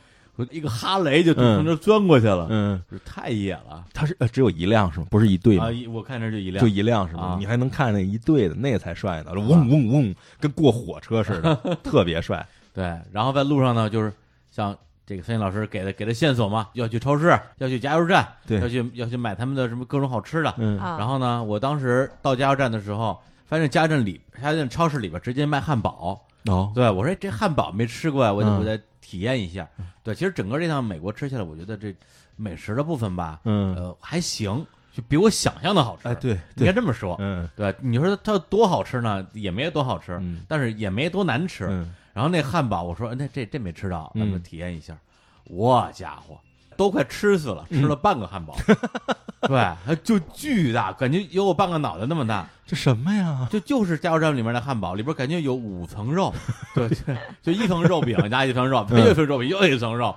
[SPEAKER 1] 一个哈雷就从这钻过去了，
[SPEAKER 2] 嗯，
[SPEAKER 1] 就是太野了
[SPEAKER 2] 它是呃只有一辆是吗？不是一队吗
[SPEAKER 1] 啊！？一我看这就一辆
[SPEAKER 2] 就，一辆是吗
[SPEAKER 1] 啊？
[SPEAKER 2] 你还能看那一队的，那个才帅呢，嗡嗡嗡，跟过火车似的，特别帅。
[SPEAKER 1] 对，然后在路上呢，就是像这个孙毅老师给的给的线索嘛，要去超市，要去加油站，
[SPEAKER 2] 对
[SPEAKER 1] 要去要去买他们的什么各种好吃的，
[SPEAKER 2] 嗯
[SPEAKER 3] 啊，
[SPEAKER 1] 然后呢，我当时到加油站的时候，发现加油站里，加油站超市里边直接卖汉堡。
[SPEAKER 2] 哦，
[SPEAKER 1] 对我说哎这汉堡没吃过呀，我得
[SPEAKER 2] 嗯
[SPEAKER 1] 我得体验一下。对，其实整个这趟美国吃下来，我觉得这美食的部分吧，
[SPEAKER 2] 嗯，
[SPEAKER 1] 呃，还行，就比我想象的好吃。
[SPEAKER 2] 哎，，对
[SPEAKER 1] 应该
[SPEAKER 2] 对，
[SPEAKER 1] 这么说。
[SPEAKER 2] 嗯
[SPEAKER 1] 对，你说它有多好吃呢？也没多好吃，
[SPEAKER 2] 嗯
[SPEAKER 1] 但是也没多难吃。
[SPEAKER 2] 嗯，
[SPEAKER 1] 然后那汉堡，我说那这这没吃到，
[SPEAKER 2] 嗯
[SPEAKER 1] 咱们体验一下。我家伙，都快吃死了，吃
[SPEAKER 2] 嗯
[SPEAKER 1] 了半个汉 堡，对，就巨大，感觉有我半个脑袋那么大，
[SPEAKER 2] 这什么呀？
[SPEAKER 1] 就就是加油站里面的汉堡，里边感觉有五层 肉，对，对就一层肉饼加一层肉，
[SPEAKER 2] 嗯
[SPEAKER 1] 又一层肉饼又一层肉，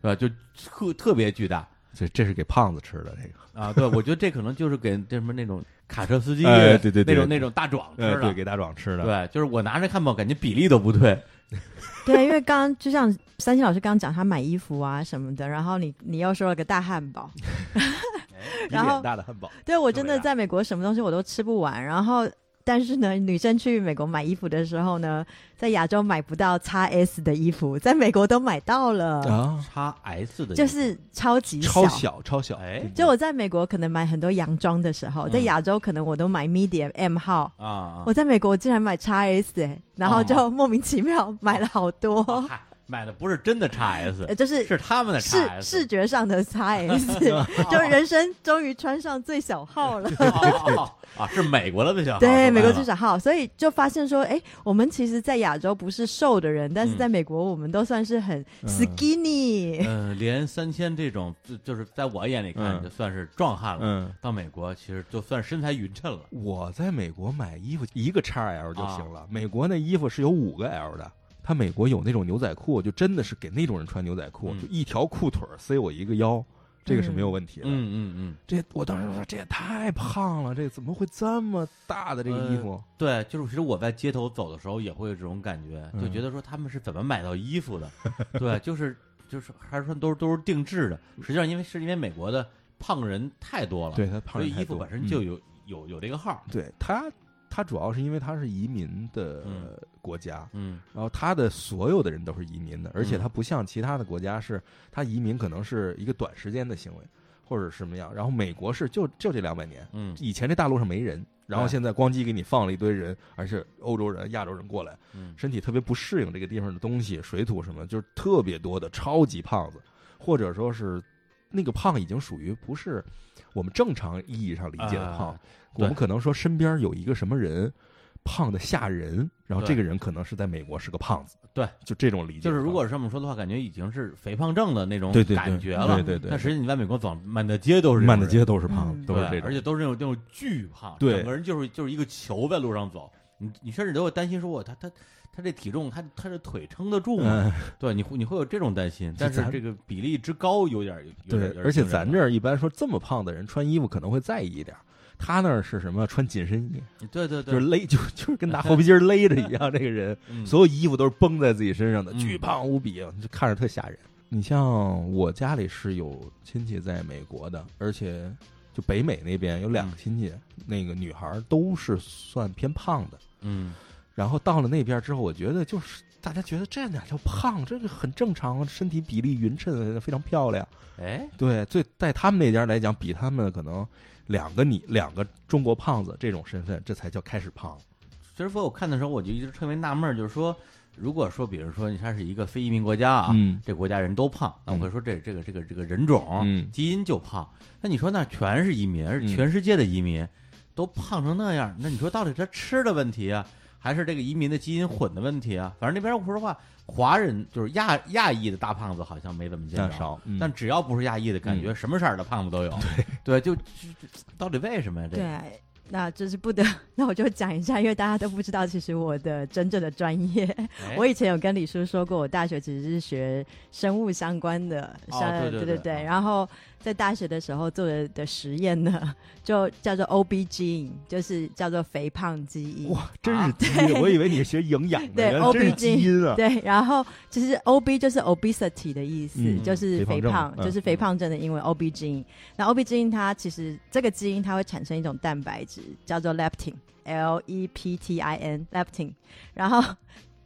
[SPEAKER 1] 对，就特特别巨大。
[SPEAKER 2] 这这是给胖子吃的这个。
[SPEAKER 1] 啊，对，我觉得这可能就是给这什么那种卡车司机，
[SPEAKER 2] 哎对对对
[SPEAKER 1] 那种那种大壮吃
[SPEAKER 2] 呃，对，
[SPEAKER 1] 的，
[SPEAKER 2] 给大壮吃的。
[SPEAKER 1] 对，就是我拿着汉堡，感觉比例都不对，
[SPEAKER 3] 对，因为刚刚就像三星老师刚刚讲，他买衣服啊什么的，然后你你又说了个大汉堡，
[SPEAKER 2] 比
[SPEAKER 3] 然后
[SPEAKER 2] 脸大的汉堡。
[SPEAKER 3] 对我
[SPEAKER 2] 对啊
[SPEAKER 3] 真的
[SPEAKER 2] 呀
[SPEAKER 3] 在美国什么东西我都吃不完，然后。但是呢，女生去美国买衣服的时候呢，在亚洲买不到 x S 的衣服，在美国都买到了，
[SPEAKER 2] 啊，
[SPEAKER 1] 叉 S 的，
[SPEAKER 3] 就是超级
[SPEAKER 2] 超小超小，
[SPEAKER 1] 哎
[SPEAKER 2] 对
[SPEAKER 3] 就我在美国可能买很多洋装的时候，在
[SPEAKER 1] 嗯
[SPEAKER 3] 亚洲可能我都买 medium M 号，
[SPEAKER 1] 啊啊，
[SPEAKER 3] 我在美国竟然买 x S，、欸、然
[SPEAKER 2] 哦
[SPEAKER 3] 后就莫名其妙买了好多，
[SPEAKER 1] 啊嗨买的不是真的叉 S，
[SPEAKER 3] 呃就是
[SPEAKER 1] 是他们的叉
[SPEAKER 3] 视
[SPEAKER 1] S，
[SPEAKER 3] 视觉上的 x S，就人生终于穿上最小号了。
[SPEAKER 1] 哦啊，是美国的那小孩
[SPEAKER 3] 对，美国最
[SPEAKER 1] 是吧
[SPEAKER 3] 小号，所以就发现说，哎、我们其实，在亚洲不是瘦的人，但是
[SPEAKER 1] 嗯
[SPEAKER 3] 在美国，我们都算是很
[SPEAKER 2] 嗯
[SPEAKER 3] skinny，、
[SPEAKER 1] 呃，连三千这种，就就是在我眼里看
[SPEAKER 2] 嗯
[SPEAKER 1] 就算是壮汉了。
[SPEAKER 2] 嗯。
[SPEAKER 1] 到美国其实就算身材匀称了。
[SPEAKER 2] 我在美国买衣服一个 XL 就行
[SPEAKER 1] 啊
[SPEAKER 2] 了，美国那衣服是有五个 L 的。他美国有那种牛仔裤，就真的是给那种人穿牛仔裤，
[SPEAKER 1] 嗯
[SPEAKER 2] 就一条裤腿儿塞我一个腰，这个是没有问题的。
[SPEAKER 1] 嗯嗯
[SPEAKER 2] 这我当时说这也太胖了，这怎么会这么大的这个衣服
[SPEAKER 1] 嗯？，对，就是其实我在街头走的时候也会有这种感觉，就
[SPEAKER 2] 嗯
[SPEAKER 1] 觉得说他们是怎么买到衣服的？对，就是就是还是说都是都是定制的。实际上，因为是因为美国的胖人太多了，
[SPEAKER 2] 对，他胖
[SPEAKER 1] 所
[SPEAKER 2] 人
[SPEAKER 1] 以衣
[SPEAKER 2] 太
[SPEAKER 1] 服
[SPEAKER 2] 多
[SPEAKER 1] 本身就
[SPEAKER 2] 嗯
[SPEAKER 1] 有有有这个号。
[SPEAKER 2] 对他，他主要是因为他是移民的
[SPEAKER 1] 嗯
[SPEAKER 2] 国家，
[SPEAKER 1] 嗯
[SPEAKER 2] 然后他的所有的人都是移民的，而且他不像其他的国家是，他移民可能是一个短时间的行为，或者是什么样。然后美国是就就这两百年，
[SPEAKER 1] 嗯
[SPEAKER 2] 以前这大陆上没人，然后
[SPEAKER 1] 对
[SPEAKER 2] 现在咣叽给你放了一堆人，而且欧洲人、亚洲人过来，
[SPEAKER 1] 嗯，
[SPEAKER 2] 身体特别不适应这个地方的东西、水土什么，就是特别多的超级胖子，或者说是那个胖已经属于不是我们正常意义上理解的胖，
[SPEAKER 1] 啊
[SPEAKER 2] 我们
[SPEAKER 1] 对
[SPEAKER 2] 可能说身边有一个什么人胖的吓人，然后
[SPEAKER 1] 对
[SPEAKER 2] 这个人可能是在美国是个胖子，
[SPEAKER 1] 对，
[SPEAKER 2] 就这种理解
[SPEAKER 1] 就
[SPEAKER 2] 的
[SPEAKER 1] 是
[SPEAKER 2] 话。
[SPEAKER 1] 如果是这么说的话，感觉已经是肥胖症的那种
[SPEAKER 2] 对对对
[SPEAKER 1] 感觉了。
[SPEAKER 2] 对对对
[SPEAKER 1] 但实际你在美国走满大街都是这种
[SPEAKER 2] 满大
[SPEAKER 1] 人
[SPEAKER 2] 街都是胖子，
[SPEAKER 3] 嗯
[SPEAKER 2] 都是
[SPEAKER 1] 对
[SPEAKER 2] 这种，
[SPEAKER 1] 而且都是那种那种巨胖，
[SPEAKER 2] 对
[SPEAKER 1] 整个人就是就是一个球在路上走。你你甚至都会担心说，我他他他这体重，他他这腿撑得住吗？
[SPEAKER 2] 嗯，
[SPEAKER 1] 对，你会你会有这种担心。但是
[SPEAKER 2] 咱
[SPEAKER 1] 这个比例之高有点有
[SPEAKER 2] 对
[SPEAKER 1] 点，有点
[SPEAKER 2] 而
[SPEAKER 1] 惊
[SPEAKER 2] 且
[SPEAKER 1] 人
[SPEAKER 2] 咱
[SPEAKER 1] 了
[SPEAKER 2] 这儿一般说这么胖的人穿衣服可能会在意一点儿，他那儿是什么穿紧身衣，
[SPEAKER 1] 对对
[SPEAKER 2] 就
[SPEAKER 1] 对，
[SPEAKER 2] 是勒，就就是跟拿猴皮筋儿勒着一 样，这个人。
[SPEAKER 1] 嗯
[SPEAKER 2] 所有衣服都是绷在自己身上的，
[SPEAKER 1] 嗯
[SPEAKER 2] 巨胖无比，啊就看着特吓人。你像我家里是有亲戚在美国的，而且就北美那边有两
[SPEAKER 1] 嗯
[SPEAKER 2] 个亲戚，那个女孩儿都是算偏胖的。
[SPEAKER 1] 嗯
[SPEAKER 2] 然后到了那边之后，我觉得就是大家觉得这哪叫胖，这个很正常，啊身体比例匀称，非常漂亮。
[SPEAKER 1] 哎，
[SPEAKER 2] 对，最在他们那家来讲，比他们可能两个你两个中国胖子这种身份，这才叫开始胖。
[SPEAKER 1] 其实说我看的时候，我就一直特别纳闷儿，就是说，如果说，比如说，你看是一个非移民国家啊，
[SPEAKER 2] 嗯
[SPEAKER 1] 这国家人都胖，那我会说这这个这个这个人种、
[SPEAKER 2] 嗯
[SPEAKER 1] 基因就胖。那你说那全是移民，而且
[SPEAKER 2] 嗯
[SPEAKER 1] 全世界的移民都胖成那样，那你说到底是他吃的问题啊，还是这个移民的基因混的问题啊？反正那边我说实话，华人就是亚亚裔的大胖子好像没怎么见
[SPEAKER 2] 那
[SPEAKER 1] 着，
[SPEAKER 2] 少嗯
[SPEAKER 1] 但只要不是亚裔的，感觉什么色儿的胖子都有。对，就就就到底为什么呀？这个
[SPEAKER 3] 对，那就是不得， 那我就讲一下，因为大家都不知道，其实我的真正的专业，
[SPEAKER 1] 哎
[SPEAKER 3] 我以前有跟李叔说过，我大学其实是学生物相关的，
[SPEAKER 1] 哦
[SPEAKER 3] 像
[SPEAKER 1] 对对
[SPEAKER 3] 对
[SPEAKER 1] 对嗯
[SPEAKER 3] 然后在大学的时候做的的实验呢， 就叫做 OB 基因，就是叫做肥胖基因。
[SPEAKER 2] 哇，真是基因！
[SPEAKER 3] 啊对
[SPEAKER 2] 我以为你学营养的，
[SPEAKER 3] 对
[SPEAKER 2] 原来真是
[SPEAKER 3] OB
[SPEAKER 2] 基因啊。
[SPEAKER 3] 对，然后其实 OB 就是 obesity 的意思，
[SPEAKER 2] 嗯
[SPEAKER 3] 就是
[SPEAKER 2] 肥
[SPEAKER 3] 肥
[SPEAKER 2] 胖
[SPEAKER 3] 胖
[SPEAKER 2] 症，嗯
[SPEAKER 3] 就是肥胖症的英文 OB 基因。那 OB 基因它其实这个基因它会产生一种蛋白质，叫做 leptin。L E P T I N leptin，然后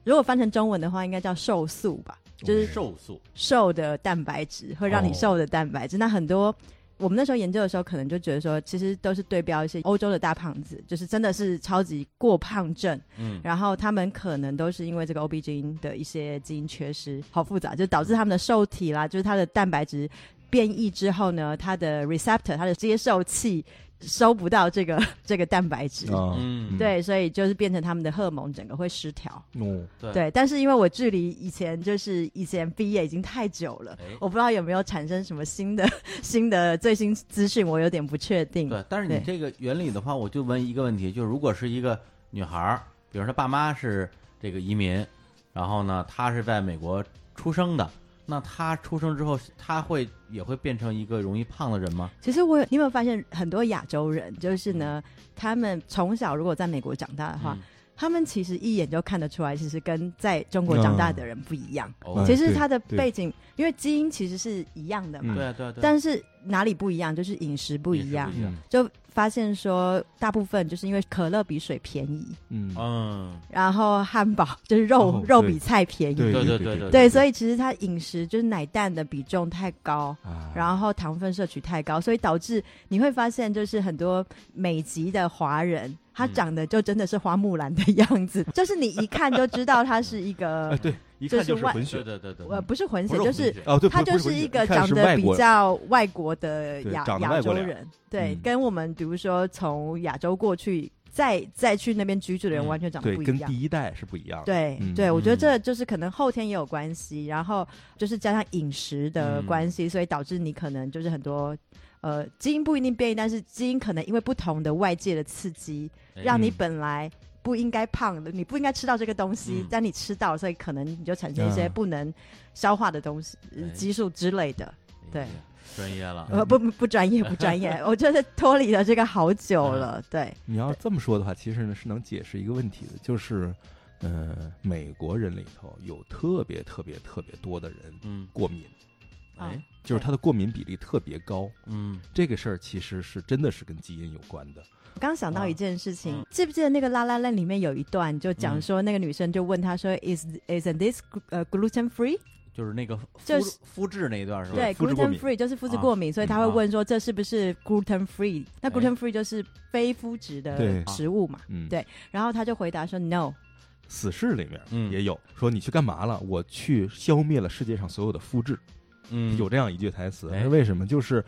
[SPEAKER 3] 如果翻成中文的话，应该叫瘦素吧，
[SPEAKER 2] 哦
[SPEAKER 3] 就是
[SPEAKER 1] 瘦素，
[SPEAKER 3] 瘦的蛋白质会让你瘦的蛋白质。那很多我们那时候研究的时候，可能就觉得说，其实都是对标一些欧洲的大胖子，就是真的是超级过胖症。
[SPEAKER 1] 嗯，
[SPEAKER 3] 然后他们可能都是因为这个 OB 基因的一些基因缺失，好复杂，就导致他们的受体啦，就是它的蛋白质变异之后呢，它的 receptor 它的接受器收不到这个这个蛋白质。
[SPEAKER 2] 啊，
[SPEAKER 1] 嗯，
[SPEAKER 3] 对，所以就是变成他们的荷尔蒙整个会失调。
[SPEAKER 2] 嗯，
[SPEAKER 1] 对
[SPEAKER 3] 对，但是因为我距离以前就是以前毕业已经太久了，
[SPEAKER 1] 哎
[SPEAKER 3] 我不知道有没有产生什么新的 新的最新资讯，我有点不确定。
[SPEAKER 1] 对，但是你
[SPEAKER 3] 嗯
[SPEAKER 1] 这
[SPEAKER 3] 对
[SPEAKER 1] 个原理的话，我就问一个问题，就是如果是一个女孩儿，比如说她爸妈是这个移民，然后呢，她是在美国出生的，那她出生之后，她会也会变成一个容易胖的人吗？
[SPEAKER 3] 其实我有，你有没有发现很多亚洲人，就是呢，他们从小如果在美国长大的话，
[SPEAKER 1] 嗯
[SPEAKER 3] 他们其实一眼就看得出来，其实跟在中国长大的人不一样。
[SPEAKER 1] 哦，
[SPEAKER 3] 其实
[SPEAKER 2] 哎对
[SPEAKER 3] 他的
[SPEAKER 2] 对
[SPEAKER 3] 背景，因为基因其实是一样的嘛，
[SPEAKER 2] 嗯
[SPEAKER 1] 对对对，
[SPEAKER 3] 但是哪里不一样，就是饮食不一样。
[SPEAKER 1] 饮食
[SPEAKER 2] 嗯
[SPEAKER 3] 就发现说，大部分就是因为可乐比水便宜，
[SPEAKER 2] 嗯，
[SPEAKER 1] 嗯，
[SPEAKER 3] 然后汉堡就是肉、
[SPEAKER 2] 哦
[SPEAKER 3] 肉
[SPEAKER 2] 对
[SPEAKER 3] 比菜便宜，
[SPEAKER 2] 对
[SPEAKER 1] 对对
[SPEAKER 2] 对
[SPEAKER 1] 对对
[SPEAKER 2] 对
[SPEAKER 3] 对，所以其实他饮食就是奶蛋的比重太高，
[SPEAKER 2] 啊
[SPEAKER 3] 然后糖分摄取太高，所以导致你会发现，就是很多美籍的华人，他
[SPEAKER 1] 嗯
[SPEAKER 3] 长得就真的是花木兰的 样子，就是你一看就知道他是一
[SPEAKER 2] 哎
[SPEAKER 3] 个
[SPEAKER 2] 对，一
[SPEAKER 3] 这
[SPEAKER 2] 看
[SPEAKER 3] 是
[SPEAKER 2] 就是
[SPEAKER 3] 外
[SPEAKER 2] 混血
[SPEAKER 1] 对。对对对，
[SPEAKER 3] 呃不是混
[SPEAKER 1] 不
[SPEAKER 3] 血，
[SPEAKER 1] 是
[SPEAKER 3] 就
[SPEAKER 1] 混
[SPEAKER 3] 是
[SPEAKER 1] 血
[SPEAKER 2] 哦，对，
[SPEAKER 3] 他
[SPEAKER 2] 不
[SPEAKER 3] 就是是
[SPEAKER 2] 混血
[SPEAKER 3] 一个
[SPEAKER 2] 看
[SPEAKER 3] 长
[SPEAKER 2] 是
[SPEAKER 3] 得
[SPEAKER 2] 外
[SPEAKER 3] 比
[SPEAKER 2] 国人
[SPEAKER 3] 较外国的
[SPEAKER 2] 对
[SPEAKER 3] 亚
[SPEAKER 2] 长得
[SPEAKER 3] 亚
[SPEAKER 2] 外国
[SPEAKER 3] 洲
[SPEAKER 2] 脸
[SPEAKER 3] 人，对
[SPEAKER 2] 嗯，
[SPEAKER 3] 跟我们比如说从亚洲过去再再去那边居住的人
[SPEAKER 1] 嗯
[SPEAKER 3] 完全长得
[SPEAKER 2] 对
[SPEAKER 3] 不一
[SPEAKER 2] 跟
[SPEAKER 3] 样。
[SPEAKER 2] 第一代是不一样的。
[SPEAKER 3] 对、
[SPEAKER 2] 嗯
[SPEAKER 3] 对，我觉得
[SPEAKER 1] 嗯
[SPEAKER 3] 这就是可能后天也有关系，然后就是加上饮食的
[SPEAKER 1] 嗯
[SPEAKER 3] 关系，所以导致你可能就是很多呃基因不一定变异，但是基因可能因为不同的外界的刺激，
[SPEAKER 1] 哎
[SPEAKER 3] 让你本来不应该胖的，你不应该吃到这个东西，
[SPEAKER 1] 嗯啊
[SPEAKER 3] 但你吃到了，所以可能你就产生一些
[SPEAKER 2] 嗯
[SPEAKER 3] 不能消化的东西、呃
[SPEAKER 1] 哎
[SPEAKER 3] 激素之类的。对
[SPEAKER 1] 哎呀专业了，
[SPEAKER 3] 呃，不不不专业，不专业，我觉得脱离了这个好久了。
[SPEAKER 1] 嗯
[SPEAKER 3] 对，
[SPEAKER 2] 你要这么说的话，其实呢是能解释一个问题的，就是，呃，美国人里头有特别特别特别多的人
[SPEAKER 1] 嗯，
[SPEAKER 2] 过敏，
[SPEAKER 3] 啊
[SPEAKER 1] 哎，
[SPEAKER 2] 就是他的过敏比例特别高。
[SPEAKER 1] 嗯，
[SPEAKER 2] 这个事儿其实是真的是跟基因有关的。
[SPEAKER 3] 我刚想到
[SPEAKER 1] 啊
[SPEAKER 3] 一件事情，
[SPEAKER 1] 嗯
[SPEAKER 3] 记不记得那个《拉拉链》里面有一段就讲说，那个女生就问他说、i s isn't this 呃 gluten free？
[SPEAKER 1] 就是那个肤
[SPEAKER 3] 就是
[SPEAKER 1] 肤质那一段是吧？
[SPEAKER 3] 对
[SPEAKER 2] 肤质过
[SPEAKER 3] ，gluten
[SPEAKER 2] 敏
[SPEAKER 3] free 就是肤质
[SPEAKER 1] 啊
[SPEAKER 3] 过敏，所以他会
[SPEAKER 1] 啊
[SPEAKER 3] 问说这是不是 gluten free？、那
[SPEAKER 1] 哎
[SPEAKER 3] gluten free 就是非麸质
[SPEAKER 2] 对
[SPEAKER 3] 的食物嘛。
[SPEAKER 2] 嗯，
[SPEAKER 3] 对然后他就回答说 no，
[SPEAKER 2] 死侍里面
[SPEAKER 1] 嗯
[SPEAKER 2] 也有、说你去干嘛了？我去消灭了世界上所有的肤质，
[SPEAKER 1] 嗯，
[SPEAKER 2] 有这样一句台词。
[SPEAKER 1] 哎
[SPEAKER 2] 是为什么？就是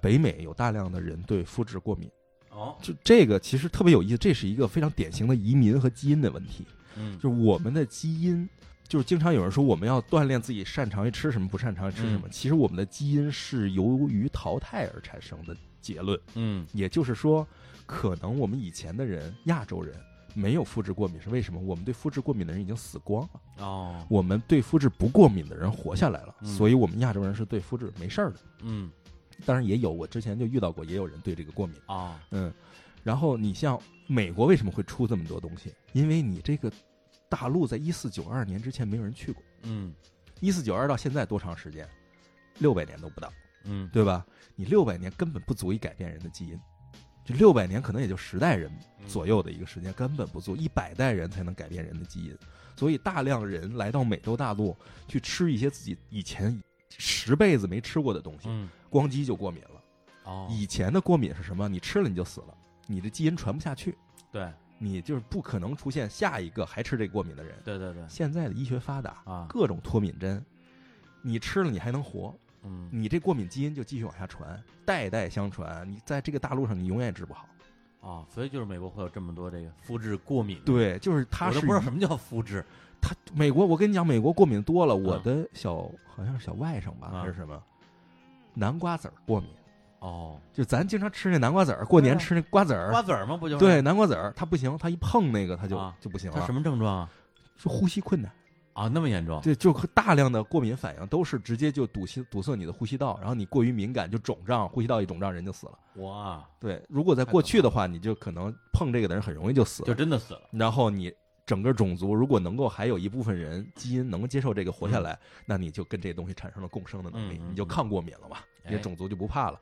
[SPEAKER 2] 北美有大量的人对肤质过敏，
[SPEAKER 1] 哦，
[SPEAKER 2] 就这个其实特别有意思，这是一个非常典型的移民和基因的问题。
[SPEAKER 1] 嗯，
[SPEAKER 2] 就是我们的基因，就是经常有人说我们要锻炼自己擅长于吃什么，不擅长于吃什么。
[SPEAKER 1] 嗯
[SPEAKER 2] 其实我们的基因是由于淘汰而产生的结论，
[SPEAKER 1] 嗯
[SPEAKER 2] 也就是说，可能我们以前的人，亚洲人。没有肤质过敏是为什么？我们对肤质过敏的人已经死光了，
[SPEAKER 1] 哦，
[SPEAKER 2] 我们对肤质不过敏的人活下来了，
[SPEAKER 1] 嗯
[SPEAKER 2] 所以我们亚洲人是对肤质没事儿的。
[SPEAKER 1] 嗯
[SPEAKER 2] 当然也有，我之前就遇到过，也有人对这个过敏。
[SPEAKER 1] 哦，
[SPEAKER 2] 嗯，然后你像美国为什么会出这么多东西？因为你这个大陆在一四九二年之前没有人去过，
[SPEAKER 1] 嗯
[SPEAKER 2] 一四九二到现在多长时间？六百年都不到，
[SPEAKER 1] 嗯，
[SPEAKER 2] 对吧？你六百年根本不足以改变人的基因，就六百年可能也就十代人
[SPEAKER 1] 嗯
[SPEAKER 2] 左右的一个时间，根本不足，一百代人才能改变人的基因。所以大量人来到美洲大陆去吃一些自己以前十辈子没吃过的东西，
[SPEAKER 1] 嗯，
[SPEAKER 2] 光鸡就过敏了。
[SPEAKER 1] 哦，
[SPEAKER 2] 以前的过敏是什么？你吃了你就死了，你的基因传不下去，
[SPEAKER 1] 对
[SPEAKER 2] 你就是不可能出现下一个还吃这个过敏的人。
[SPEAKER 1] 对对对，
[SPEAKER 2] 现在的医学发达
[SPEAKER 1] 啊
[SPEAKER 2] 各种脱敏针，你吃了你还能活，
[SPEAKER 1] 嗯，
[SPEAKER 2] 你这过敏基因就继续往下传，代代相传。你在这个大陆上，你永远也治不好。
[SPEAKER 1] 哦，所以就是美国会有这么多这个肤质过敏，，
[SPEAKER 2] 对，就是它
[SPEAKER 1] 我
[SPEAKER 2] 是
[SPEAKER 1] 都不知道什么叫肤质
[SPEAKER 2] 它美国，我跟你讲，美国过敏多了。我
[SPEAKER 1] 啊
[SPEAKER 2] 的小好像是小外甥吧，
[SPEAKER 1] 啊
[SPEAKER 2] 还是什么，南瓜籽儿过敏。
[SPEAKER 1] 哦，
[SPEAKER 2] 就咱经常吃那南瓜籽儿，过年
[SPEAKER 3] 对
[SPEAKER 2] 吃那瓜籽儿
[SPEAKER 1] 瓜，子儿吗？不就是
[SPEAKER 2] 对，南瓜籽儿它不行，它一碰那个它就
[SPEAKER 1] 啊
[SPEAKER 2] 就不行
[SPEAKER 1] 他
[SPEAKER 2] 了
[SPEAKER 1] 什，么症状啊？
[SPEAKER 2] 是呼吸困难。
[SPEAKER 1] 啊，那么严重？
[SPEAKER 2] 对，就大量的过敏反应都是直接就堵吸堵塞你的呼吸道，然后你过于敏感就肿胀，呼吸道一肿胀人就死了。
[SPEAKER 1] 哇，
[SPEAKER 2] 对，如果在过去的话，你就可能碰这个的人很容易就死
[SPEAKER 1] 就
[SPEAKER 2] 了。
[SPEAKER 1] 真的死了。
[SPEAKER 2] 然后你整个种族如果能够还有一部分人基因能接受这个活下来，那你就跟这东西产生了共生的能力，
[SPEAKER 1] 嗯嗯嗯
[SPEAKER 2] 你就抗过敏了嘛，
[SPEAKER 1] 哎
[SPEAKER 2] 你的种族就不怕了。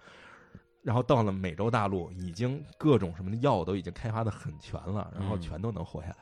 [SPEAKER 2] 然后到了美洲大陆，已经各种什么的药都已经开发的很全了，然后
[SPEAKER 1] 嗯
[SPEAKER 2] 全都能活下来，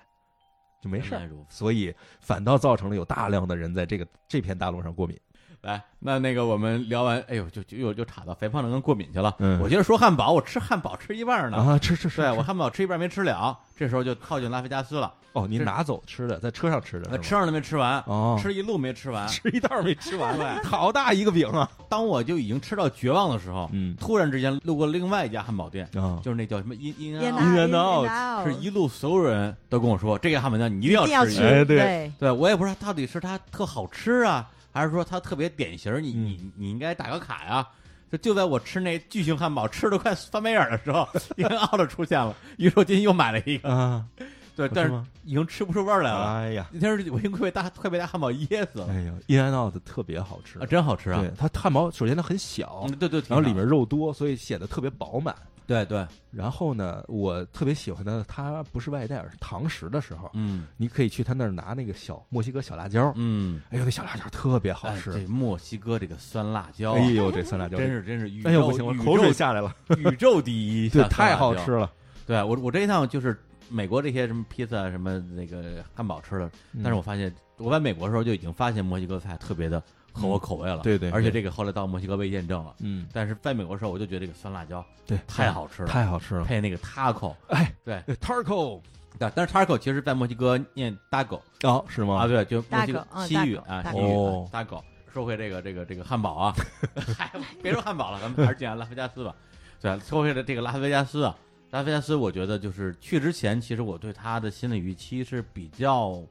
[SPEAKER 2] 就没事
[SPEAKER 1] 原来
[SPEAKER 2] 儿。
[SPEAKER 1] 如此
[SPEAKER 2] 所以反倒造成了有大量的人在这个这片大陆上过敏。
[SPEAKER 1] 来，那那个我们聊完，哎呦，就就又又岔到肥胖症跟过敏去了。
[SPEAKER 2] 嗯
[SPEAKER 1] 我接着说汉堡，我吃汉堡吃一半呢。
[SPEAKER 2] 啊，吃吃吃！
[SPEAKER 1] 对我汉堡吃一半没吃了，这时候就靠近拉菲加斯了，
[SPEAKER 2] 哦，你
[SPEAKER 1] 这
[SPEAKER 2] 拿走吃的，在车上吃的
[SPEAKER 1] 那
[SPEAKER 2] 是吗，
[SPEAKER 1] 吃上了没吃完，
[SPEAKER 2] 哦，
[SPEAKER 1] 吃一路没吃完。
[SPEAKER 2] 吃一袋儿没吃完，
[SPEAKER 1] 对
[SPEAKER 2] 好大一个饼啊！
[SPEAKER 1] 当我就已经吃到绝望的时候，
[SPEAKER 2] 嗯
[SPEAKER 1] 突然之间路过另外一家汉堡店，
[SPEAKER 2] 啊，
[SPEAKER 1] 就是那叫什么阴阴
[SPEAKER 3] 烟
[SPEAKER 1] 啊，
[SPEAKER 2] In
[SPEAKER 3] 拿
[SPEAKER 2] and out，
[SPEAKER 1] 是一路所有人都跟我说这个汉堡店你一定
[SPEAKER 3] 一定要
[SPEAKER 1] 吃一
[SPEAKER 3] 吃，
[SPEAKER 1] 下。
[SPEAKER 2] 哎对
[SPEAKER 3] 对，
[SPEAKER 1] 对我也不知道到底是它特好吃啊，还是说它特别典型儿，
[SPEAKER 2] 嗯
[SPEAKER 1] 你你你应该打个卡呀。就就在我吃那巨型汉堡吃的快翻白眼儿的时候， 因为奥特出现了，于是我今天又买了一个，
[SPEAKER 2] 啊，
[SPEAKER 1] 对，
[SPEAKER 2] 好吃
[SPEAKER 1] 但是
[SPEAKER 2] 吗
[SPEAKER 1] 已经吃不出味儿来了。
[SPEAKER 2] 哎呀，
[SPEAKER 1] 那天我已经快被大快被大汉堡噎死了
[SPEAKER 2] 哎呀，In and Out 特别好吃
[SPEAKER 1] 啊，，真好吃啊！
[SPEAKER 2] 嗯对它汉堡首先它很小
[SPEAKER 1] 嗯，，对对，挺
[SPEAKER 2] 然后里
[SPEAKER 1] 好
[SPEAKER 2] 面肉多，所以显得特别饱满。
[SPEAKER 1] 对对，
[SPEAKER 2] 然后呢，我特别喜欢的，它不是外带，而是堂食的时候，
[SPEAKER 1] 嗯
[SPEAKER 2] 你可以去他那儿拿那个小墨西哥小辣椒，
[SPEAKER 1] 嗯，
[SPEAKER 2] 哎呦，那小辣椒特别好
[SPEAKER 1] 哎
[SPEAKER 2] 吃，
[SPEAKER 1] 这墨西哥这个酸辣椒啊，
[SPEAKER 2] 哎呦，这酸辣椒
[SPEAKER 1] 真是真是宇宙
[SPEAKER 2] 哎呦不行，我
[SPEAKER 1] 宇
[SPEAKER 2] 口水
[SPEAKER 1] 宙
[SPEAKER 2] 下来了，
[SPEAKER 1] 宇宙第一，
[SPEAKER 2] 对，
[SPEAKER 1] 像酸
[SPEAKER 2] 太
[SPEAKER 1] 辣
[SPEAKER 2] 好
[SPEAKER 1] 椒
[SPEAKER 2] 吃了。
[SPEAKER 1] 对啊我，我这一趟就是美国这些什么披萨、啊什么那个汉堡吃了，
[SPEAKER 2] 嗯
[SPEAKER 1] 但是我发现我在美国的时候就已经发现墨西哥菜特别的合我口味了，
[SPEAKER 2] 嗯对对
[SPEAKER 1] 而且
[SPEAKER 2] 对
[SPEAKER 1] 这个后来到墨西哥被验证了，
[SPEAKER 2] 嗯，
[SPEAKER 1] 但是在美国的时候我就觉得这个酸辣椒
[SPEAKER 2] 对，
[SPEAKER 1] 太好吃了，
[SPEAKER 2] 嗯太好吃了。
[SPEAKER 1] 配那个 taco，
[SPEAKER 2] 哎，
[SPEAKER 1] 对
[SPEAKER 2] 对，Taco
[SPEAKER 1] 对，啊但是 taco 其实在墨西哥念 dago
[SPEAKER 2] 哦，是吗？
[SPEAKER 1] 啊，对，就墨西哥
[SPEAKER 3] Taco，嗯
[SPEAKER 1] 西语
[SPEAKER 3] Taco，
[SPEAKER 1] 啊，
[SPEAKER 3] Taco
[SPEAKER 1] 西语
[SPEAKER 2] 哦
[SPEAKER 1] dago。说回这个这个这个汉堡啊， 嗨，别说汉堡了，咱们还是讲拉菲加斯吧。对，啊说回了这个拉菲加斯啊，拉菲加斯，我觉得就是去之前，其实我对他的心理预期是比较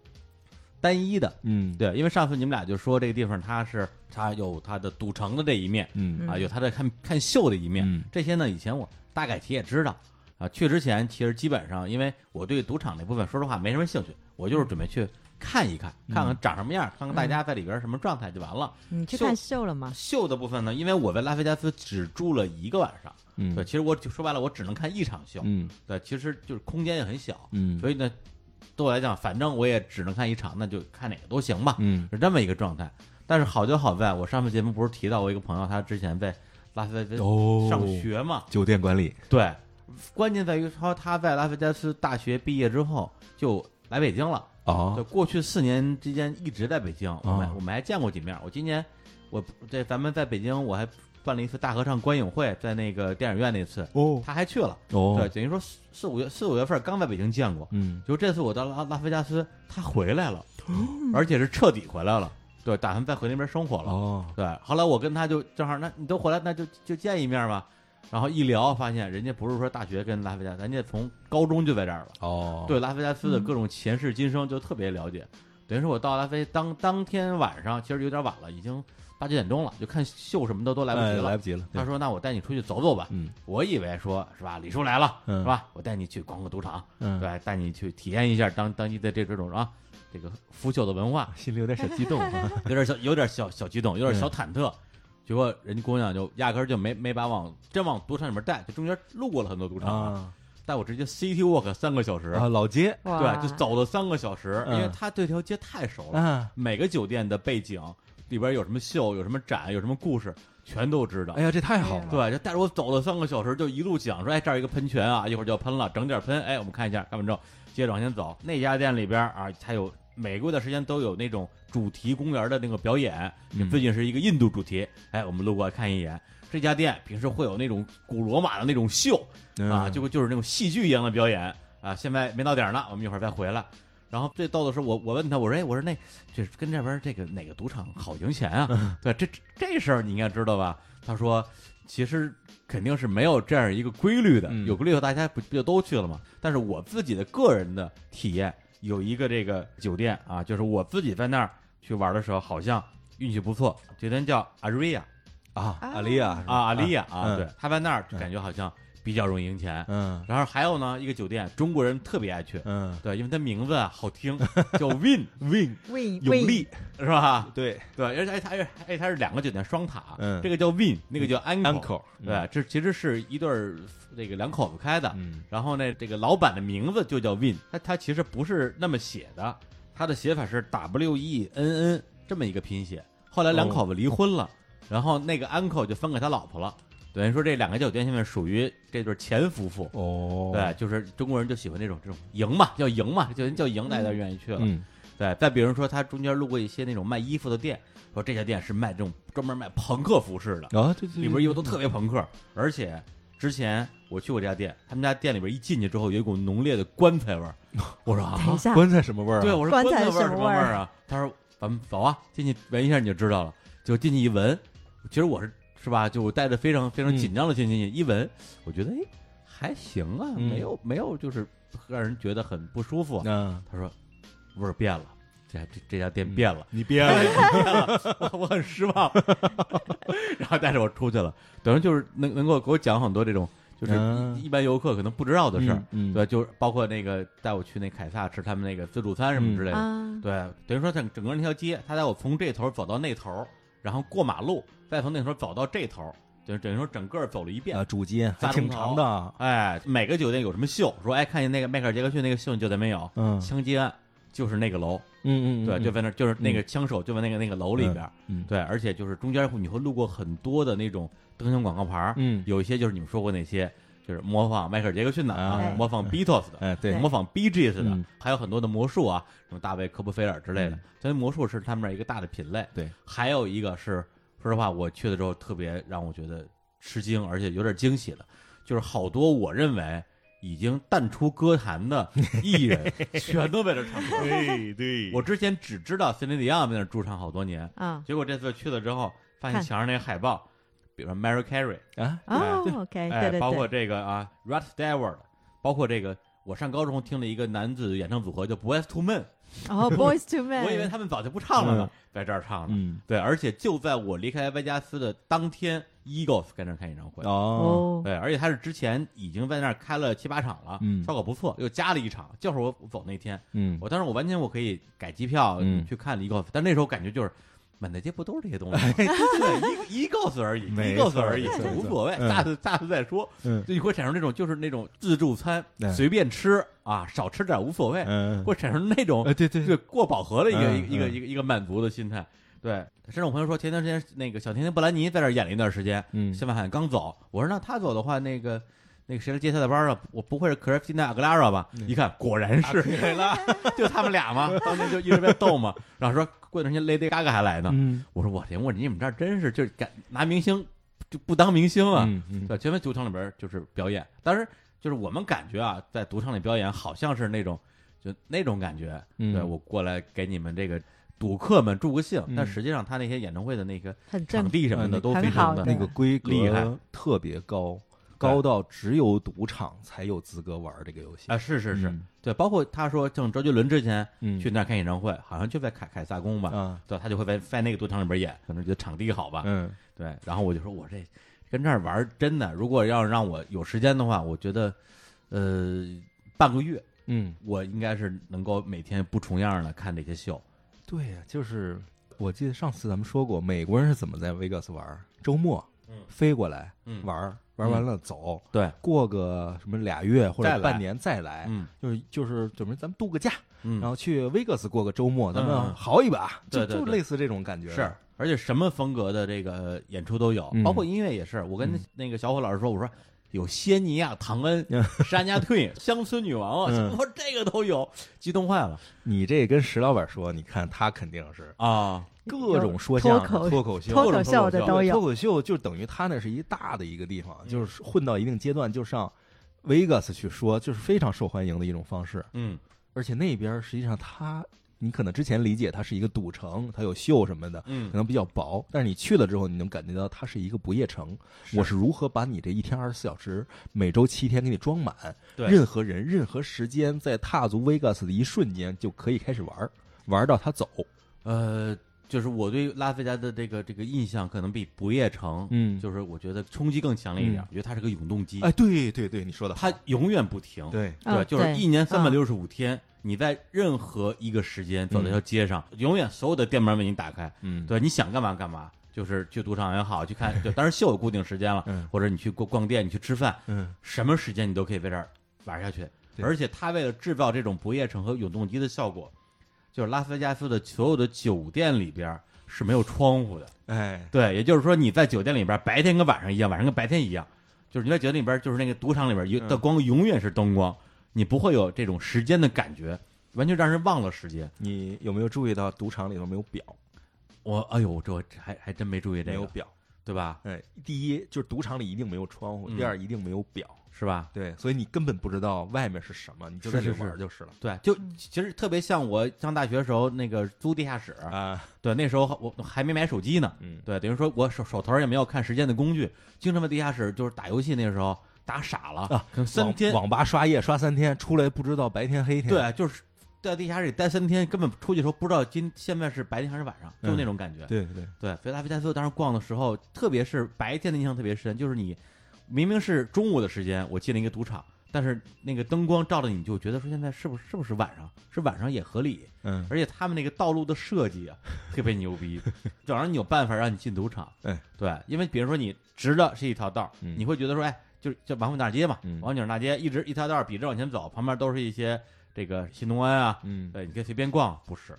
[SPEAKER 1] 单一的。
[SPEAKER 2] 嗯，，
[SPEAKER 1] 对，因为上次你们俩就说这个地方它是它有它的赌城的这一面
[SPEAKER 2] 嗯
[SPEAKER 1] 啊，有它的看看秀的一面，
[SPEAKER 2] 嗯
[SPEAKER 1] 这些呢以前我大概其也知道啊。去之前其实基本上，因为我对赌场那部分说实话没什么兴趣，我就是准备去看一看，看
[SPEAKER 2] 嗯
[SPEAKER 1] 看长什么样，看看大家在里边什么状态就完了。
[SPEAKER 3] 你去看秀了吗？
[SPEAKER 1] 秀的部分呢，因为我在拉菲加斯只住了一个晚上，
[SPEAKER 2] 嗯
[SPEAKER 1] 对，其实我就说白了，我只能看一场秀，
[SPEAKER 2] 嗯
[SPEAKER 1] 对，其实就是空间也很小，
[SPEAKER 2] 嗯
[SPEAKER 1] 所以呢，对我来讲，反正我也只能看一场，那就看哪个都行吧，
[SPEAKER 2] 嗯
[SPEAKER 1] 是这么一个状态。但是好就好在，我上次节目不是提到我一个朋友，他之前在拉菲加斯
[SPEAKER 2] 哦
[SPEAKER 1] 上学嘛，
[SPEAKER 2] 酒店管理，
[SPEAKER 1] 对，关键在于他他在拉菲加斯大学毕业之后就来北京了。
[SPEAKER 2] 哦
[SPEAKER 1] 就过去四年之间一直在北京，我们、
[SPEAKER 2] 哦
[SPEAKER 1] 我们还见过几面。我今年我这咱们在北京我还办了一次大合唱观影会，在那个电影院那次，
[SPEAKER 2] 哦
[SPEAKER 1] 他还去了。对，
[SPEAKER 2] 哦，
[SPEAKER 1] 等于说四四五月四五月份刚在北京见过，
[SPEAKER 2] 嗯
[SPEAKER 1] 就这次我到拉拉菲加斯，他回来了，
[SPEAKER 2] 哦
[SPEAKER 1] 而且是彻底回来了。对，打算再回那边生活了。
[SPEAKER 2] 哦，
[SPEAKER 1] 对，后来我跟他就正好，那你都回来，那就就见一面吧。然后一聊，发现人家不是说大学跟拉菲加斯，人家从高中就在这儿了。
[SPEAKER 2] 哦，
[SPEAKER 1] 对拉菲加斯的各种前世今生就特别了解。等于说我到拉菲当当天晚上，其实有点晚了，已经八九点钟了，就看秀什么的都来不及
[SPEAKER 2] 哎
[SPEAKER 1] 了。
[SPEAKER 2] 来不及了。
[SPEAKER 1] 他
[SPEAKER 2] 对，
[SPEAKER 1] 说：“那我带你出去走走吧。
[SPEAKER 2] 嗯
[SPEAKER 1] 我以为说是吧，李叔来了、
[SPEAKER 2] 嗯
[SPEAKER 1] 是吧？我带你去逛个赌场，
[SPEAKER 2] 嗯，
[SPEAKER 1] 对，带你去体验一下当当地的这这种啊，这个腐朽的文 化，
[SPEAKER 2] 心里有点小 激动啊。
[SPEAKER 1] 有点小有点小小激动，有点小忐忑。结果人家姑娘就压根儿就没没把往真往赌场里面带，就中间路过了很多赌场，
[SPEAKER 2] 啊
[SPEAKER 1] 带我直接 city walk 三个小时，
[SPEAKER 2] 啊，老街
[SPEAKER 3] 哇，
[SPEAKER 1] 对，就走了三个小时，因
[SPEAKER 2] 嗯
[SPEAKER 1] 为他对这条街太熟了，
[SPEAKER 2] 啊，
[SPEAKER 1] 每个酒店的背景里边有什么秀，有什么展，有什么故事，全都知道。
[SPEAKER 2] 哎呀，这太好了！
[SPEAKER 1] 对，就带着我走了三个小时，就一路讲说，哎，这儿有一个喷泉啊，一会儿就要喷了，整点喷。哎，我们看一下，看完之后接着往前走，那家店里边儿啊，它有每个月的时间都有那种主题公园的那个表演。
[SPEAKER 2] 嗯
[SPEAKER 1] 最近是一个印度主题，哎，我们路过来看一眼。这家店平时会有那种古罗马的那种秀啊，
[SPEAKER 2] 嗯
[SPEAKER 1] 就就是那种戏剧一样的表演啊。现在没到点儿呢，我们一会儿再回来。然后最逗的是我，我问他，我说，哎，我说那这跟这边儿这个哪个赌场好赢钱
[SPEAKER 2] 嗯
[SPEAKER 1] 啊？对，这这事儿你应该知道吧？他说，其实肯定是没有这样一个规律的，
[SPEAKER 2] 嗯
[SPEAKER 1] 有规律的大家不不就都去了吗？但是我自己的个人的体验，有一个这个酒店啊，就是我自己在那儿去玩的时候，好像运气不错，酒店叫阿瑞亚
[SPEAKER 2] 啊，
[SPEAKER 3] 啊
[SPEAKER 2] 阿丽亚是吧
[SPEAKER 1] 啊，阿丽亚啊，
[SPEAKER 2] 嗯
[SPEAKER 1] 对，他在那儿就感觉好像比较容易赢钱。
[SPEAKER 2] 嗯
[SPEAKER 1] 然后还有呢，一个酒店中国人特别爱去，
[SPEAKER 2] 嗯，
[SPEAKER 1] 对，因为它名字啊好听，叫 Win Win
[SPEAKER 3] 为
[SPEAKER 1] 永利是吧？
[SPEAKER 2] 对，
[SPEAKER 1] 对，而且哎它而且哎它是两个酒店双塔，
[SPEAKER 2] 嗯
[SPEAKER 1] 这个叫 Win，那个叫 Uncle，,
[SPEAKER 2] 安口，
[SPEAKER 1] 对，这其实是一对儿那个两口子开的，
[SPEAKER 2] 嗯，
[SPEAKER 1] 然后呢，这个老板的名字就叫 Win，他他其实不是那么写的，他的写法是 W E N N 这么一个拼写。后来两口子离婚了，然后那个 uncle 就分给他老婆了，等于说这两个酒店现在属于这对前夫妇。
[SPEAKER 2] 哦，
[SPEAKER 1] 对，，就是中国人就喜欢这种这种赢嘛，叫赢嘛，就叫赢，大家愿意去了。
[SPEAKER 2] 嗯
[SPEAKER 1] 对，再比如说，他中间路过一些那种卖衣服的店，说这家店是卖这种专门卖朋克服饰的，
[SPEAKER 2] 啊，这这
[SPEAKER 1] 里边衣服都特别朋克，而且之前我去过这家店，他们家店里边一进去之后有一股浓烈的棺材味儿，我说啊，
[SPEAKER 3] 等一下，
[SPEAKER 2] 棺材什么味儿啊？
[SPEAKER 1] 对，我说
[SPEAKER 3] 棺
[SPEAKER 1] 材
[SPEAKER 3] 材
[SPEAKER 1] 味儿
[SPEAKER 3] 什么
[SPEAKER 1] 么
[SPEAKER 3] 味儿
[SPEAKER 1] 儿啊？他说咱们走啊，进去闻一下你就知道了。就进去一闻，其实我是是吧？就我带着非常非常
[SPEAKER 2] 嗯
[SPEAKER 1] 紧张的进去，一闻，我觉得哎还行啊，
[SPEAKER 2] 嗯
[SPEAKER 1] 没有没有就是让人觉得很不舒服。
[SPEAKER 2] 嗯，
[SPEAKER 1] 他说味儿变了，这这这家店变了。
[SPEAKER 2] 你别了，
[SPEAKER 1] 我我很失望。 然后带着我出去了，等于就是能能够给我讲很多这种，就是一,、
[SPEAKER 2] 嗯
[SPEAKER 1] 般游客可能不知道的事儿。
[SPEAKER 2] 嗯嗯
[SPEAKER 1] 对，就是包括那个带我去那凯撒吃他们那个自助餐什
[SPEAKER 2] 嗯
[SPEAKER 1] 么之类的。
[SPEAKER 3] 啊，
[SPEAKER 1] 对，等于说整整个那条街，他带我从这头走到那头，然后过马路，再从那头走到这头，等等于说整个走了一遍。
[SPEAKER 2] 啊，主街
[SPEAKER 1] 仨
[SPEAKER 2] 还挺
[SPEAKER 1] 钟头
[SPEAKER 2] 长的啊，
[SPEAKER 1] 哎，每个酒店有什么秀？说哎，看见那个迈克尔杰克逊那个秀，你酒店没有？
[SPEAKER 2] 嗯
[SPEAKER 1] 枪击案就是那个楼，
[SPEAKER 2] 嗯
[SPEAKER 1] 对，就在那儿，就是那个枪手就在那个那个楼里边儿。
[SPEAKER 2] 嗯
[SPEAKER 1] 对，而且就是中间会你会路过很多的那种灯箱广告牌儿，
[SPEAKER 2] 嗯，
[SPEAKER 1] 有一些就是你们说过那些，就是模仿迈克尔杰克逊的啊
[SPEAKER 2] 哎，
[SPEAKER 1] 模仿 Beatles 的，
[SPEAKER 2] 哎对
[SPEAKER 3] 对，
[SPEAKER 1] 模仿 B G S 的
[SPEAKER 2] 嗯，
[SPEAKER 1] 还有很多的魔术啊，什么大卫科波菲尔之类的
[SPEAKER 2] 嗯。
[SPEAKER 1] 所以魔术是他们那儿一个大的品类。
[SPEAKER 2] 对，
[SPEAKER 1] 还有一个是，说实话，我去了之后特别让我觉得吃惊，而且有点惊喜的，就是好多我认为已经淡出歌坛的艺 人，全都在这儿唱歌。
[SPEAKER 2] 对对
[SPEAKER 1] 我之前只知道森林迪昂在那儿驻唱好多年，
[SPEAKER 3] 啊
[SPEAKER 1] 结果这次去了之后，发现
[SPEAKER 3] 看
[SPEAKER 1] 墙上那个海报，比如说 Mary Carey，
[SPEAKER 2] 啊，
[SPEAKER 3] 哦
[SPEAKER 1] 对
[SPEAKER 3] ，OK，
[SPEAKER 1] 哎，
[SPEAKER 3] 对对
[SPEAKER 1] 包括
[SPEAKER 3] 对，
[SPEAKER 1] 这个啊 Rod Stewart，包括这个我上高中听了一个男子演唱组合叫 Boys to Men，
[SPEAKER 3] 然后哦 Boys to Men，
[SPEAKER 1] 我以为他们早就不唱了呢，在这儿唱呢。
[SPEAKER 2] 嗯
[SPEAKER 1] 对，而且就在我离开维加斯的当天，Eagles 跟那儿开演唱会。
[SPEAKER 2] 哦，
[SPEAKER 3] 哦，
[SPEAKER 1] 对，而且他是之前已经在那儿开了七八场了，
[SPEAKER 2] 嗯
[SPEAKER 1] 效果不错，又加了一场。就是我走那天，
[SPEAKER 2] 嗯
[SPEAKER 1] 我当时我完全我可以改机票、
[SPEAKER 2] 嗯
[SPEAKER 1] 去看 Eagles，但那时候感觉就是满大街不都是这些东西吗？
[SPEAKER 2] 哎
[SPEAKER 1] 对一 Eagles 而已
[SPEAKER 2] 没错
[SPEAKER 1] ，Eagles 而已
[SPEAKER 2] 没错，
[SPEAKER 1] 无所谓，
[SPEAKER 2] 嗯
[SPEAKER 1] 下次下次再说。
[SPEAKER 2] 嗯
[SPEAKER 1] 就你会产生这种就是那种自助餐
[SPEAKER 2] 对
[SPEAKER 1] 随便吃啊，少吃点无所谓，
[SPEAKER 2] 嗯，
[SPEAKER 1] 会产生那种
[SPEAKER 2] 哎对对
[SPEAKER 1] 对，过饱和的一个、
[SPEAKER 2] 嗯
[SPEAKER 1] 一个
[SPEAKER 2] 嗯
[SPEAKER 1] 一个一个满足的心态。对，甚至我朋友说，前段时间那个小甜甜布兰妮在这儿演了一段时间，
[SPEAKER 2] 嗯
[SPEAKER 1] 现在好像刚走。我说那她走的话，那个那个谁来接她的班啊？我不会是 Christina Aguilera 吧？
[SPEAKER 2] 嗯
[SPEAKER 1] 一看果然是了， 就他们俩嘛，当年就一直在斗嘛。然后说过段时间 Lady Gaga 还来呢，
[SPEAKER 2] 嗯
[SPEAKER 1] 我说我天，我你们这儿真是就是敢拿明星就不当明星啊？
[SPEAKER 2] 嗯嗯
[SPEAKER 1] 对，全在赌场里边儿就是表演，当然就是我们感觉啊，在赌场里表演好像是那种就那种感觉，
[SPEAKER 2] 嗯
[SPEAKER 1] 对我过来给你们这个赌客们助个兴，
[SPEAKER 2] 嗯
[SPEAKER 1] 但实际上他那些演唱会的那个
[SPEAKER 3] 很
[SPEAKER 1] 场
[SPEAKER 3] 正，
[SPEAKER 1] 地什么的
[SPEAKER 2] 嗯
[SPEAKER 1] 都
[SPEAKER 3] 很
[SPEAKER 1] 非常
[SPEAKER 3] 好
[SPEAKER 1] 的
[SPEAKER 3] 的
[SPEAKER 2] 那个规格
[SPEAKER 1] 厉害
[SPEAKER 2] 特别高，高到只有赌场才有资格玩这个游戏
[SPEAKER 1] 啊，。是是是、
[SPEAKER 2] 嗯
[SPEAKER 1] 对，包括他说像周杰伦之前
[SPEAKER 2] 嗯
[SPEAKER 1] 去那儿看演唱会，好像就在凯凯撒宫吧，
[SPEAKER 2] 啊，
[SPEAKER 1] 对，他就会在在那个赌场里边演，可能觉得场地好吧，
[SPEAKER 2] 嗯
[SPEAKER 1] 对，然后我就说我这跟这儿玩儿真的，如果要让我有时间的话，我觉得呃半个月。
[SPEAKER 2] 嗯，
[SPEAKER 1] 我应该是能够每天不重样的看这些秀。
[SPEAKER 2] 对呀，就是我记得上次咱们说过，美国人是怎么在维加斯玩儿，周末
[SPEAKER 1] 嗯
[SPEAKER 2] 飞过来
[SPEAKER 1] 嗯
[SPEAKER 2] 玩儿，玩完了走，
[SPEAKER 1] 对，
[SPEAKER 2] 过个什么俩月或
[SPEAKER 1] 再
[SPEAKER 2] 者
[SPEAKER 1] 来
[SPEAKER 2] 半年再来，
[SPEAKER 1] 嗯
[SPEAKER 2] 就是就是怎么咱们度个假，
[SPEAKER 1] 嗯，
[SPEAKER 2] 然后去维格斯过个周末，咱
[SPEAKER 1] 嗯
[SPEAKER 2] 们
[SPEAKER 1] 嗯
[SPEAKER 2] 豪一把，
[SPEAKER 1] 对
[SPEAKER 2] 就
[SPEAKER 1] 对
[SPEAKER 2] 就
[SPEAKER 1] 对
[SPEAKER 2] 类似这种感觉。
[SPEAKER 1] 是，而且什么风格的这个演出都有，
[SPEAKER 2] 嗯
[SPEAKER 1] 包括音乐也是。我跟
[SPEAKER 2] 嗯
[SPEAKER 1] 那个小伙老师说，我说有仙尼亚、唐 恩
[SPEAKER 2] 嗯、
[SPEAKER 1] 山家队、乡村女王啊，
[SPEAKER 2] 嗯
[SPEAKER 1] 我说这个都有，激动坏了
[SPEAKER 2] 你这跟石老板说，你看他肯定是
[SPEAKER 1] 啊！
[SPEAKER 2] 各种说相
[SPEAKER 3] 脱口
[SPEAKER 2] 声、脱口秀、
[SPEAKER 3] 脱口秀的都
[SPEAKER 2] 脱
[SPEAKER 3] 有，
[SPEAKER 2] 口秀就等于他那是一大的一个地
[SPEAKER 1] 嗯
[SPEAKER 2] 方，就是混到一定阶段就上 Vegas 去说，就是非常受欢迎的一种方式。
[SPEAKER 1] 嗯，
[SPEAKER 2] 而且那边实际上他，你可能之前理解它是一个赌城，它有秀什么的，
[SPEAKER 1] 嗯
[SPEAKER 2] 可能比较薄。但是你去了之后，你能感觉到它是一个不夜城。
[SPEAKER 1] 是
[SPEAKER 2] 我是如何把你这一天二十四小时，每周七天给你装满，
[SPEAKER 1] 对
[SPEAKER 2] 任何人、任何时间，在踏足 Vegas 的一瞬间就可以开始玩儿，玩儿到他走。
[SPEAKER 1] 呃，就是我对拉斯维加的这个这个印象，可能比不夜城，
[SPEAKER 2] 嗯
[SPEAKER 1] 就是我觉得冲击更强烈一点。
[SPEAKER 2] 嗯
[SPEAKER 1] 我觉得它是个永动机，
[SPEAKER 2] 哎，对对对，你说的好
[SPEAKER 1] 它永远不停。
[SPEAKER 2] 对，
[SPEAKER 3] 嗯
[SPEAKER 1] 就是
[SPEAKER 3] 对
[SPEAKER 1] 一年三百
[SPEAKER 3] 嗯
[SPEAKER 1] 六十五天，你在任何一个时间走在
[SPEAKER 2] 嗯
[SPEAKER 1] 这条街上，永远所有的店门为你打开。
[SPEAKER 2] 嗯，
[SPEAKER 1] 对，你想干嘛干嘛，就是去赌场也好，去看，对，当然秀有固定时间了，
[SPEAKER 2] 嗯
[SPEAKER 1] 或者你去逛逛店，你去吃饭，
[SPEAKER 2] 嗯，
[SPEAKER 1] 什么时间你都可以在这儿玩下去。
[SPEAKER 2] 对
[SPEAKER 1] 而且他为了制造这种不夜城和永动机的效果，就是拉斯维加斯的所有的酒店里边儿是没有窗户的。
[SPEAKER 2] 哎，
[SPEAKER 1] 对，也就是说你在酒店里边儿白天跟晚上一样，晚上跟白天一样，就是你在酒店里边儿就是那个赌场里边儿
[SPEAKER 2] 嗯
[SPEAKER 1] 有的光永远是灯光，你不会有这种时间的感觉，完全让人忘了时间。
[SPEAKER 2] 你有没有注意到赌场里头没有表？
[SPEAKER 1] 我哎呦，这我还还真没注意这
[SPEAKER 2] 没有
[SPEAKER 1] 个，
[SPEAKER 2] 表。
[SPEAKER 1] 对吧？
[SPEAKER 2] 哎，第一就是赌场里一定没有窗户，
[SPEAKER 1] 嗯
[SPEAKER 2] 第二一定没有表。
[SPEAKER 1] 是吧？
[SPEAKER 2] 对，所以你根本不知道外面是什么，你就在
[SPEAKER 1] 是
[SPEAKER 2] 里
[SPEAKER 1] 是
[SPEAKER 2] 玩儿就是了。
[SPEAKER 1] 对，就
[SPEAKER 3] 嗯
[SPEAKER 1] 其实特别像我上大学时候那个租地下室，
[SPEAKER 2] 啊，
[SPEAKER 1] 对，那时候我我还没买手机呢，
[SPEAKER 2] 嗯，
[SPEAKER 1] 对，等于说我手手头儿也没有看时间的工具，经常在地下室就是打游戏，那时候打傻了，
[SPEAKER 2] 啊
[SPEAKER 1] 可能三
[SPEAKER 2] 网
[SPEAKER 1] 天，
[SPEAKER 2] 网吧刷夜刷三天，出来不知道白天黑天。，
[SPEAKER 1] 对，就是在地下室里待三天，根本出去的时候不知道今现在是白天还是晚上，就
[SPEAKER 2] 嗯
[SPEAKER 1] 那种感觉。
[SPEAKER 2] 对对，
[SPEAKER 1] 对，所以拉菲加斯当时逛的时候，特别是白天的印象特别深，就是你明明是中午的时间，我进了一个赌场，但是那个灯光照着你，就觉得说现在是不是是不是晚上？是晚上也合理。
[SPEAKER 2] 嗯，
[SPEAKER 1] 而且他们那个道路的设计啊，特别牛 逼，就让你有办法让你进赌场。
[SPEAKER 2] 哎
[SPEAKER 1] 对，因为比如说你直的是一条道儿，
[SPEAKER 2] 嗯
[SPEAKER 1] 你会觉得说，哎，就是叫王府井大街嘛，
[SPEAKER 2] 嗯
[SPEAKER 1] 王府井大街一直一条道儿笔直往前走，旁边都是一些这个新东安啊，
[SPEAKER 2] 嗯，
[SPEAKER 1] 对，你可以随便逛。不是，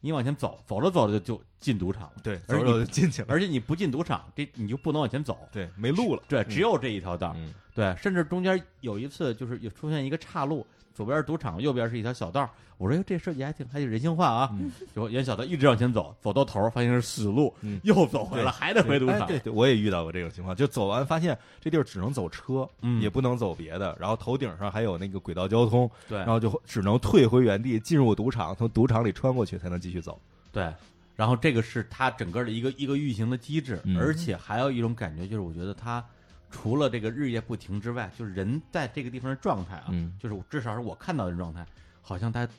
[SPEAKER 1] 你往前走，走着走着就就进赌场了，
[SPEAKER 2] 对，
[SPEAKER 1] 而
[SPEAKER 2] 走
[SPEAKER 1] 且
[SPEAKER 2] 着
[SPEAKER 1] 你
[SPEAKER 2] 走就进去了。
[SPEAKER 1] 而且你不进赌场，这你就不能往前走。
[SPEAKER 2] 对，没路了。
[SPEAKER 1] 对，
[SPEAKER 2] 嗯
[SPEAKER 1] 只有这一条道儿，
[SPEAKER 2] 嗯
[SPEAKER 1] 对，甚至中间有一次就是有出现一个岔路，左边是赌场，右边是一条小道儿。我说哟，这设计还挺还挺人性化啊。
[SPEAKER 2] 嗯
[SPEAKER 1] 结果沿小道一直往前走，走到头儿发现是死路，
[SPEAKER 2] 嗯
[SPEAKER 1] 又走回来，还得回赌场。
[SPEAKER 2] 哎对对，我也遇到过这种情况，就走完发现这地儿只能走车，
[SPEAKER 1] 嗯
[SPEAKER 2] 也不能走别的，然后头顶上还有那个轨道交通，
[SPEAKER 1] 对
[SPEAKER 2] 然后就只能退回原地，进入赌场，从赌场里穿过去才能继续走。
[SPEAKER 1] 对然后这个是它整个的一个一个运行的机制，
[SPEAKER 2] 嗯
[SPEAKER 1] 而且还有一种感觉就是，我觉得它除了这个日夜不停之外，就是人在这个地方的状态啊，
[SPEAKER 2] 嗯
[SPEAKER 1] 就是我至少是我看到的状态，好像大家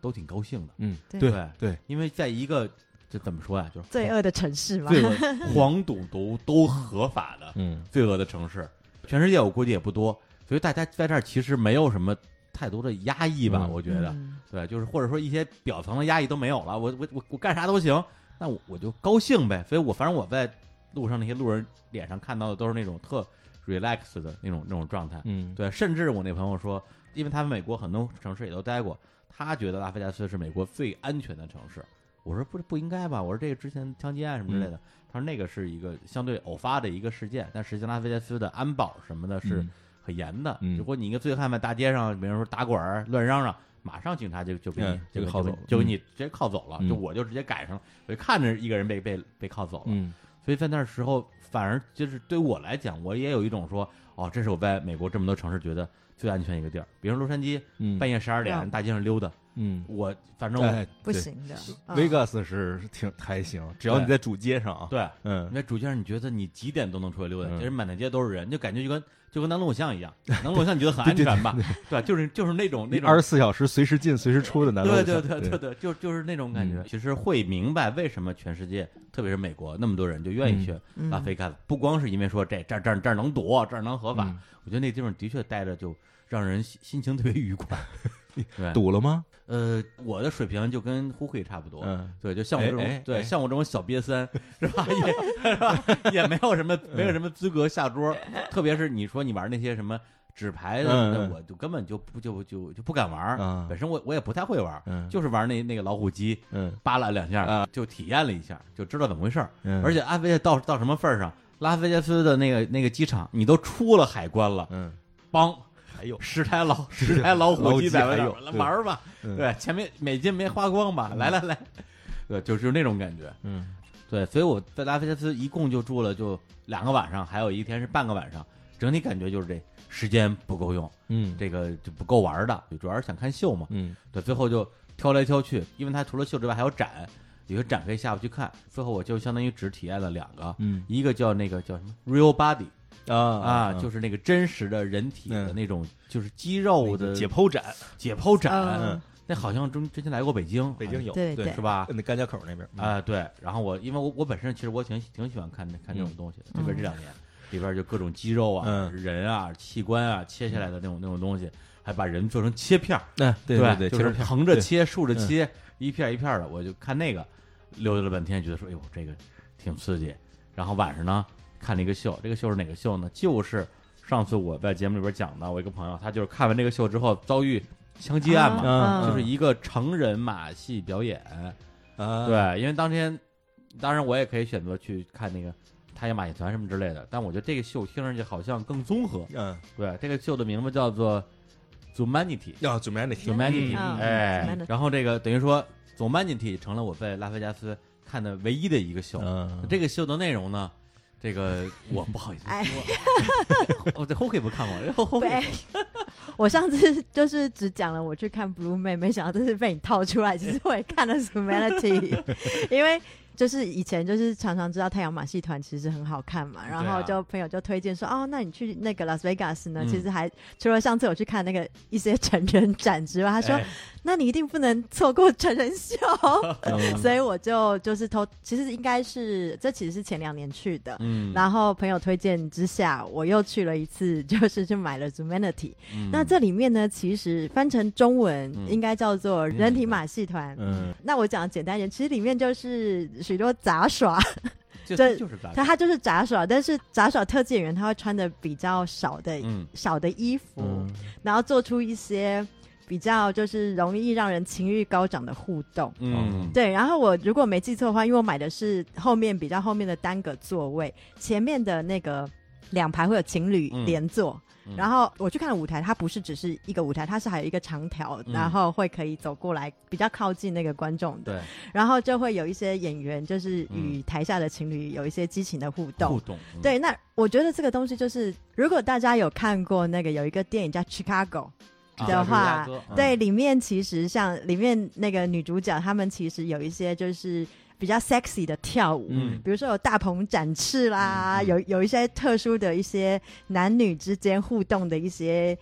[SPEAKER 1] 都挺高兴的，
[SPEAKER 2] 嗯，
[SPEAKER 3] 对
[SPEAKER 2] 对
[SPEAKER 1] 对
[SPEAKER 2] 对，
[SPEAKER 1] 因为在一个这怎么说呀、就是
[SPEAKER 3] 罪恶的城市嘛，
[SPEAKER 1] 罪恶黄赌毒都合法的
[SPEAKER 2] 嗯，
[SPEAKER 1] 罪恶的城市，全世界我估计也不多，所以大家在这儿其实没有什么太多的压抑吧，
[SPEAKER 2] 嗯
[SPEAKER 1] 我觉得，
[SPEAKER 3] 嗯
[SPEAKER 1] 对，就是或者说一些表层的压抑都没有了，我我我我干啥都行，那我我就高兴呗，所以我反正我在路上那些路人脸上看到的都是那种特 relax 的那种那种状态，
[SPEAKER 2] 嗯，
[SPEAKER 1] 对，甚至我那朋友说，因为他们美国很多城市也都待过，他觉得拉菲加斯是美国最安全的城市。我说不不应该吧？我说这个之前枪击案什么之类的，
[SPEAKER 2] 嗯
[SPEAKER 1] 他说那个是一个相对偶发的一个事件，但实际上拉菲加斯的安保什么的是
[SPEAKER 2] 嗯
[SPEAKER 1] 很严的。
[SPEAKER 2] 嗯
[SPEAKER 1] 如果你一个醉汉在大街上，比如说打滚儿、乱嚷嚷，马上警察就就给你、
[SPEAKER 2] 嗯
[SPEAKER 1] 就
[SPEAKER 2] 就
[SPEAKER 1] 给
[SPEAKER 2] 铐走
[SPEAKER 1] 就
[SPEAKER 2] 了
[SPEAKER 1] 就给你直接铐走了。
[SPEAKER 2] 嗯
[SPEAKER 1] 就我就直接赶上了，我就看着一个人被被被铐走了。
[SPEAKER 2] 嗯
[SPEAKER 1] 所以在那时候，反而就是对我来讲，我也有一种说，哦，这是我在美国这么多城市觉得最安全一个地儿。比如洛杉矶，
[SPEAKER 2] 嗯
[SPEAKER 1] 半夜十二点、
[SPEAKER 3] 嗯
[SPEAKER 1] 大街上溜达，
[SPEAKER 2] 嗯，
[SPEAKER 1] 我反正我、
[SPEAKER 2] 哎，
[SPEAKER 3] 不
[SPEAKER 2] 对。
[SPEAKER 3] 行的。嗯
[SPEAKER 2] 维
[SPEAKER 1] 啊
[SPEAKER 2] 格斯是挺还行，只要你
[SPEAKER 1] 对
[SPEAKER 2] 在主街上啊，
[SPEAKER 1] 对，
[SPEAKER 2] 嗯
[SPEAKER 1] 因，为主街上你觉得你几点都能出来溜达，
[SPEAKER 2] 嗯
[SPEAKER 1] 其实满大街都是人，就感觉就跟就跟南锣鼓巷一 样，南锣鼓巷你觉得很安全吧？对，就是就是那种那种
[SPEAKER 2] 二十四小时随时进随时出的男路
[SPEAKER 1] 对
[SPEAKER 2] 上，
[SPEAKER 1] 对对对对，就就是那种感觉。
[SPEAKER 2] 嗯
[SPEAKER 1] 其实会明白为什么全世界，特别是美国，那么多人就愿意去
[SPEAKER 3] 嗯
[SPEAKER 1] 拉菲加斯，不光是因为说这这儿这儿这儿能躲，这儿能合法，
[SPEAKER 2] 嗯
[SPEAKER 1] 我觉得那地方的确待着就让人心心情特别愉快。对，
[SPEAKER 2] 堵了吗？
[SPEAKER 1] 呃，我的水平就跟呼会差不多，
[SPEAKER 2] 嗯，
[SPEAKER 1] 对，就像我这种，
[SPEAKER 2] 哎哎哎
[SPEAKER 1] 对，像我这种小瘪三，是吧？也是吧？也没有什么，没有什么资格下桌。特别是你说你玩那些什么纸牌的，
[SPEAKER 2] 嗯
[SPEAKER 1] 那
[SPEAKER 2] 嗯
[SPEAKER 1] 我就根本就不就就就不敢玩儿。
[SPEAKER 2] 啊
[SPEAKER 1] 本身我我也不太会玩儿，
[SPEAKER 2] 嗯
[SPEAKER 1] 就是玩那那个老虎机，
[SPEAKER 2] 嗯
[SPEAKER 1] 扒拉两下、
[SPEAKER 2] 啊
[SPEAKER 1] 就体验了一下，就知道怎么回事儿。
[SPEAKER 2] 嗯，
[SPEAKER 1] 而且阿飞到到什么份儿上，拉斯维加斯的那个那个机场，你都出了海关了，
[SPEAKER 2] 嗯，
[SPEAKER 1] 帮
[SPEAKER 2] 还有
[SPEAKER 1] 十台老 十台老
[SPEAKER 2] 老
[SPEAKER 1] 虎机
[SPEAKER 2] 鸡
[SPEAKER 1] 在
[SPEAKER 2] 还
[SPEAKER 1] 那
[SPEAKER 2] 有
[SPEAKER 1] 儿来玩儿吧，
[SPEAKER 2] 嗯
[SPEAKER 1] 对，嗯前面美金没花光吧？来来来，对，就是那种感觉。
[SPEAKER 2] 嗯
[SPEAKER 1] 对，所以我在拉斯维加斯一共就住了就两个晚上，还有一天是半个晚上，整体感觉就是这时间不够用，
[SPEAKER 2] 嗯
[SPEAKER 1] 这个就不够玩儿的，主要是想看秀嘛。
[SPEAKER 2] 嗯
[SPEAKER 1] 对，最后就挑来挑去，因为它除了秀之外还有展，有些展可以下午去看。最后我就相当于只体验了两个，
[SPEAKER 2] 嗯
[SPEAKER 1] 一个叫那个叫什么 real body
[SPEAKER 2] 啊
[SPEAKER 1] 啊，
[SPEAKER 2] 嗯
[SPEAKER 1] 就是那个真实的人体的
[SPEAKER 2] 嗯
[SPEAKER 1] 那种，就是肌肉的
[SPEAKER 2] 解剖展，
[SPEAKER 1] 解剖展。
[SPEAKER 3] 嗯
[SPEAKER 1] 那好像之之前来过北京，
[SPEAKER 2] 北京有嗯
[SPEAKER 3] 对
[SPEAKER 2] 对
[SPEAKER 3] 对
[SPEAKER 1] 是吧？
[SPEAKER 2] 那甘家口那边
[SPEAKER 1] 啊、，对。然后我因为我我本身其实我挺挺喜欢看看这种东西的，特别是这两年里边就各种肌肉啊、
[SPEAKER 2] 嗯
[SPEAKER 1] 人啊、器官啊切下来的那种那种东西，还把人做成切片儿。
[SPEAKER 2] 那对
[SPEAKER 1] 吧
[SPEAKER 2] 对，嗯
[SPEAKER 1] 就是
[SPEAKER 2] 其实
[SPEAKER 1] 横着切、竖着切，一片一片的，我就看那个溜达了半天，觉得说，哎呦，这个挺刺激。然后晚上呢，看了一个秀，这个秀是哪个秀呢？就是上次我在节目里边讲的，我一个朋友，他就是看完这个秀之后遭遇枪击案
[SPEAKER 3] 啊
[SPEAKER 1] 嘛，
[SPEAKER 2] 嗯
[SPEAKER 1] 就是一个成人马戏表演。
[SPEAKER 2] 啊，
[SPEAKER 1] 对，因为当天，当然我也可以选择去看那个太阳马戏团什么之类的，但我觉得这个秀听上去好像更综合。
[SPEAKER 2] 嗯，
[SPEAKER 1] 对，这个秀的名字叫做《Zumanity》。
[SPEAKER 2] 要准备那挺
[SPEAKER 1] humanity，、
[SPEAKER 3] 嗯
[SPEAKER 1] 哎
[SPEAKER 3] humanity，
[SPEAKER 1] 然后这个等于说 humanity 成了我在拉斯维加斯看的唯一的一个秀。
[SPEAKER 2] 嗯，
[SPEAKER 1] 这个秀的内容呢，这个我不好意思
[SPEAKER 3] 哎
[SPEAKER 1] 说， 我这后 k 不看过，后后
[SPEAKER 3] 对， 我上次就是只讲了我去看 Blue Man，没想到这是被你套出来。其实我也看了 Humanity，因为就是以前就是常常知道太阳马戏团其实很好看嘛，然后
[SPEAKER 1] 对啊
[SPEAKER 3] 就朋友就推荐说、哦，那你去那个 Las Vegas 呢？
[SPEAKER 1] 嗯
[SPEAKER 3] 其实还除了上次我去看那个一些成人展之外，他说、
[SPEAKER 2] 哎
[SPEAKER 3] 那你一定不能错过成人 秀。
[SPEAKER 2] 嗯
[SPEAKER 3] 所以我就就是偷，其实应该是这其实是前两年去的，
[SPEAKER 1] 嗯，
[SPEAKER 3] 然后朋友推荐之下，我又去了一次， 就是去买了 Zumanity。
[SPEAKER 1] 嗯
[SPEAKER 3] 那这里面呢，其实翻成中文
[SPEAKER 1] 嗯
[SPEAKER 3] 应该叫做人体马戏团。
[SPEAKER 2] 嗯
[SPEAKER 3] 那我讲简单一点，其实里面就是许多杂耍，
[SPEAKER 1] 这
[SPEAKER 3] 这
[SPEAKER 1] 就是杂
[SPEAKER 3] 它它就是杂耍，但是杂耍特技演员他会穿的比较少的、
[SPEAKER 1] 嗯
[SPEAKER 3] 少的衣服，
[SPEAKER 2] 嗯
[SPEAKER 3] 然后做出一些比较就是容易让人情欲高涨的互动。
[SPEAKER 1] 嗯，
[SPEAKER 3] 对，然后我如果没记错的话，因为我买的是后面比较后面的单个座位，前面的那个两排会有情侣
[SPEAKER 1] 嗯
[SPEAKER 3] 连坐。
[SPEAKER 1] 嗯
[SPEAKER 3] 然后我去看了舞台，它不是只是一个舞台，它是还有一个长条，
[SPEAKER 1] 嗯
[SPEAKER 3] 然后会可以走过来，比较靠近那个观众的。
[SPEAKER 1] 对
[SPEAKER 3] 然后就会有一些演员，就是
[SPEAKER 1] 嗯
[SPEAKER 3] 与台下的情侣有一些激情的互动。
[SPEAKER 1] 互动，嗯，
[SPEAKER 3] 对，那我觉得这个东西就是，如果大家有看过那个有一个电影叫《Chicago》，
[SPEAKER 1] 啊
[SPEAKER 3] 的
[SPEAKER 1] 芝加
[SPEAKER 3] 话
[SPEAKER 1] 哥，嗯
[SPEAKER 3] 对，里面其实像里面那个女主角，她们其实有一些就是比较 sexy 的跳舞，
[SPEAKER 1] 嗯
[SPEAKER 3] 比如说有大鹏展翅啦，
[SPEAKER 1] 嗯嗯
[SPEAKER 3] 有有一些特殊的一些男女之间互动的一些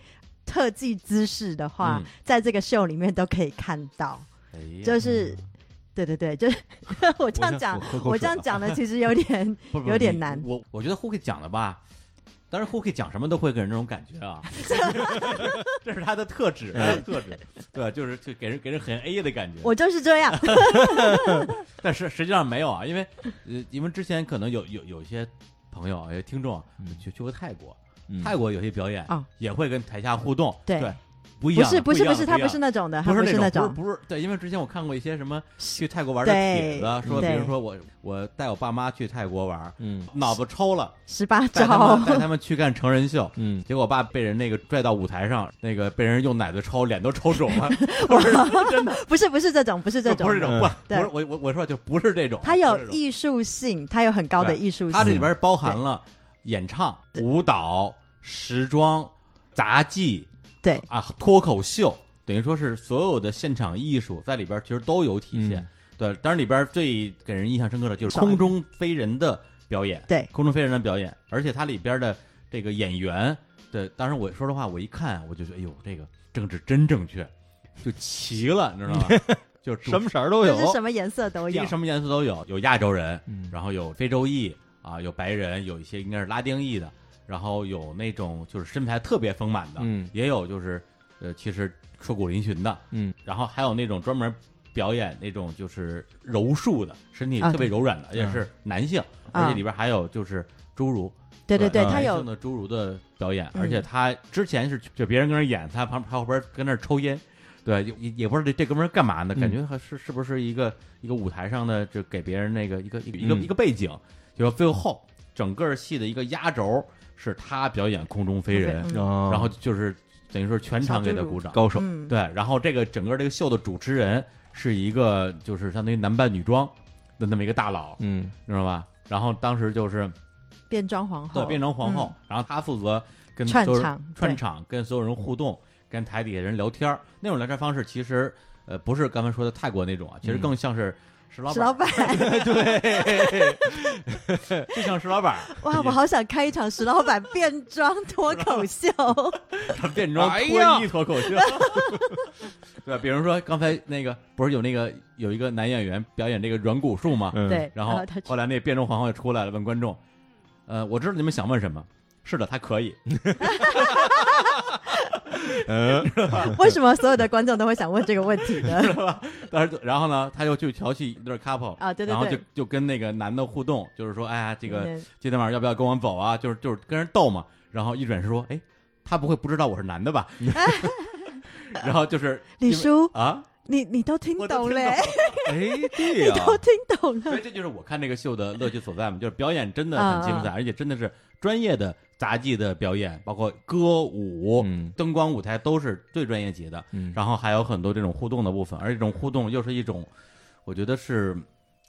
[SPEAKER 3] 特技姿势的话，
[SPEAKER 1] 嗯
[SPEAKER 3] 在这个秀里面都可以看到。
[SPEAKER 1] 哎呀
[SPEAKER 3] 嗯就是，对对对，就是 我这样讲，
[SPEAKER 2] 我
[SPEAKER 1] 啊
[SPEAKER 3] 我这样讲呢，其实有点
[SPEAKER 1] 不不
[SPEAKER 3] 有点
[SPEAKER 1] 你
[SPEAKER 3] 难
[SPEAKER 1] 我我觉得 Hooky 讲的吧，当然 Hooky 讲什么都会给人这种感觉 啊，这是他的特质，他的特质，对，就是就给人给人很 A 的感觉。
[SPEAKER 3] 嗯我就是这样。
[SPEAKER 1] 但是实际上没有啊，因为呃，因为之前可能有有有些朋友啊，有些听众啊
[SPEAKER 2] 嗯
[SPEAKER 1] 去去过泰国，
[SPEAKER 2] 嗯
[SPEAKER 1] 泰国有些表演
[SPEAKER 3] 啊
[SPEAKER 1] 也会跟台下互动，
[SPEAKER 3] 对
[SPEAKER 1] 对，不一
[SPEAKER 3] 不
[SPEAKER 1] 样
[SPEAKER 3] 是
[SPEAKER 1] 的，
[SPEAKER 3] 不是
[SPEAKER 1] 一样
[SPEAKER 3] 不
[SPEAKER 1] 的
[SPEAKER 3] 是，
[SPEAKER 1] 不
[SPEAKER 3] 他
[SPEAKER 1] 一
[SPEAKER 3] 不
[SPEAKER 1] 样
[SPEAKER 3] 是
[SPEAKER 1] 的
[SPEAKER 3] 那种的，他
[SPEAKER 1] 不是
[SPEAKER 3] 那
[SPEAKER 1] 种，
[SPEAKER 3] 种，
[SPEAKER 1] 不是不是对，因为之前我看过一些什么去泰国玩的帖
[SPEAKER 3] 对
[SPEAKER 1] 子，说比
[SPEAKER 3] 对
[SPEAKER 1] 如说我我带我爸妈去泰国玩，
[SPEAKER 2] 嗯
[SPEAKER 1] 脑子抽了。
[SPEAKER 3] 十八
[SPEAKER 1] 带他
[SPEAKER 3] 招
[SPEAKER 1] 们，带他们去看成人秀，
[SPEAKER 2] 嗯
[SPEAKER 1] 结果我爸被人那个拽到舞台上，那个被人用奶子抽，脸都抽肿了， 不是真的，
[SPEAKER 3] 不是不是这种，不是这
[SPEAKER 1] 就
[SPEAKER 3] 种，
[SPEAKER 1] 不是这种，
[SPEAKER 2] 嗯
[SPEAKER 1] 不
[SPEAKER 3] 对
[SPEAKER 1] 不是我我我说就不是这种，
[SPEAKER 3] 它有
[SPEAKER 1] 不是这种
[SPEAKER 3] 艺术性，它有很高的艺术
[SPEAKER 1] 它这
[SPEAKER 3] 性。
[SPEAKER 1] 里边包含了演唱、舞蹈、时装、杂技
[SPEAKER 3] 对，
[SPEAKER 1] 啊、脱口秀，等于说是所有的现场艺术在里边其实都有体现。
[SPEAKER 2] 嗯
[SPEAKER 1] 对，当然里边最给人印象深刻的就是
[SPEAKER 3] 少
[SPEAKER 1] 空中飞人的表演，
[SPEAKER 3] 对
[SPEAKER 1] 空中飞人的表演，而且它里边的这个演员的，当然我说实话，我一看我就觉得，哎呦，这个政治真正确，就齐了，你知道吗？就主
[SPEAKER 2] 什么色儿都
[SPEAKER 3] 就是
[SPEAKER 2] 有，
[SPEAKER 3] 什么颜色都
[SPEAKER 1] 第
[SPEAKER 3] 有
[SPEAKER 1] 一。什么颜色都有，有亚洲人，
[SPEAKER 2] 嗯
[SPEAKER 1] 然后有非洲裔啊，有白人，有一些应该是拉丁裔的，然后有那种就是身材特别丰满的，
[SPEAKER 2] 嗯
[SPEAKER 1] 也有就是呃，其实硕果仅群的，
[SPEAKER 2] 嗯，
[SPEAKER 1] 然后还有那种专门表演那种就是柔术的，身体
[SPEAKER 3] 啊
[SPEAKER 1] 特别柔软的，也是男性，
[SPEAKER 3] 啊
[SPEAKER 1] 而且里边还有就是侏儒，
[SPEAKER 3] 对对对，
[SPEAKER 2] 嗯
[SPEAKER 3] 他
[SPEAKER 1] 男
[SPEAKER 3] 有
[SPEAKER 1] 性的侏儒的表演，
[SPEAKER 3] 嗯
[SPEAKER 1] 而且他之前是就别人跟那儿演，他旁他后边跟那儿抽烟。对，也也也不知道这这哥们儿干嘛呢？
[SPEAKER 2] 嗯
[SPEAKER 1] 感觉还是是不是一个一个舞台上的，就给别人那个一个一个一个
[SPEAKER 2] 嗯
[SPEAKER 1] 一个背景，就最后整个戏的一个压轴是他表演空中飞人，
[SPEAKER 3] 嗯
[SPEAKER 1] 然
[SPEAKER 2] 然
[SPEAKER 1] 后就是等于说全场给他鼓掌，
[SPEAKER 2] 高手，
[SPEAKER 3] 嗯，
[SPEAKER 1] 对，然后这个整个这个秀的主持人是一个就是相当于男扮女装的那么一个大佬，
[SPEAKER 2] 嗯
[SPEAKER 1] 你知道吧？然后当时就是
[SPEAKER 3] 变装皇后，
[SPEAKER 1] 对变成皇后，然后他负责跟
[SPEAKER 3] 嗯串
[SPEAKER 1] 所有人
[SPEAKER 3] 场
[SPEAKER 1] 串
[SPEAKER 3] 对
[SPEAKER 1] 场，跟所有人互动，跟台底下人聊天儿那种聊天方式其实呃不是刚才说的泰国那种啊，其实
[SPEAKER 2] 嗯
[SPEAKER 1] 更像是石老
[SPEAKER 3] 嗯，石
[SPEAKER 1] 板，
[SPEAKER 3] 老板，
[SPEAKER 1] 对，就像石老板
[SPEAKER 3] 哇，我好想开一场石老板变装脱口 秀，
[SPEAKER 1] 变装
[SPEAKER 2] 哎
[SPEAKER 1] 脱
[SPEAKER 2] 呀
[SPEAKER 1] 衣脱口秀。 对吧？比如说刚才那个不是有那个有一个男演员表演这个软骨术吗？
[SPEAKER 2] 嗯，
[SPEAKER 3] 对，
[SPEAKER 1] 然 后
[SPEAKER 3] 啊他
[SPEAKER 1] 后来那变装皇后也出来了，问观众：“呃，我知道你们想问什么。”是的，他可以。
[SPEAKER 2] 嗯
[SPEAKER 3] 为什么所有的观众都会想问这个问题呢？
[SPEAKER 1] 但是，然后呢，他又去调戏一对 couple
[SPEAKER 3] 啊对对
[SPEAKER 1] 然后就
[SPEAKER 3] 对
[SPEAKER 1] 就跟那个男的互动，就是说，哎呀， 这个
[SPEAKER 3] 嗯
[SPEAKER 1] 今天晚上要不要跟我走啊？就是就是跟人逗嘛。然后一转身说，哎，他不会不知道我是男的吧？ 然后就是
[SPEAKER 3] 李
[SPEAKER 1] 因为
[SPEAKER 3] 叔，
[SPEAKER 1] 啊，
[SPEAKER 3] 你你都听
[SPEAKER 1] 我都
[SPEAKER 3] 懂
[SPEAKER 1] 听
[SPEAKER 3] 嘞，
[SPEAKER 2] 哎， 对
[SPEAKER 3] 你
[SPEAKER 2] 呀，
[SPEAKER 3] 都听懂
[SPEAKER 1] 所
[SPEAKER 3] 了
[SPEAKER 1] 以，这就是我看这个秀的乐趣所在嘛，就是表演真的很精
[SPEAKER 3] 嗯
[SPEAKER 1] 彩，而且真的是专业的杂技的表演，包括歌舞、
[SPEAKER 2] 嗯
[SPEAKER 1] 灯光、舞台都是最专业级的。
[SPEAKER 2] 嗯，
[SPEAKER 1] 然后还有很多这种互动的部分，而这种互动又是一种，我觉得是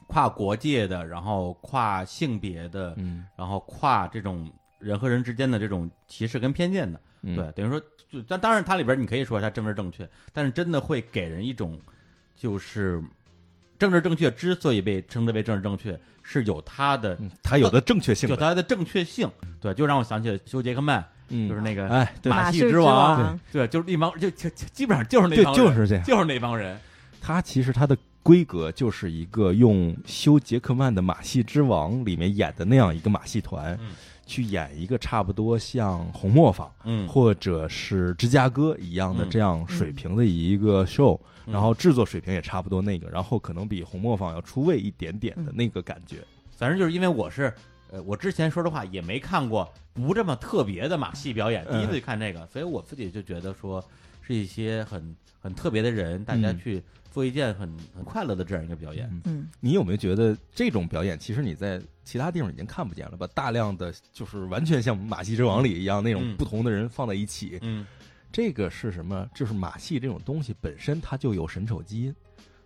[SPEAKER 1] 跨国界的，然后跨性别的，
[SPEAKER 2] 嗯，
[SPEAKER 1] 然后跨这种人和人之间的这种歧视跟偏见的。
[SPEAKER 2] 嗯
[SPEAKER 1] 对，，等于说，就但当然它里边你可以说它政治正确，但是真的会给人一种，就是政治正确之所以被称之为政治正确，是有它的
[SPEAKER 2] 嗯他有的正确性
[SPEAKER 1] 有
[SPEAKER 2] 的，
[SPEAKER 1] 它的正确性。对，就让我想起了休·杰克曼，
[SPEAKER 2] 嗯
[SPEAKER 1] 就是那个
[SPEAKER 2] 哎，对
[SPEAKER 1] 马
[SPEAKER 3] 马
[SPEAKER 1] 戏
[SPEAKER 3] 戏
[SPEAKER 1] 之
[SPEAKER 3] 之
[SPEAKER 1] 王
[SPEAKER 3] 王，
[SPEAKER 1] 对，就是一帮就就就基本上就是那
[SPEAKER 2] 对，
[SPEAKER 1] 帮人，
[SPEAKER 2] 就是这样。
[SPEAKER 1] 就是那帮人。
[SPEAKER 2] 他其实他的规格就是一个用休·杰克曼的《马戏之王》里面演的那样一个马戏团
[SPEAKER 1] 嗯，
[SPEAKER 2] 去演一个差不多像红磨坊
[SPEAKER 1] 嗯，
[SPEAKER 2] 或者是芝加哥一样的
[SPEAKER 1] 嗯
[SPEAKER 2] 这样水平的一个 show，
[SPEAKER 1] 嗯
[SPEAKER 2] 然后制作水平也差不多那个，然后可能比红磨坊要出位一点点的那个感觉。
[SPEAKER 1] 反正就是因为我是，呃，我之前说实话也没看过不这么特别的马戏表演，第
[SPEAKER 2] 嗯
[SPEAKER 1] 一次去看这个，所以我自己就觉得说是一些很很特别的人，大家
[SPEAKER 2] 嗯
[SPEAKER 1] 去做一件很很快乐的这样一个表演。
[SPEAKER 2] 嗯
[SPEAKER 3] 嗯，
[SPEAKER 2] 你有没有觉得这种表演，其实你在其他地方已经看不见了吧？大量的就是完全像《马戏之王》里一样那种
[SPEAKER 1] 嗯
[SPEAKER 2] 不同的人放在一起，
[SPEAKER 1] 嗯，
[SPEAKER 2] 这个是什么？就是马戏这种东西本身它就有神丑基因，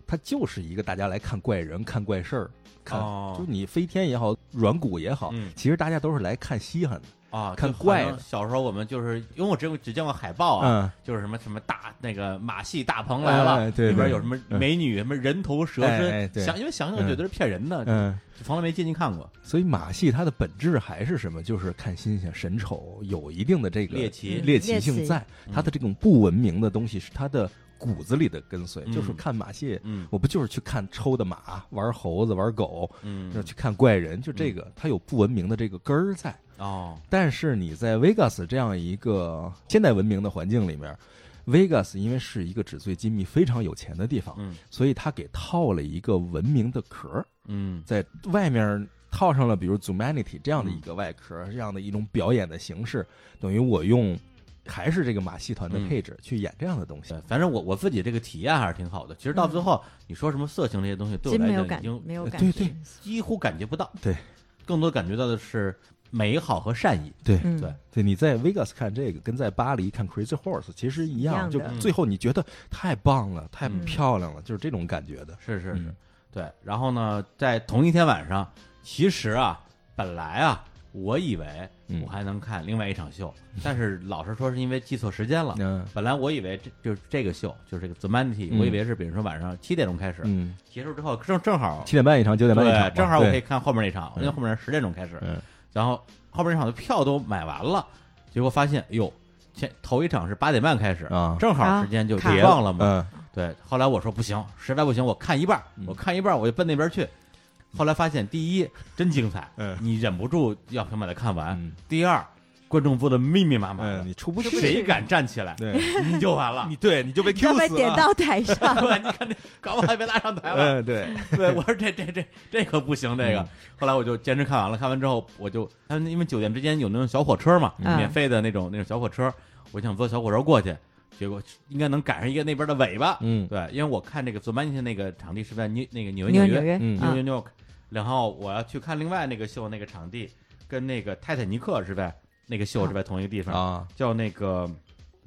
[SPEAKER 2] 它就是一个大家来看怪人、看怪事儿，看、
[SPEAKER 1] 哦
[SPEAKER 2] 就你飞天也好，软骨也好，
[SPEAKER 1] 嗯
[SPEAKER 2] 其实大家都是来看稀罕的。
[SPEAKER 1] 啊，
[SPEAKER 2] 看
[SPEAKER 1] 就好
[SPEAKER 2] 怪
[SPEAKER 1] 像
[SPEAKER 2] 的
[SPEAKER 1] 小时候我们就是因为我只有只见过海报啊，
[SPEAKER 2] 嗯，
[SPEAKER 1] 就是什么什么大那个马戏大棚来了，
[SPEAKER 2] 哎对
[SPEAKER 1] 里边
[SPEAKER 2] 对
[SPEAKER 1] 有什么
[SPEAKER 2] 嗯
[SPEAKER 1] 美女，什么人头蛇
[SPEAKER 2] 哎哎
[SPEAKER 1] 身，
[SPEAKER 2] 对
[SPEAKER 1] 想因为想想就觉得是骗人的，
[SPEAKER 2] 嗯，
[SPEAKER 1] 从来没进去看过
[SPEAKER 2] 所以马戏它的本质还是什么？就是看新鲜、神丑，有一定的这个
[SPEAKER 1] 猎奇
[SPEAKER 2] 猎奇性在。
[SPEAKER 1] 嗯
[SPEAKER 2] 它的这种不文明的东西是它的骨子里的跟随，
[SPEAKER 1] 嗯
[SPEAKER 2] 就是看马戏。
[SPEAKER 1] 嗯
[SPEAKER 2] 我不就是去看抽的马、玩猴子、玩狗，
[SPEAKER 1] 嗯
[SPEAKER 2] 就去看怪人，就这个，它有不文明的这个根儿在。
[SPEAKER 1] 哦，
[SPEAKER 2] 但是你在 Vegas 这样一个现代文明的环境里面，Vegas 因为是一个纸醉金迷、非常有钱的地方，
[SPEAKER 1] 嗯
[SPEAKER 2] 所以他给套了一个文明的壳儿，
[SPEAKER 1] 嗯
[SPEAKER 2] 在外面套上了比如 Zumanity 这样的一个外壳儿，这样的一种表演的形式，等于我用还是这个马戏团
[SPEAKER 1] 嗯
[SPEAKER 2] 的配置去演这样的东西
[SPEAKER 1] 对，。呃反正我我自己这个体验还是挺好的。其实到最后，你说什么色情这些东西，对我
[SPEAKER 3] 嗯真没有
[SPEAKER 1] 来讲
[SPEAKER 3] 感
[SPEAKER 1] 已经
[SPEAKER 3] 没有
[SPEAKER 2] 呃
[SPEAKER 3] 感
[SPEAKER 2] 对
[SPEAKER 3] 觉
[SPEAKER 2] 对，
[SPEAKER 1] 几乎感觉不到。
[SPEAKER 2] 对，
[SPEAKER 1] 更多感觉到的是美好和善意。
[SPEAKER 2] 对
[SPEAKER 3] 嗯
[SPEAKER 1] 对
[SPEAKER 2] 对，你在 Vegas 看这个，跟在巴黎看 Crazy Horse 其实一样，
[SPEAKER 3] 一样
[SPEAKER 2] 就
[SPEAKER 3] 的嗯
[SPEAKER 2] 最后你觉得太棒了，太
[SPEAKER 1] 嗯
[SPEAKER 2] 漂亮了，就是这种感觉的。
[SPEAKER 1] 是是是
[SPEAKER 2] 嗯，
[SPEAKER 1] 对。然后呢，在同一天晚上，其实啊，本来啊，我以为
[SPEAKER 2] 嗯
[SPEAKER 1] 我还能看另外一场秀，但是老实说，是因为记错时间了。
[SPEAKER 2] 嗯
[SPEAKER 1] 本来我以为这就是这个秀，就是这个 The Manity，
[SPEAKER 2] 嗯
[SPEAKER 1] 我以为是比如说晚上七点钟开始，
[SPEAKER 2] 嗯，
[SPEAKER 1] 结束之后正正好
[SPEAKER 2] 七点半一场，九点半一场嘛，
[SPEAKER 1] 对，正好我
[SPEAKER 2] 对
[SPEAKER 1] 可以看后面那场，因为后面是十点钟开始，
[SPEAKER 2] 嗯
[SPEAKER 1] 然后后面那场的票都买完了，结果发现，哎呦，前头一场是八点半开始，
[SPEAKER 2] 啊，
[SPEAKER 1] 正好时间就
[SPEAKER 3] 啊
[SPEAKER 1] 忘了嘛。
[SPEAKER 2] 嗯
[SPEAKER 1] 对，后来我说不行，实在不行我看一半儿，
[SPEAKER 2] 嗯
[SPEAKER 1] 我看一半儿我就奔那边去。后来发现，第一真精彩，
[SPEAKER 2] 嗯
[SPEAKER 1] 你忍不住要想把它看完；
[SPEAKER 2] 嗯
[SPEAKER 1] 第二，观众坐的密密麻麻
[SPEAKER 2] 嗯，
[SPEAKER 1] 的，
[SPEAKER 2] 你出不去，
[SPEAKER 1] 谁敢站起来，
[SPEAKER 2] 对
[SPEAKER 1] 你就完了。
[SPEAKER 2] 你。对你就被 Q
[SPEAKER 3] 要
[SPEAKER 2] 死了，
[SPEAKER 3] 被点到台上
[SPEAKER 1] 对，你看这，搞不好还被拉上台了。
[SPEAKER 2] 嗯，对，
[SPEAKER 1] 对，我说这这这这可不行，这个
[SPEAKER 2] 嗯。
[SPEAKER 1] 后来我就坚持看完了，看完之后我就，他们因为酒店之间有那种小火车嘛，
[SPEAKER 3] 嗯
[SPEAKER 1] 免费的那种那种小火车，我想坐小火车过去，结果应该能赶上一个那边的尾巴。
[SPEAKER 2] 嗯
[SPEAKER 1] 对，因为我看那个 The m a n 那个场地是在纽那个纽
[SPEAKER 3] 纽
[SPEAKER 1] 约
[SPEAKER 3] 纽
[SPEAKER 1] 约
[SPEAKER 3] 约，
[SPEAKER 2] 嗯
[SPEAKER 1] 纽
[SPEAKER 3] 嗯
[SPEAKER 1] 约 New York，然后我要去看另外那个秀那个场地，跟那个泰坦尼克是在那个秀是在同一个地方，
[SPEAKER 2] 啊，
[SPEAKER 1] 叫那个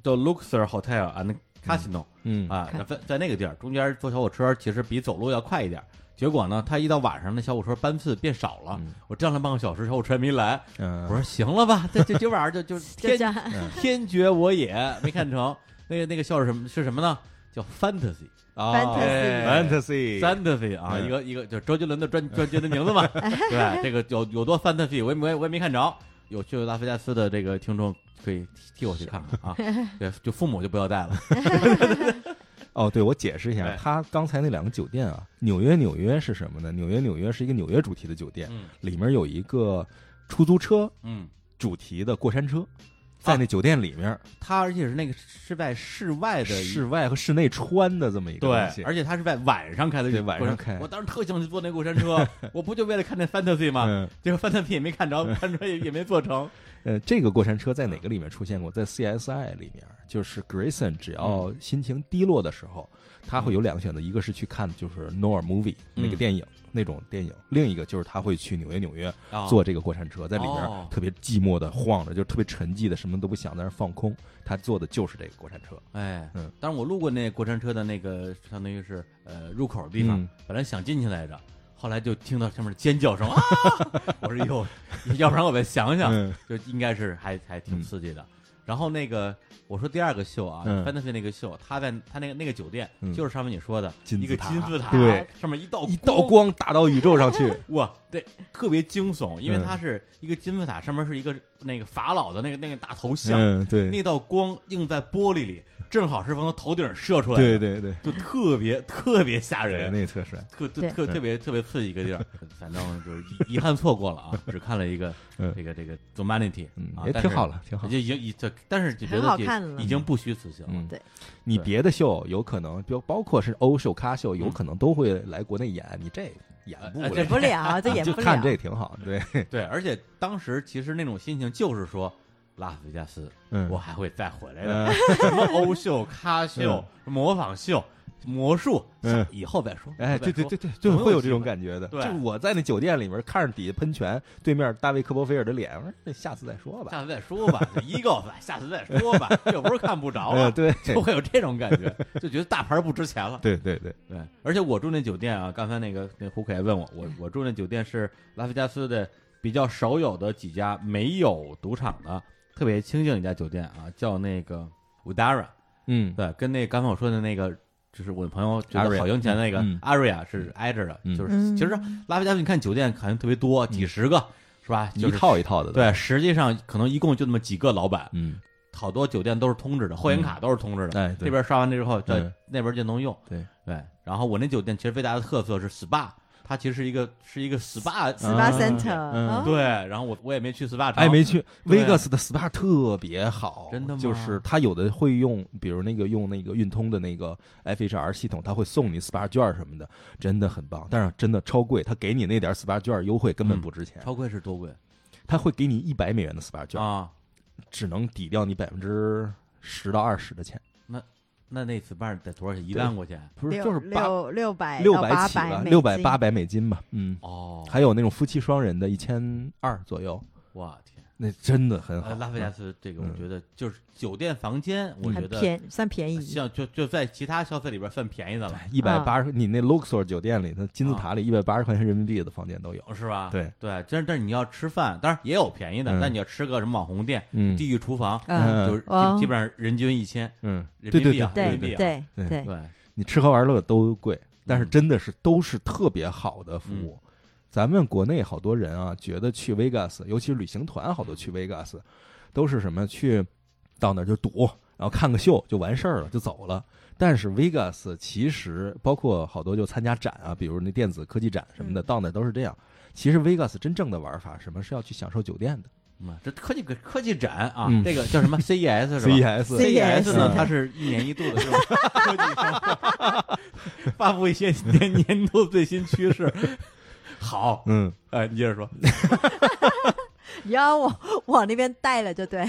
[SPEAKER 1] 叫 Luxor Hotel and Casino。
[SPEAKER 2] 嗯
[SPEAKER 1] 啊，
[SPEAKER 3] 看
[SPEAKER 1] 那在在那个地儿中间坐小火车，其实比走路要快一点儿。结果呢，他一到晚上，那小火车班次变少了。
[SPEAKER 2] 嗯
[SPEAKER 1] 我站了半个小时，小火车没来。
[SPEAKER 2] 嗯，
[SPEAKER 1] 我说行了吧，这这今晚上就就
[SPEAKER 3] 就这
[SPEAKER 1] 天
[SPEAKER 3] 样，
[SPEAKER 1] 天绝我也，没看成。那个那个笑是什么？是什么呢？叫 fantasy 哦哎
[SPEAKER 2] 啊 fantasy
[SPEAKER 3] Fantasy
[SPEAKER 1] fantasy 啊，
[SPEAKER 2] 嗯
[SPEAKER 1] 一个一个就是周杰伦的专专辑的名字 嘛。对，这个有有多 fantasy，我也没我也没看着。有去拉斯维加斯的这个听众可以替替我去看 看啊。对，就父母就不要带了。
[SPEAKER 2] 哦，对，我解释一下，
[SPEAKER 1] 哎
[SPEAKER 2] 他刚才那两个酒店啊，纽约纽约是什么呢？纽约纽约是一个纽约主题的酒店，
[SPEAKER 1] 嗯
[SPEAKER 2] 里面有一个出租车
[SPEAKER 1] 嗯。
[SPEAKER 2] 主题的过山车，
[SPEAKER 1] 啊
[SPEAKER 2] 在那酒店里面，
[SPEAKER 1] 它而且是那个是在室外的一
[SPEAKER 2] 室外和室内穿的这么一个东西，
[SPEAKER 1] 而且它是在晚上开的
[SPEAKER 2] 对
[SPEAKER 1] 过
[SPEAKER 2] 晚
[SPEAKER 1] 山
[SPEAKER 2] 上开
[SPEAKER 1] 我当时特想去坐那过山车， 我不就为了看那 fantasy 吗？
[SPEAKER 2] 嗯
[SPEAKER 1] 结果 fantasy 也没看着，过山车也也没做成。
[SPEAKER 2] 呃，这个过山车在哪个里面出现过？在 CSI 里面，就是 Grayson 只要心情低落的时候，他会有两个选择，一个是去看就是 Nor movie
[SPEAKER 1] 嗯
[SPEAKER 2] 那个电影、那种电影，另一个就是他会去纽约纽约
[SPEAKER 1] 啊
[SPEAKER 2] 坐这个过山车，在里
[SPEAKER 1] 哦
[SPEAKER 2] 面特别寂寞的晃着，就特别沉寂的，什么都不想，在那儿放空。他坐的就是这个过山车。
[SPEAKER 1] 哎
[SPEAKER 2] 嗯，
[SPEAKER 1] 当时我路过那过山车的那个相当于是呃入口的地方
[SPEAKER 2] 嗯，
[SPEAKER 1] 本来想进去来着。后来就听到上面尖叫声啊！ 我说哟，要不然我再想想，
[SPEAKER 2] 嗯
[SPEAKER 1] 就应该是还还挺
[SPEAKER 2] 嗯
[SPEAKER 1] 刺激的。然后那个我说第二个秀啊
[SPEAKER 2] 嗯
[SPEAKER 1] ，Fantasy 那个秀，他在他那个那个酒店
[SPEAKER 2] 嗯
[SPEAKER 1] 就是上面你说的
[SPEAKER 2] 金
[SPEAKER 1] 一个
[SPEAKER 2] 字塔
[SPEAKER 1] 金字塔，
[SPEAKER 2] 对，
[SPEAKER 1] 上面一道
[SPEAKER 2] 一道光打到宇宙上去，
[SPEAKER 1] 哇，对，特别惊悚，因为
[SPEAKER 2] 嗯
[SPEAKER 1] 它是一个金字塔，上面是一个那个法老的那个那个大头像，
[SPEAKER 2] 嗯，对，
[SPEAKER 1] 那道光映在玻璃里，正好是从他头顶射出来
[SPEAKER 2] 对
[SPEAKER 1] 的，
[SPEAKER 2] 对对，
[SPEAKER 1] 就特别特别吓
[SPEAKER 2] 对，
[SPEAKER 1] 人，
[SPEAKER 2] 那特帅，
[SPEAKER 1] 特特
[SPEAKER 3] 对
[SPEAKER 1] 特特别特别刺激一个地 儿，反正就是遗遗憾错过了啊，只看了一个
[SPEAKER 2] 嗯
[SPEAKER 1] 这个这个 The Manatee，
[SPEAKER 2] 嗯
[SPEAKER 1] 啊，
[SPEAKER 2] 也挺好了，挺好
[SPEAKER 1] 但是。就已经已这，但是就觉
[SPEAKER 3] 很好
[SPEAKER 1] 得
[SPEAKER 3] 看了
[SPEAKER 1] 已经不虚此行了，
[SPEAKER 2] 嗯，
[SPEAKER 3] 对，
[SPEAKER 2] 你
[SPEAKER 1] 对
[SPEAKER 2] 别的秀有可能，比如包括是欧秀、咖秀，有可能都会来国内演，你这演不
[SPEAKER 1] 哎
[SPEAKER 2] 了
[SPEAKER 1] 这
[SPEAKER 3] 演不 了，这演
[SPEAKER 2] 就
[SPEAKER 3] 不
[SPEAKER 2] 看
[SPEAKER 3] 了。
[SPEAKER 2] 这挺好， 对，
[SPEAKER 1] 对，而且当时其实那种心情就是说。拉斯维加斯，
[SPEAKER 2] 嗯
[SPEAKER 1] 我还会再回来的。
[SPEAKER 2] 嗯
[SPEAKER 1] 什么 欧秀、咖秀、模仿秀、魔术，
[SPEAKER 2] 嗯
[SPEAKER 1] 以后再说。
[SPEAKER 2] 哎，
[SPEAKER 1] 以后再
[SPEAKER 2] 对对
[SPEAKER 1] 说
[SPEAKER 2] 对，对，就
[SPEAKER 1] 总有
[SPEAKER 2] 会有
[SPEAKER 1] 机
[SPEAKER 2] 这种
[SPEAKER 1] 会
[SPEAKER 2] 感觉的。
[SPEAKER 1] 对
[SPEAKER 2] 就是我在那酒店里面看着底下喷泉，对面大卫科波菲尔的脸，我说那下次再说吧。
[SPEAKER 1] 下次再说吧。一告诉下次再说吧，又不是看不着
[SPEAKER 2] 呃，
[SPEAKER 1] 啊，
[SPEAKER 2] 对，
[SPEAKER 1] 就会有这种感觉，就觉得大牌不值钱了。
[SPEAKER 2] 对对对，
[SPEAKER 1] 对，而且我住那酒店啊，刚才那个那胡凯问我，
[SPEAKER 2] 嗯
[SPEAKER 1] 我我住那酒店是拉斯维加斯的比较少有的几家没有赌场的，特别清静一家酒店啊，叫那个 Udara。
[SPEAKER 2] 嗯，
[SPEAKER 1] 对，跟那刚才我说的那个，就是我的朋友觉
[SPEAKER 2] Aria，
[SPEAKER 1] 得好赢钱那个
[SPEAKER 2] 嗯
[SPEAKER 1] Aria 是挨着的，
[SPEAKER 2] 嗯
[SPEAKER 1] 就是其实拉菲加斯你看酒店好像特别多，几十个是吧？
[SPEAKER 2] 一
[SPEAKER 1] 就是
[SPEAKER 2] 套一套的，，
[SPEAKER 1] 对，实际上可能一共就那么几个老板，
[SPEAKER 2] 嗯，
[SPEAKER 1] 好多酒店都是通知的，会员卡都是通知的，
[SPEAKER 2] 哎，嗯对
[SPEAKER 1] 这边刷完之后，对
[SPEAKER 2] 嗯
[SPEAKER 1] 那边就能用。
[SPEAKER 2] 对
[SPEAKER 1] 对，然后我那酒店其实最大的特色是 SPA，它其实是一个是一个 SPA，啊
[SPEAKER 3] Spa
[SPEAKER 2] 嗯
[SPEAKER 3] Center，
[SPEAKER 2] 嗯
[SPEAKER 3] 哦
[SPEAKER 1] 对，然后我我也没去 SPA 城，
[SPEAKER 2] 哎，没去
[SPEAKER 1] 对
[SPEAKER 2] 维克斯的 SPA 特别好，
[SPEAKER 1] 真的吗
[SPEAKER 2] 就是它有的会用，比如那个用那个运通的那个 FHR 系统，它会送你 SPA 券什么的，真的很棒。但是真的超贵，它给你那点 SPA 券优惠根本不值钱，
[SPEAKER 1] 嗯超贵是多贵
[SPEAKER 2] 它会给你一百美元的 SPA 券，
[SPEAKER 1] 啊？
[SPEAKER 2] 只能抵掉你百分之十到二十的钱，
[SPEAKER 1] 那那 SPA 得多少钱？一万块钱
[SPEAKER 2] 不是
[SPEAKER 3] 六
[SPEAKER 2] 就是八
[SPEAKER 3] 六六百
[SPEAKER 2] 六
[SPEAKER 3] 到八
[SPEAKER 2] 百起吧，
[SPEAKER 3] 美
[SPEAKER 2] 六百
[SPEAKER 3] 金
[SPEAKER 2] 八百美金吧，嗯，
[SPEAKER 1] 哦，
[SPEAKER 2] 还有那种夫妻双人的，一千二左右，
[SPEAKER 1] 我天！
[SPEAKER 2] 那真的很好
[SPEAKER 1] 呃，。拉菲加斯这个，我
[SPEAKER 2] 嗯
[SPEAKER 1] 觉得就是酒店房间，我觉
[SPEAKER 3] 很
[SPEAKER 1] 得呃
[SPEAKER 3] 便算便宜，
[SPEAKER 1] 像就就在其他消费里边算便宜的了，
[SPEAKER 2] 一百八十，你那 Luxor 酒店里，的
[SPEAKER 1] 嗯
[SPEAKER 2] 金字塔里一百八十块钱人民币的房间都有。
[SPEAKER 1] 是吧？
[SPEAKER 2] 对
[SPEAKER 1] 对，但是但是你要吃饭，当然也有便宜的，
[SPEAKER 2] 嗯
[SPEAKER 1] 但你要吃个什么网红店、
[SPEAKER 2] 嗯
[SPEAKER 1] 地狱厨房，
[SPEAKER 3] 嗯，
[SPEAKER 1] 就是
[SPEAKER 3] 哦
[SPEAKER 1] 基基本上人均一千，
[SPEAKER 2] 嗯，
[SPEAKER 1] 人
[SPEAKER 2] 对
[SPEAKER 1] 民
[SPEAKER 2] 对
[SPEAKER 1] 币啊人
[SPEAKER 3] 对
[SPEAKER 1] 民币嗯啊
[SPEAKER 3] 对
[SPEAKER 2] 对
[SPEAKER 3] 对，
[SPEAKER 1] 对，
[SPEAKER 2] 你吃喝玩乐都贵，但是真的是都是特别好的
[SPEAKER 1] 嗯
[SPEAKER 2] 服务。咱们国内好多人啊，觉得去 Vegas，尤其是旅行团，好多去 Vegas 都是什么去到那儿就赌，然后看个秀就完事儿了，就走了。但是 Vegas 其实包括好多就参加展啊，比如那电子科技展什么的，
[SPEAKER 3] 嗯
[SPEAKER 2] 到那儿都是这样。其实 Vegas 真正的玩法，什么是要去享受酒店的，
[SPEAKER 1] 嗯，这科技科技展啊，
[SPEAKER 2] 嗯 E
[SPEAKER 1] 这个叫什 么 CES 是吧
[SPEAKER 2] CES
[SPEAKER 1] CES 呢，
[SPEAKER 2] 嗯
[SPEAKER 1] 它是一年一度的这 种科技盛会发布一些年年度最新趋势。好，
[SPEAKER 2] 嗯，
[SPEAKER 1] 哎，你接着 说，
[SPEAKER 3] 你要我往那边带了，就对，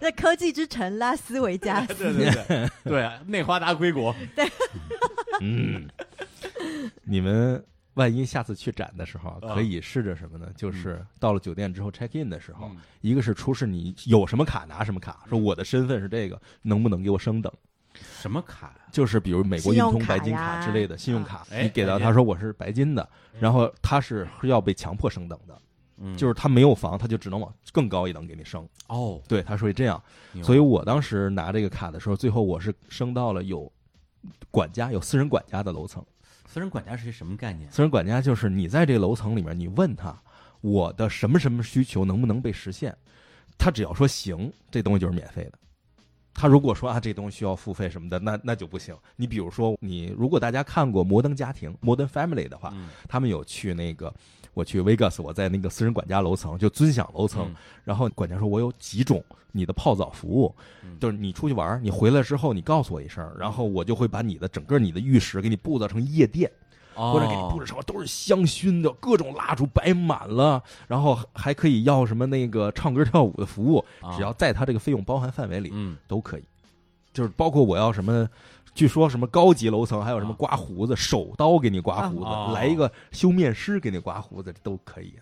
[SPEAKER 3] 在科技之城拉斯维加斯，
[SPEAKER 1] 对对对
[SPEAKER 2] 啊
[SPEAKER 1] 对，内华达归国，
[SPEAKER 2] 嗯，你们万一下次去展的时候啊，
[SPEAKER 1] 啊
[SPEAKER 2] 可以试着什么呢？就是到了酒店之后 check in 的时候
[SPEAKER 1] 嗯，
[SPEAKER 2] 一个是出示你有什么卡拿什么卡，说我的身份是这个，能不能给我升等？
[SPEAKER 1] 嗯什么卡啊呀？
[SPEAKER 2] 就是比如美国
[SPEAKER 3] 信
[SPEAKER 2] 运
[SPEAKER 3] 用
[SPEAKER 2] 通
[SPEAKER 3] 卡
[SPEAKER 2] 白金卡
[SPEAKER 3] 呀
[SPEAKER 2] 之类的信用卡，
[SPEAKER 1] 哎
[SPEAKER 2] 你给到
[SPEAKER 1] 白金
[SPEAKER 2] 他说我是白金的，然后他是要被强迫升等的，
[SPEAKER 1] 嗯
[SPEAKER 2] 就是他没有房，他就只能往更高一等给你升。
[SPEAKER 1] 哦，
[SPEAKER 2] 对，他属于这样
[SPEAKER 1] 明。白
[SPEAKER 2] 所以我当时拿这个卡的时候，最后我是升到了有管家、有私人管家的楼层。
[SPEAKER 1] 私人管家是一什么概念？
[SPEAKER 2] 私人管家就是你在这个楼层里面，你问他我的什么什么需求能不能被实现，他只要说行，这东西就是免费的。他如果说啊这东西需要付费什么的，那那就不行。你比如说，你如果大家看过《摩登家庭》（Modern Family） 的话，
[SPEAKER 1] 嗯
[SPEAKER 2] 他们有去那个，我去 Vegas，我在那个私人管家楼层，就尊享楼层，
[SPEAKER 1] 嗯
[SPEAKER 2] 然后管家说：“我有几种你的泡澡服务，
[SPEAKER 1] 嗯
[SPEAKER 2] 就是你出去玩儿，你回来之后你告诉我一声，然后我就会把你的整个你的浴室给你布置成夜店，
[SPEAKER 1] 哦
[SPEAKER 2] 或者给你布置成都是香薰的各种蜡烛摆满了，然后还可以要什么那个唱歌跳舞的服务，
[SPEAKER 1] 哦
[SPEAKER 2] 只要在他这个费用包含范围里
[SPEAKER 1] 嗯，
[SPEAKER 2] 都可以，就是包括我要什么。”据说什么高级楼层还有什么
[SPEAKER 1] 啊
[SPEAKER 2] 刮胡子、手刀给你刮胡子，
[SPEAKER 1] 哦
[SPEAKER 2] 来一个修面师给你刮胡子，这都可以。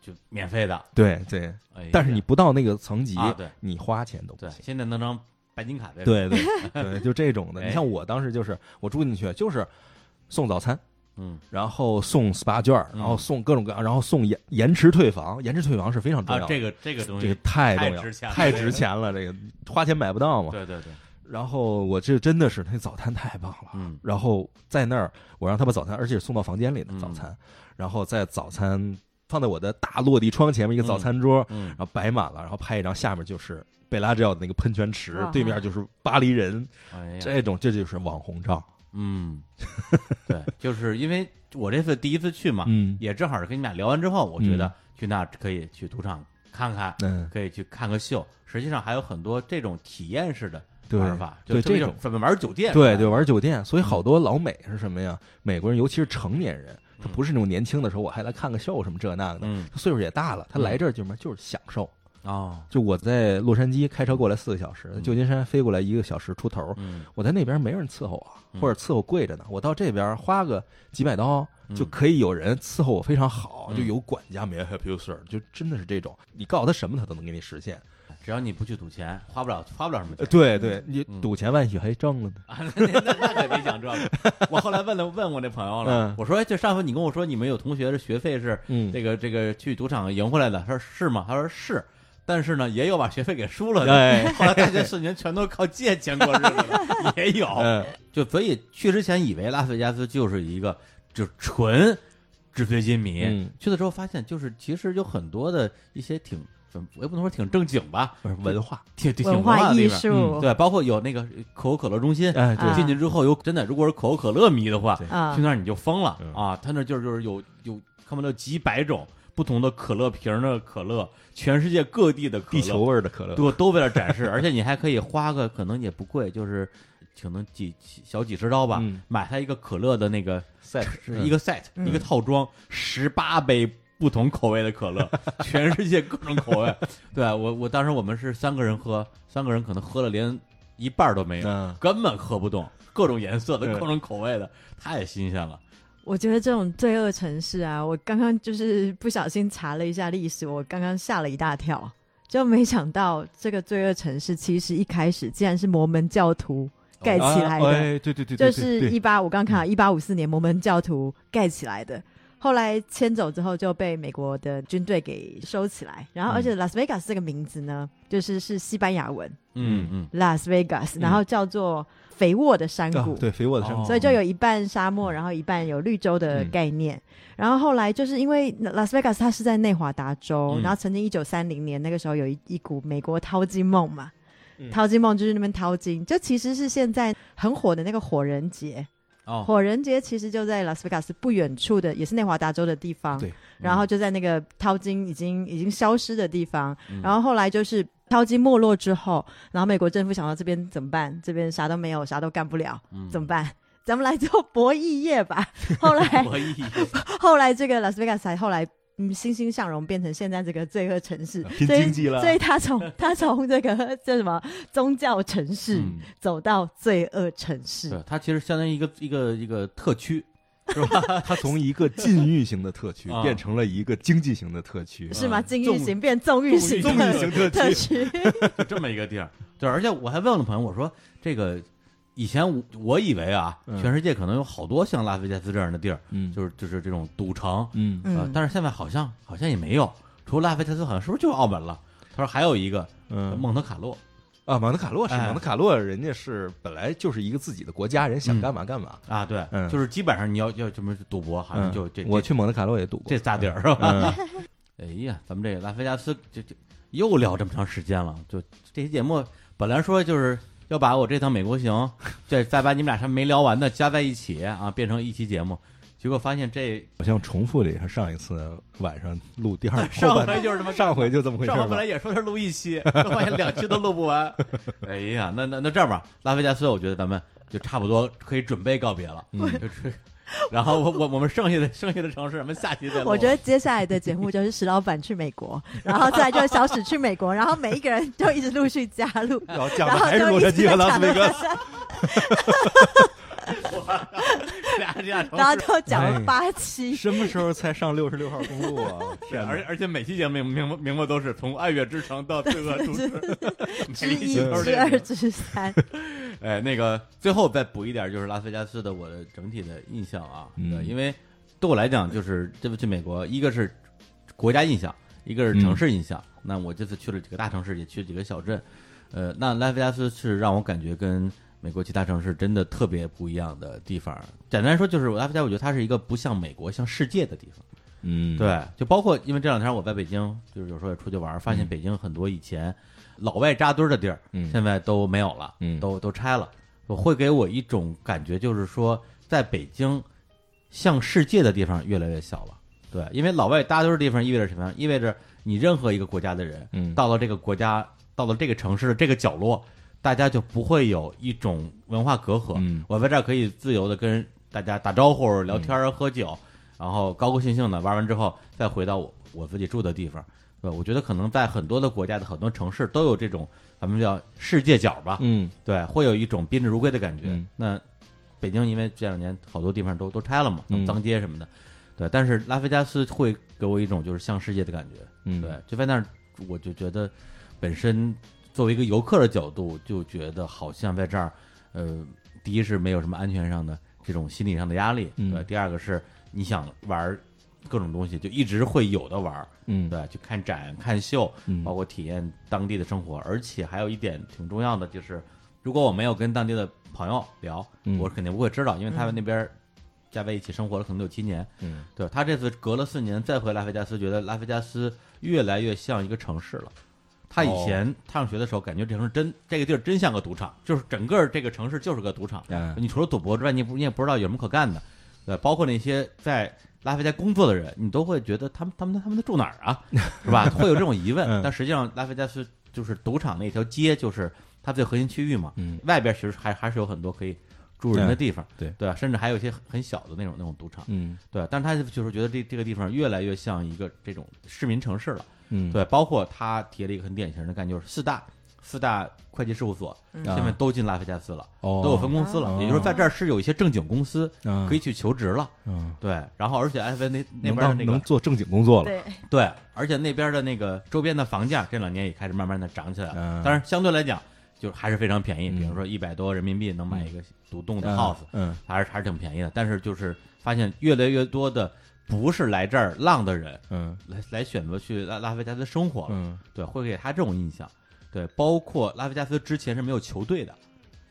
[SPEAKER 1] 就免费的，
[SPEAKER 2] 对对，
[SPEAKER 1] 哎呀
[SPEAKER 2] 但是你不到那个层级，
[SPEAKER 1] 啊对
[SPEAKER 2] 你花钱都不
[SPEAKER 1] 对
[SPEAKER 2] 行。
[SPEAKER 1] 现在弄张白金卡对吧
[SPEAKER 2] 对对对，就这 种的。
[SPEAKER 1] 哎
[SPEAKER 2] 你像我当时就是我住进去就是送早餐，
[SPEAKER 1] 嗯
[SPEAKER 2] 然后送 SPA 券儿，
[SPEAKER 1] 嗯
[SPEAKER 2] 然后送各种各样，然后送延延迟退房，延迟退房是非常重
[SPEAKER 1] 啊
[SPEAKER 2] 要，
[SPEAKER 1] 这
[SPEAKER 2] 个
[SPEAKER 1] 个这个东
[SPEAKER 2] 这
[SPEAKER 1] 西
[SPEAKER 2] 个，太
[SPEAKER 1] 太
[SPEAKER 2] 重
[SPEAKER 1] 值钱
[SPEAKER 2] 要，
[SPEAKER 1] 了
[SPEAKER 2] 太值钱了，这个花钱买不到嘛。
[SPEAKER 1] 对对对，
[SPEAKER 2] 然后我这真的是那早餐太棒了，
[SPEAKER 1] 嗯
[SPEAKER 2] 然后在那儿我让他把早餐，而且是送到房间里的
[SPEAKER 1] 嗯
[SPEAKER 2] 早餐，然后在早餐放在我的大落地窗前面一个早餐桌，
[SPEAKER 1] 嗯
[SPEAKER 2] 然，后摆满了，然后拍一张，下面就是贝拉之奥的那个喷泉池
[SPEAKER 3] 哇，
[SPEAKER 2] 对面就是巴黎人，
[SPEAKER 1] 哎呀，
[SPEAKER 2] 这种这就是网红照。啊
[SPEAKER 1] 嗯，对， 就是因为我这次第一次去嘛，
[SPEAKER 2] 嗯
[SPEAKER 1] 也正好是跟你们俩聊完之后，我觉得去那可以去赌场看看，
[SPEAKER 2] 嗯，
[SPEAKER 1] 可以去看个秀。实际上还有很多这种体验式的
[SPEAKER 2] 对
[SPEAKER 1] 玩嗯法，就
[SPEAKER 2] 对
[SPEAKER 1] 特别
[SPEAKER 2] 这
[SPEAKER 1] 是
[SPEAKER 2] 种
[SPEAKER 1] 怎么玩酒店，
[SPEAKER 2] 对对，，玩酒店，所以好多老美是什么呀？美国人，尤其是成年人，他
[SPEAKER 1] 嗯
[SPEAKER 2] 不是那种年轻的时候我还来看个秀什么这那个的，
[SPEAKER 1] 嗯，
[SPEAKER 2] 他岁数也大了，他来这儿就什么就是享受。
[SPEAKER 1] 哦，
[SPEAKER 2] 就我在洛杉矶开车过来四个小时，旧金山飞过来一个小时出头，
[SPEAKER 1] 嗯，
[SPEAKER 2] 我在那边没人伺候我，
[SPEAKER 1] 嗯
[SPEAKER 2] 或者伺候贵着呢。我到这边花个几百刀
[SPEAKER 1] 嗯
[SPEAKER 2] 就可以有人伺候我非常好，
[SPEAKER 1] 嗯
[SPEAKER 2] 就有管家 may I help you sir，就真的是这种，你告诉他什么他都能给你实现。
[SPEAKER 1] 只要你不去赌钱，花不了花不了什么
[SPEAKER 2] 呃
[SPEAKER 1] 钱。
[SPEAKER 2] 对对，你
[SPEAKER 1] 嗯
[SPEAKER 2] 赌钱万一还挣了呢。
[SPEAKER 1] 啊，那那那那可别想这个。我后来问了问我那朋友了
[SPEAKER 2] 嗯，
[SPEAKER 1] 我说哎就上回你跟我说你们有同学的学费是
[SPEAKER 2] 嗯
[SPEAKER 1] 这个这个去赌场赢回来的，他说是吗？他说是，但是呢也有把学费给输了的。
[SPEAKER 2] 哎，
[SPEAKER 1] 后来大学四年全都靠借钱过日子的，也有。
[SPEAKER 2] 嗯
[SPEAKER 1] 就所以去之前以为拉斯维加斯就是一个就纯纸醉金迷，
[SPEAKER 2] 嗯
[SPEAKER 1] 去了之后发现就是其实有很多的一些挺，怎么我也不能说挺正经吧，
[SPEAKER 2] 不是文化，
[SPEAKER 1] 挺挺
[SPEAKER 3] 文
[SPEAKER 1] 文化的地
[SPEAKER 3] 艺
[SPEAKER 1] 方
[SPEAKER 2] 嗯
[SPEAKER 3] 术
[SPEAKER 1] 对，包括有那个可口可乐中心，
[SPEAKER 2] 哎
[SPEAKER 3] 对
[SPEAKER 1] 进去之后有真的，如果是可口可乐迷的话，
[SPEAKER 2] 对
[SPEAKER 3] 啊
[SPEAKER 1] 去，那儿你就疯了
[SPEAKER 2] 嗯
[SPEAKER 1] 啊！他那就是就是有有看不到几百种不同的可乐瓶的可乐，全世界各地的可
[SPEAKER 2] 地球
[SPEAKER 1] 乐
[SPEAKER 2] 味儿的可乐。
[SPEAKER 1] 都都为了展示，而且你还可以花个可能也不贵，就是可能几几小几十刀吧，
[SPEAKER 2] 嗯
[SPEAKER 1] 买它一个可乐的那个
[SPEAKER 2] 赛
[SPEAKER 1] 是一个 set、一个套装，十八杯不同口味的可乐， 全世界各种口味。对啊我，我当时我们是三个人喝，三个人可能喝了连一半都没有，
[SPEAKER 2] 嗯
[SPEAKER 1] 根本喝不动，各种颜色的、
[SPEAKER 2] 对
[SPEAKER 1] 各种口味的，太新鲜了。
[SPEAKER 3] 我觉得这种罪恶城市啊，我刚刚就是不小心查了一下历史，我刚刚吓了一大跳，就没想到这个罪恶城市其实一开始竟然是摩门教徒盖起来的。
[SPEAKER 2] 啊哎，对对对，对
[SPEAKER 3] 就
[SPEAKER 2] 对
[SPEAKER 3] 是
[SPEAKER 2] 对嗯
[SPEAKER 3] 一八，我刚看到一八五四年摩门教徒盖起来的，后来迁走之后就被美国的军队给收起来。然
[SPEAKER 2] 嗯
[SPEAKER 3] 后，而且 Las Vegas 这个名字呢，就是是西班牙文
[SPEAKER 1] 嗯嗯，
[SPEAKER 3] Las Vegas，然后叫做肥沃的山
[SPEAKER 2] 啊
[SPEAKER 3] 谷，
[SPEAKER 2] 对肥沃的山
[SPEAKER 1] 哦嗯
[SPEAKER 2] 谷，
[SPEAKER 3] 所以就有一半沙漠，然后一半有绿洲的概念。然后后来就是因为 Las Vegas 它是在内华达州，
[SPEAKER 1] 嗯
[SPEAKER 3] 然后曾经一九三零年那个时候有一一股美国淘金梦嘛，
[SPEAKER 2] 嗯
[SPEAKER 3] 淘金梦就是那边淘金，就其实是现在很火的那个火人节。
[SPEAKER 1] 哦，
[SPEAKER 3] 火人节其实就在拉斯维加斯不远处的，也是内华达州的地方。
[SPEAKER 2] 对
[SPEAKER 3] 然后就在那个淘金已经已经消失的地方，
[SPEAKER 2] 嗯
[SPEAKER 3] 然后后来就是淘金没落之后，然后美国政府想到这边怎么办？这边啥都没有，啥都干不了，
[SPEAKER 2] 嗯
[SPEAKER 3] 怎么办？咱们来做博弈业 吧。后来
[SPEAKER 1] 博弈，
[SPEAKER 3] 后来这个拉斯维加斯才后来。嗯，欣欣向荣变成现在这个罪恶城市，
[SPEAKER 2] 拼
[SPEAKER 3] 所以
[SPEAKER 2] 啊经济了
[SPEAKER 3] 所以他从他从这个叫什么宗教城市
[SPEAKER 1] 嗯
[SPEAKER 3] 走到罪恶城市，
[SPEAKER 1] 对，它其实相当于一个一个一个 特区，是吧？
[SPEAKER 2] 它从一个禁欲型的特区
[SPEAKER 1] 啊
[SPEAKER 2] 变成了一个经济型的特区，
[SPEAKER 3] 是吗？
[SPEAKER 1] 嗯
[SPEAKER 3] 禁
[SPEAKER 1] 纵
[SPEAKER 3] 欲型变纵欲型
[SPEAKER 2] 纵
[SPEAKER 3] 的
[SPEAKER 2] 欲型特
[SPEAKER 3] 特
[SPEAKER 2] 区。
[SPEAKER 3] 区，
[SPEAKER 1] 就这么一个地儿。对，而且我还问了朋友，我说这个以前我我以为啊，
[SPEAKER 2] 嗯
[SPEAKER 1] 全世界可能有好多像拉斯维加斯这样的地儿，
[SPEAKER 2] 嗯
[SPEAKER 1] 就是就是这种赌城，
[SPEAKER 2] 嗯
[SPEAKER 1] 呃
[SPEAKER 3] 嗯，
[SPEAKER 1] 但是现在好像好像也没有，除了拉斯维加斯，好像是不是就澳门了？他说还有一个
[SPEAKER 2] 嗯
[SPEAKER 1] 蒙特卡洛，
[SPEAKER 2] 啊，蒙特卡洛是
[SPEAKER 1] 哎
[SPEAKER 2] 蒙特卡洛，人家是本来就是一个自己的国家，人想干嘛干嘛。
[SPEAKER 1] 啊，对，
[SPEAKER 2] 嗯
[SPEAKER 1] 就是基本上你要要什么赌博，好像就这、
[SPEAKER 2] 我
[SPEAKER 1] 这
[SPEAKER 2] 去蒙特卡洛也赌过，
[SPEAKER 1] 这仨地儿是吧？
[SPEAKER 2] 嗯
[SPEAKER 1] 哎呀，咱们这个拉斯维加斯就就又聊这么长时间了，就这期节目本来说就是要把我这趟美国行，再再把你们俩什么没聊完的加在一起啊，变成一期节目，结果发现这
[SPEAKER 2] 好像重复了一下上一次晚上录第二
[SPEAKER 1] 上
[SPEAKER 2] 后半
[SPEAKER 1] 回就是这么
[SPEAKER 2] 上回就这么回事
[SPEAKER 1] 上
[SPEAKER 2] 儿
[SPEAKER 1] 回本来
[SPEAKER 2] 吧。
[SPEAKER 1] 也说是录一期，发现两期都录不完。 哎呀，那那那这样吧，拉菲加斯，我觉得咱们就差不多可以准备告别了。嗯，就是，然后我我我们剩下的 剩下的城市，咱们下期 再录。
[SPEAKER 3] 我觉得接下来的节目就是史老板去美国，然后再来就是小史去美国，然后每一个人就一直陆续加入，
[SPEAKER 2] 然后讲
[SPEAKER 3] 然
[SPEAKER 2] 的
[SPEAKER 3] 后
[SPEAKER 2] 还是
[SPEAKER 3] 就
[SPEAKER 2] 洛
[SPEAKER 3] 一直
[SPEAKER 2] 杉矶和
[SPEAKER 3] 在
[SPEAKER 2] 拉斯维
[SPEAKER 3] 讲
[SPEAKER 2] 加
[SPEAKER 3] 洛
[SPEAKER 2] 斯，
[SPEAKER 3] 杉
[SPEAKER 1] 俩俩城
[SPEAKER 3] 然后
[SPEAKER 1] 市，
[SPEAKER 3] 就讲了
[SPEAKER 2] 哎
[SPEAKER 3] 八期，
[SPEAKER 2] 什么时候才上六十六号公 路啊？天哪
[SPEAKER 1] 而而且每期节目名名名目都是从爱乐之城到罪恶都市，
[SPEAKER 3] 之
[SPEAKER 1] 每
[SPEAKER 3] 一
[SPEAKER 1] 期都是
[SPEAKER 3] 之
[SPEAKER 1] 这
[SPEAKER 3] 二
[SPEAKER 1] 个。
[SPEAKER 3] 之三，
[SPEAKER 1] 哎，那个最后再补一点，就是拉斯维加斯的我的整体的印象啊，
[SPEAKER 2] 嗯
[SPEAKER 1] 对因为对我来讲，就是这次去美国，一个是国家印象，一个是城市印象。那我这次去了几个大城市，也去了几个小镇，呃，那拉斯维加斯是让我感觉跟美国其他城市真的特别不一样的地方。简单说，就是我拉斯维加斯，我觉得它是一个不像美国，像世界的地方。
[SPEAKER 2] 嗯，
[SPEAKER 1] 对，啊就包括因为这两天我在北京，就是有时候也出去玩儿，发现北京很多以前老外扎堆儿的地儿，
[SPEAKER 2] 嗯
[SPEAKER 1] 现在都没有了，
[SPEAKER 2] 嗯
[SPEAKER 1] 都都拆了。我会给我一种感觉，就是说，在北京向世界的地方越来越小了。对，因为老外扎堆儿的地方意味着什么呀？意味着你任何一个国家的人，
[SPEAKER 2] 嗯
[SPEAKER 1] 到了这个国家，到了这个城市的这个角落，大家就不会有一种文化隔阂。
[SPEAKER 2] 嗯
[SPEAKER 1] 我在这儿可以自由的跟大家打招呼、聊天儿、喝酒，然后高高兴兴的玩完之后，再回到我我自己住的地方。对，我觉得可能在很多的国家的很多城市都有这种咱们叫世界角吧，
[SPEAKER 2] 嗯
[SPEAKER 1] 对，会有一种宾至如归的感觉。
[SPEAKER 2] 嗯
[SPEAKER 1] 那北京因为这两年好多地方都都拆了嘛，
[SPEAKER 2] 嗯
[SPEAKER 1] 脏街什么的，对，但是拉菲加斯会给我一种就是向世界的感觉。
[SPEAKER 2] 嗯，
[SPEAKER 1] 对，就在那儿，我就觉得本身作为一个游客的角度，就觉得好像在这儿，呃，第一是没有什么安全上的这种心理上的压力，
[SPEAKER 2] 嗯
[SPEAKER 1] 对；第二个是你想玩儿各种东西，就一直会有的玩儿，
[SPEAKER 2] 嗯
[SPEAKER 1] 对，去看展、看秀，
[SPEAKER 2] 嗯
[SPEAKER 1] 包括体验当地的生活，而且还有一点挺重要的就是，如果我没有跟当地的朋友聊，
[SPEAKER 2] 嗯
[SPEAKER 1] 我肯定不会知道，因为他们那边儿加在一起生活了可能有七年，
[SPEAKER 2] 嗯
[SPEAKER 1] 对他这次隔了四年再回拉菲加斯，觉得拉菲加斯越来越像一个城市了。他
[SPEAKER 2] 哦
[SPEAKER 1] 以前上学的时候，感觉这城市真这个地儿真像个赌场，就是整个这个城市就是个赌场。
[SPEAKER 2] 嗯
[SPEAKER 1] 你除了赌博之外，你也不你也不知道有什么可干的。对，包括那些在拉菲加工作的人，你都会觉得他们他们他们都住哪儿 啊，是吧？会有这种疑问。
[SPEAKER 2] 嗯
[SPEAKER 1] 但实际上，拉菲加斯就是赌场那条街，就是它最核心区域嘛。
[SPEAKER 2] 嗯
[SPEAKER 1] 外边其实还还是有很多可以住人的地方，
[SPEAKER 2] 对
[SPEAKER 1] 对吧？啊甚至还有一些很很小的那种那种赌场。
[SPEAKER 2] 嗯
[SPEAKER 1] 对，但是他就是觉得这这个地方越来越像一个这种市民城市了。
[SPEAKER 2] 嗯，
[SPEAKER 1] 对，包括他提了一个很典型的概念，就是四大四大会计事务所
[SPEAKER 3] 嗯
[SPEAKER 1] 现在都进拉菲加斯了，
[SPEAKER 2] 啊哦
[SPEAKER 1] 都有分公司了。
[SPEAKER 2] 哦
[SPEAKER 1] 也就是说，在这儿是有一些正经公司
[SPEAKER 2] 嗯
[SPEAKER 1] 可以去求职了。
[SPEAKER 2] 嗯，
[SPEAKER 1] 对，然后而且埃菲那那边
[SPEAKER 2] 能当
[SPEAKER 1] 的那
[SPEAKER 2] 能
[SPEAKER 1] 个
[SPEAKER 2] 做正经工作了，
[SPEAKER 3] 对，
[SPEAKER 1] 对，而且那边的那个周边的房价这两年也开始慢慢的涨起来了。
[SPEAKER 2] 嗯
[SPEAKER 1] 当然，相对来讲就还是非常便宜，比如
[SPEAKER 2] 嗯
[SPEAKER 1] 说一百多人民币能买一个独栋的
[SPEAKER 2] 嗯
[SPEAKER 1] house，
[SPEAKER 2] 嗯
[SPEAKER 1] 还是还是挺便宜的。但是就是发现越来越多的不是来这儿浪的人
[SPEAKER 2] 嗯
[SPEAKER 1] 来来选择去拉拉菲加斯生活了，
[SPEAKER 2] 嗯，
[SPEAKER 1] 对，会给他这种印象。对，包括拉菲加斯之前是没有球队的，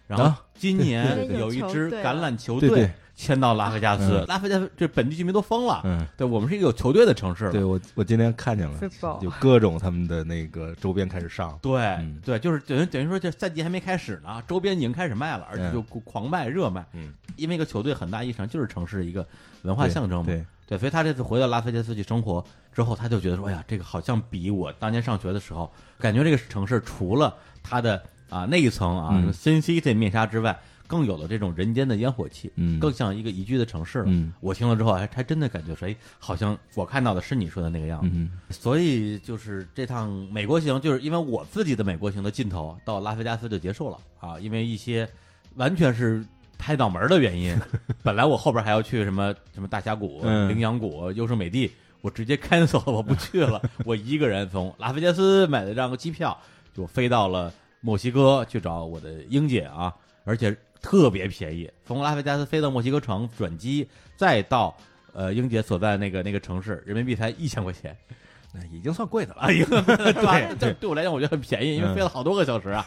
[SPEAKER 1] 然后
[SPEAKER 2] 啊
[SPEAKER 1] 今
[SPEAKER 3] 对
[SPEAKER 1] 年
[SPEAKER 3] 对对
[SPEAKER 1] 有一支橄榄球
[SPEAKER 2] 对
[SPEAKER 1] 队
[SPEAKER 2] 对
[SPEAKER 1] 迁到拉菲加斯，
[SPEAKER 2] 嗯
[SPEAKER 1] 拉菲加斯这本地居民都疯了。
[SPEAKER 2] 嗯，
[SPEAKER 1] 对我们是一个有球队的城市了，
[SPEAKER 2] 对我我今天看见了
[SPEAKER 3] Football，
[SPEAKER 2] 有各种他们的那个周边开始上，
[SPEAKER 1] 对、
[SPEAKER 2] 嗯
[SPEAKER 1] 对，就是等于等于说，这赛季还没开始呢，周边已经开始卖了，而且
[SPEAKER 2] 嗯
[SPEAKER 1] 就狂卖热卖。
[SPEAKER 2] 嗯，
[SPEAKER 1] 因为一个球队很大意义上就是城市的一文化
[SPEAKER 2] 对
[SPEAKER 1] 象征嘛。
[SPEAKER 2] 对，
[SPEAKER 1] 对，所以他这次回到拉斯维加斯去生活之后，他就觉得说，哎呀，这个好像比我当年上学的时候，感觉这个城市除了它的啊那一层啊
[SPEAKER 2] 嗯
[SPEAKER 1] 什么森西这面纱之外，更有了这种人间的烟火气，
[SPEAKER 2] 嗯
[SPEAKER 1] 更像一个宜居的城市了。
[SPEAKER 2] 嗯
[SPEAKER 1] 我听了之后，还还真的感觉说，哎，好像我看到的是你说的那个样子。
[SPEAKER 2] 嗯
[SPEAKER 1] 所以就是这趟美国行，就是因为我自己的美国行的尽头到拉斯维加斯就结束了啊，因为一些完全是拍脑门儿的原因，本来我后边还要去什么什么大峡谷、
[SPEAKER 2] 嗯
[SPEAKER 1] 羚羊谷、优胜美地，我直接 cancel 了，我不去了，我一个人从拉斯维加斯买的这样个机票，就飞到了墨西哥去找我的英姐啊，而且特别便宜，从拉斯维加斯飞到墨西哥城转机，再到。呃，英姐所在那个那个城市，人民币才一千块钱，
[SPEAKER 2] 哎已经算贵的了。
[SPEAKER 1] 哎呀， 对吧？
[SPEAKER 2] 对
[SPEAKER 1] 这对我来讲，我觉得很便宜，因为
[SPEAKER 2] 嗯
[SPEAKER 1] 飞了好多个小时 啊。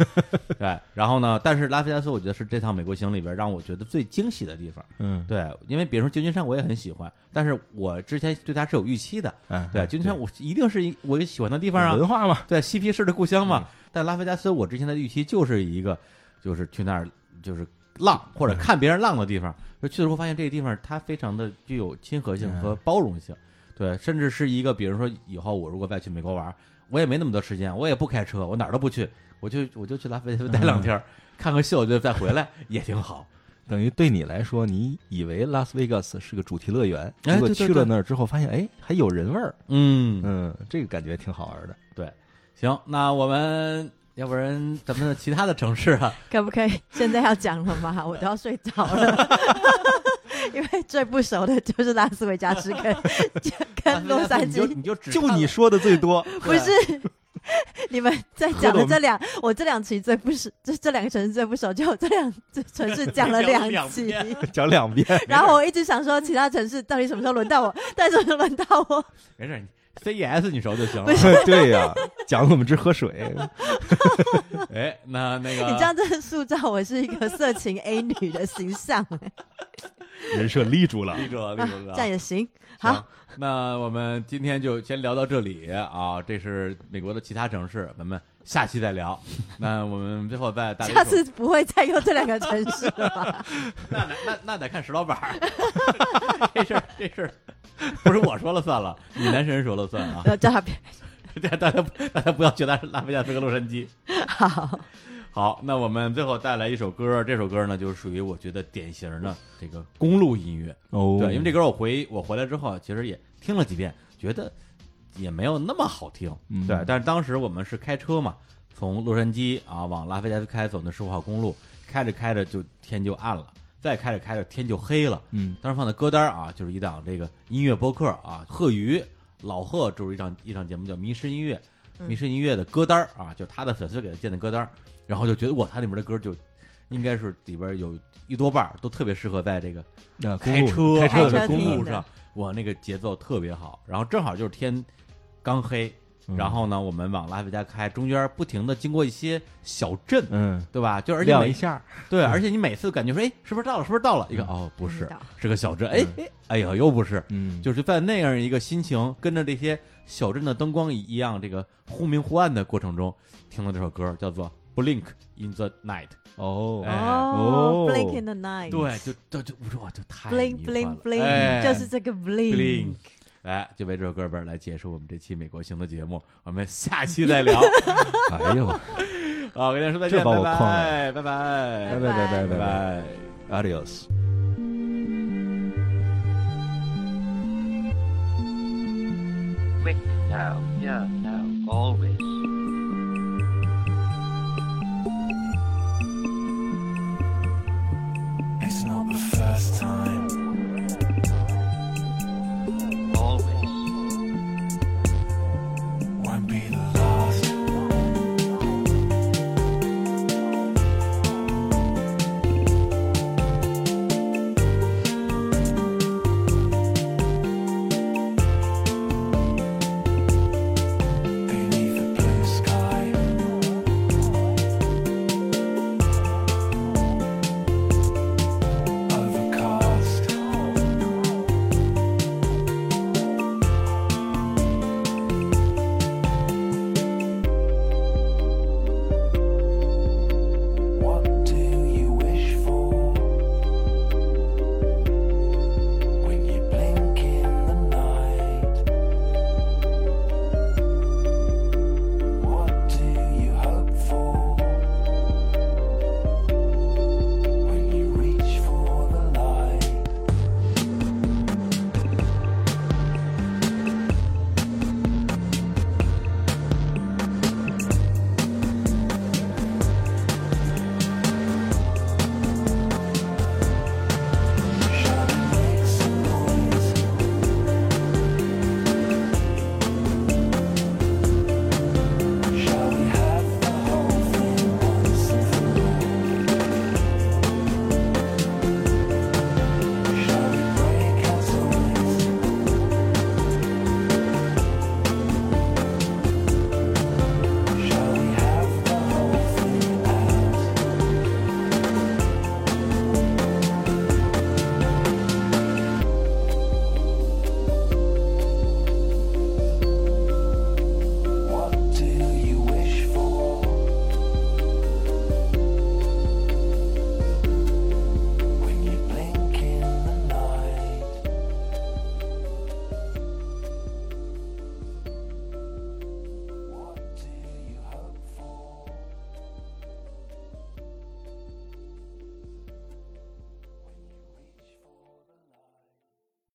[SPEAKER 1] 对，然后呢，但是拉斯维加斯，我觉得是这趟美国行里边让我觉得最惊喜的地方。
[SPEAKER 2] 嗯，
[SPEAKER 1] 对，因为比如说旧金山，我也很喜欢，但是我之前对它是有预期的。
[SPEAKER 2] 哎
[SPEAKER 1] 对，旧金山我一定是一我喜欢的地方啊，
[SPEAKER 2] 文化嘛，
[SPEAKER 1] 对，嬉皮士的故乡嘛。但拉斯维加斯，我之前的预期就是一个，就是去那儿就是浪或者看别人浪的地方。就去的时候发现这个地方它非常的具有亲和性和包容性，对，甚至是一个，比如说以后我如果再去美国玩，我也没那么多时间，我也不开车，我哪儿都不去，我就我就去拉斯维加斯待两天儿，看看秀就再回来也挺好。
[SPEAKER 2] 等于对你来说，你以为拉斯维加斯是个主题乐园，
[SPEAKER 1] 哎
[SPEAKER 2] 结果
[SPEAKER 1] 对对
[SPEAKER 2] 去了
[SPEAKER 1] 对
[SPEAKER 2] 那儿之后发现，哎，还有人味儿，
[SPEAKER 1] 嗯，
[SPEAKER 2] 嗯，这个感觉挺好玩的。
[SPEAKER 1] 行，那我们要不然咱们的其他的城市啊，
[SPEAKER 3] 可不可以现在要讲了吗？我都要睡着了。 因为最不熟的就是拉斯维加斯跟跟洛
[SPEAKER 1] 拉斯
[SPEAKER 3] 杉
[SPEAKER 1] 维加斯你就
[SPEAKER 3] 矶，
[SPEAKER 1] 你就只
[SPEAKER 2] 就
[SPEAKER 1] 看
[SPEAKER 2] 你
[SPEAKER 1] 了
[SPEAKER 2] 说的最多，
[SPEAKER 3] 不是 你们在讲的这两，我这两期最不熟，这这两个城市最不熟，就我这两这城市讲
[SPEAKER 1] 讲了
[SPEAKER 3] 了两
[SPEAKER 1] 两
[SPEAKER 3] 期，
[SPEAKER 1] 遍
[SPEAKER 2] 讲两 遍，
[SPEAKER 3] 然后我一直想说其他城市到底什么时候轮到我，但是轮到我，
[SPEAKER 1] 没事，CES E 你熟就行了。
[SPEAKER 2] 对呀、讲我们只喝水，
[SPEAKER 1] 哎，那那个，
[SPEAKER 3] 你这样真的塑造我是一个色情 A 女的形象，
[SPEAKER 2] 人设立 住了。
[SPEAKER 1] 立住了，立
[SPEAKER 3] 啊
[SPEAKER 1] 住 了。
[SPEAKER 3] 这样也行。
[SPEAKER 1] 行啊
[SPEAKER 3] 好，，
[SPEAKER 1] 那我们今天就先聊到这里啊。这是美国的其他城市，咱们下期再 聊。那我们最后再大力
[SPEAKER 3] 下次不会再用这两个城市了 吧？
[SPEAKER 1] 那得那那得看石老板儿，这事儿 这事儿不是我说了算了，你男神说了算啊。
[SPEAKER 3] 要叫他别
[SPEAKER 1] 大家大家不要觉得是拉菲加斯跟洛杉矶。
[SPEAKER 3] 好。
[SPEAKER 1] 好，那我们最后带来一首歌，这首歌呢就是属于我觉得典型的这个公路音乐。
[SPEAKER 2] 哦
[SPEAKER 1] 对，因为这歌我回我回来之后，其实也听了几遍，觉得也没有那么好听。
[SPEAKER 2] 嗯
[SPEAKER 1] 对，但是当时我们是开车嘛，从洛杉矶啊往拉菲加斯开，走那十五号公路，开着开着就天就暗了，再开着开着天就黑了。
[SPEAKER 2] 嗯
[SPEAKER 1] 当时放的歌单啊，就是一档这个音乐播客啊，贺鱼老贺就是一档一档节目叫《迷失音乐》，
[SPEAKER 3] 嗯
[SPEAKER 1] 迷失音乐的歌单啊，就是他的粉丝给他建的歌单，然后就觉得哇，他里面的歌就应该是里边有一多半儿都特别适合在这个
[SPEAKER 2] 啊公
[SPEAKER 1] 开
[SPEAKER 2] 路
[SPEAKER 1] 车
[SPEAKER 2] 开
[SPEAKER 3] 车
[SPEAKER 1] 车
[SPEAKER 3] 的
[SPEAKER 1] 在公
[SPEAKER 3] 听
[SPEAKER 1] 路
[SPEAKER 3] 的
[SPEAKER 1] 上，哇，那个节奏特别好。然后正好就是天刚黑，
[SPEAKER 2] 嗯
[SPEAKER 1] 然后呢，我们往拉菲加开，中间不停的经过一些小镇，
[SPEAKER 2] 嗯
[SPEAKER 1] 对吧？就而且
[SPEAKER 2] 亮一嗯
[SPEAKER 1] 每
[SPEAKER 2] 下，
[SPEAKER 1] 对，而且你每次感觉说，哎，是不是到了？是不是到了？一看哦，不
[SPEAKER 3] 不
[SPEAKER 1] 是
[SPEAKER 3] 知道，
[SPEAKER 1] 是个小镇。哎哎，哎呀，又不是，
[SPEAKER 2] 嗯就
[SPEAKER 1] 就是在那样一个心情，跟着这些小镇的灯光一样，这个忽明忽暗的过程中，听了这首歌叫做《Blink in the Night》。
[SPEAKER 2] 哦
[SPEAKER 1] 哎
[SPEAKER 3] 哦
[SPEAKER 2] 哦
[SPEAKER 3] ，Blink in the night，
[SPEAKER 1] 对，就就就我说哇，就太
[SPEAKER 3] 哎
[SPEAKER 1] 迷
[SPEAKER 3] ，Blink
[SPEAKER 1] 幻了
[SPEAKER 3] Blink Blink，
[SPEAKER 1] 哎
[SPEAKER 3] 就是这个 Blink
[SPEAKER 1] Blink。哎，就为这首歌本来结束我们这期美国行的节目，我们下期再聊。
[SPEAKER 2] 哎呦，
[SPEAKER 1] 好，跟大家说再
[SPEAKER 2] 这
[SPEAKER 1] 见，
[SPEAKER 2] 把
[SPEAKER 1] 拜
[SPEAKER 2] 我框
[SPEAKER 1] 拜，拜拜，
[SPEAKER 2] 拜
[SPEAKER 1] 拜
[SPEAKER 2] 拜拜
[SPEAKER 1] 拜
[SPEAKER 2] 拜拜
[SPEAKER 1] 拜。
[SPEAKER 2] ，adios。
[SPEAKER 5] quick now, here now, always.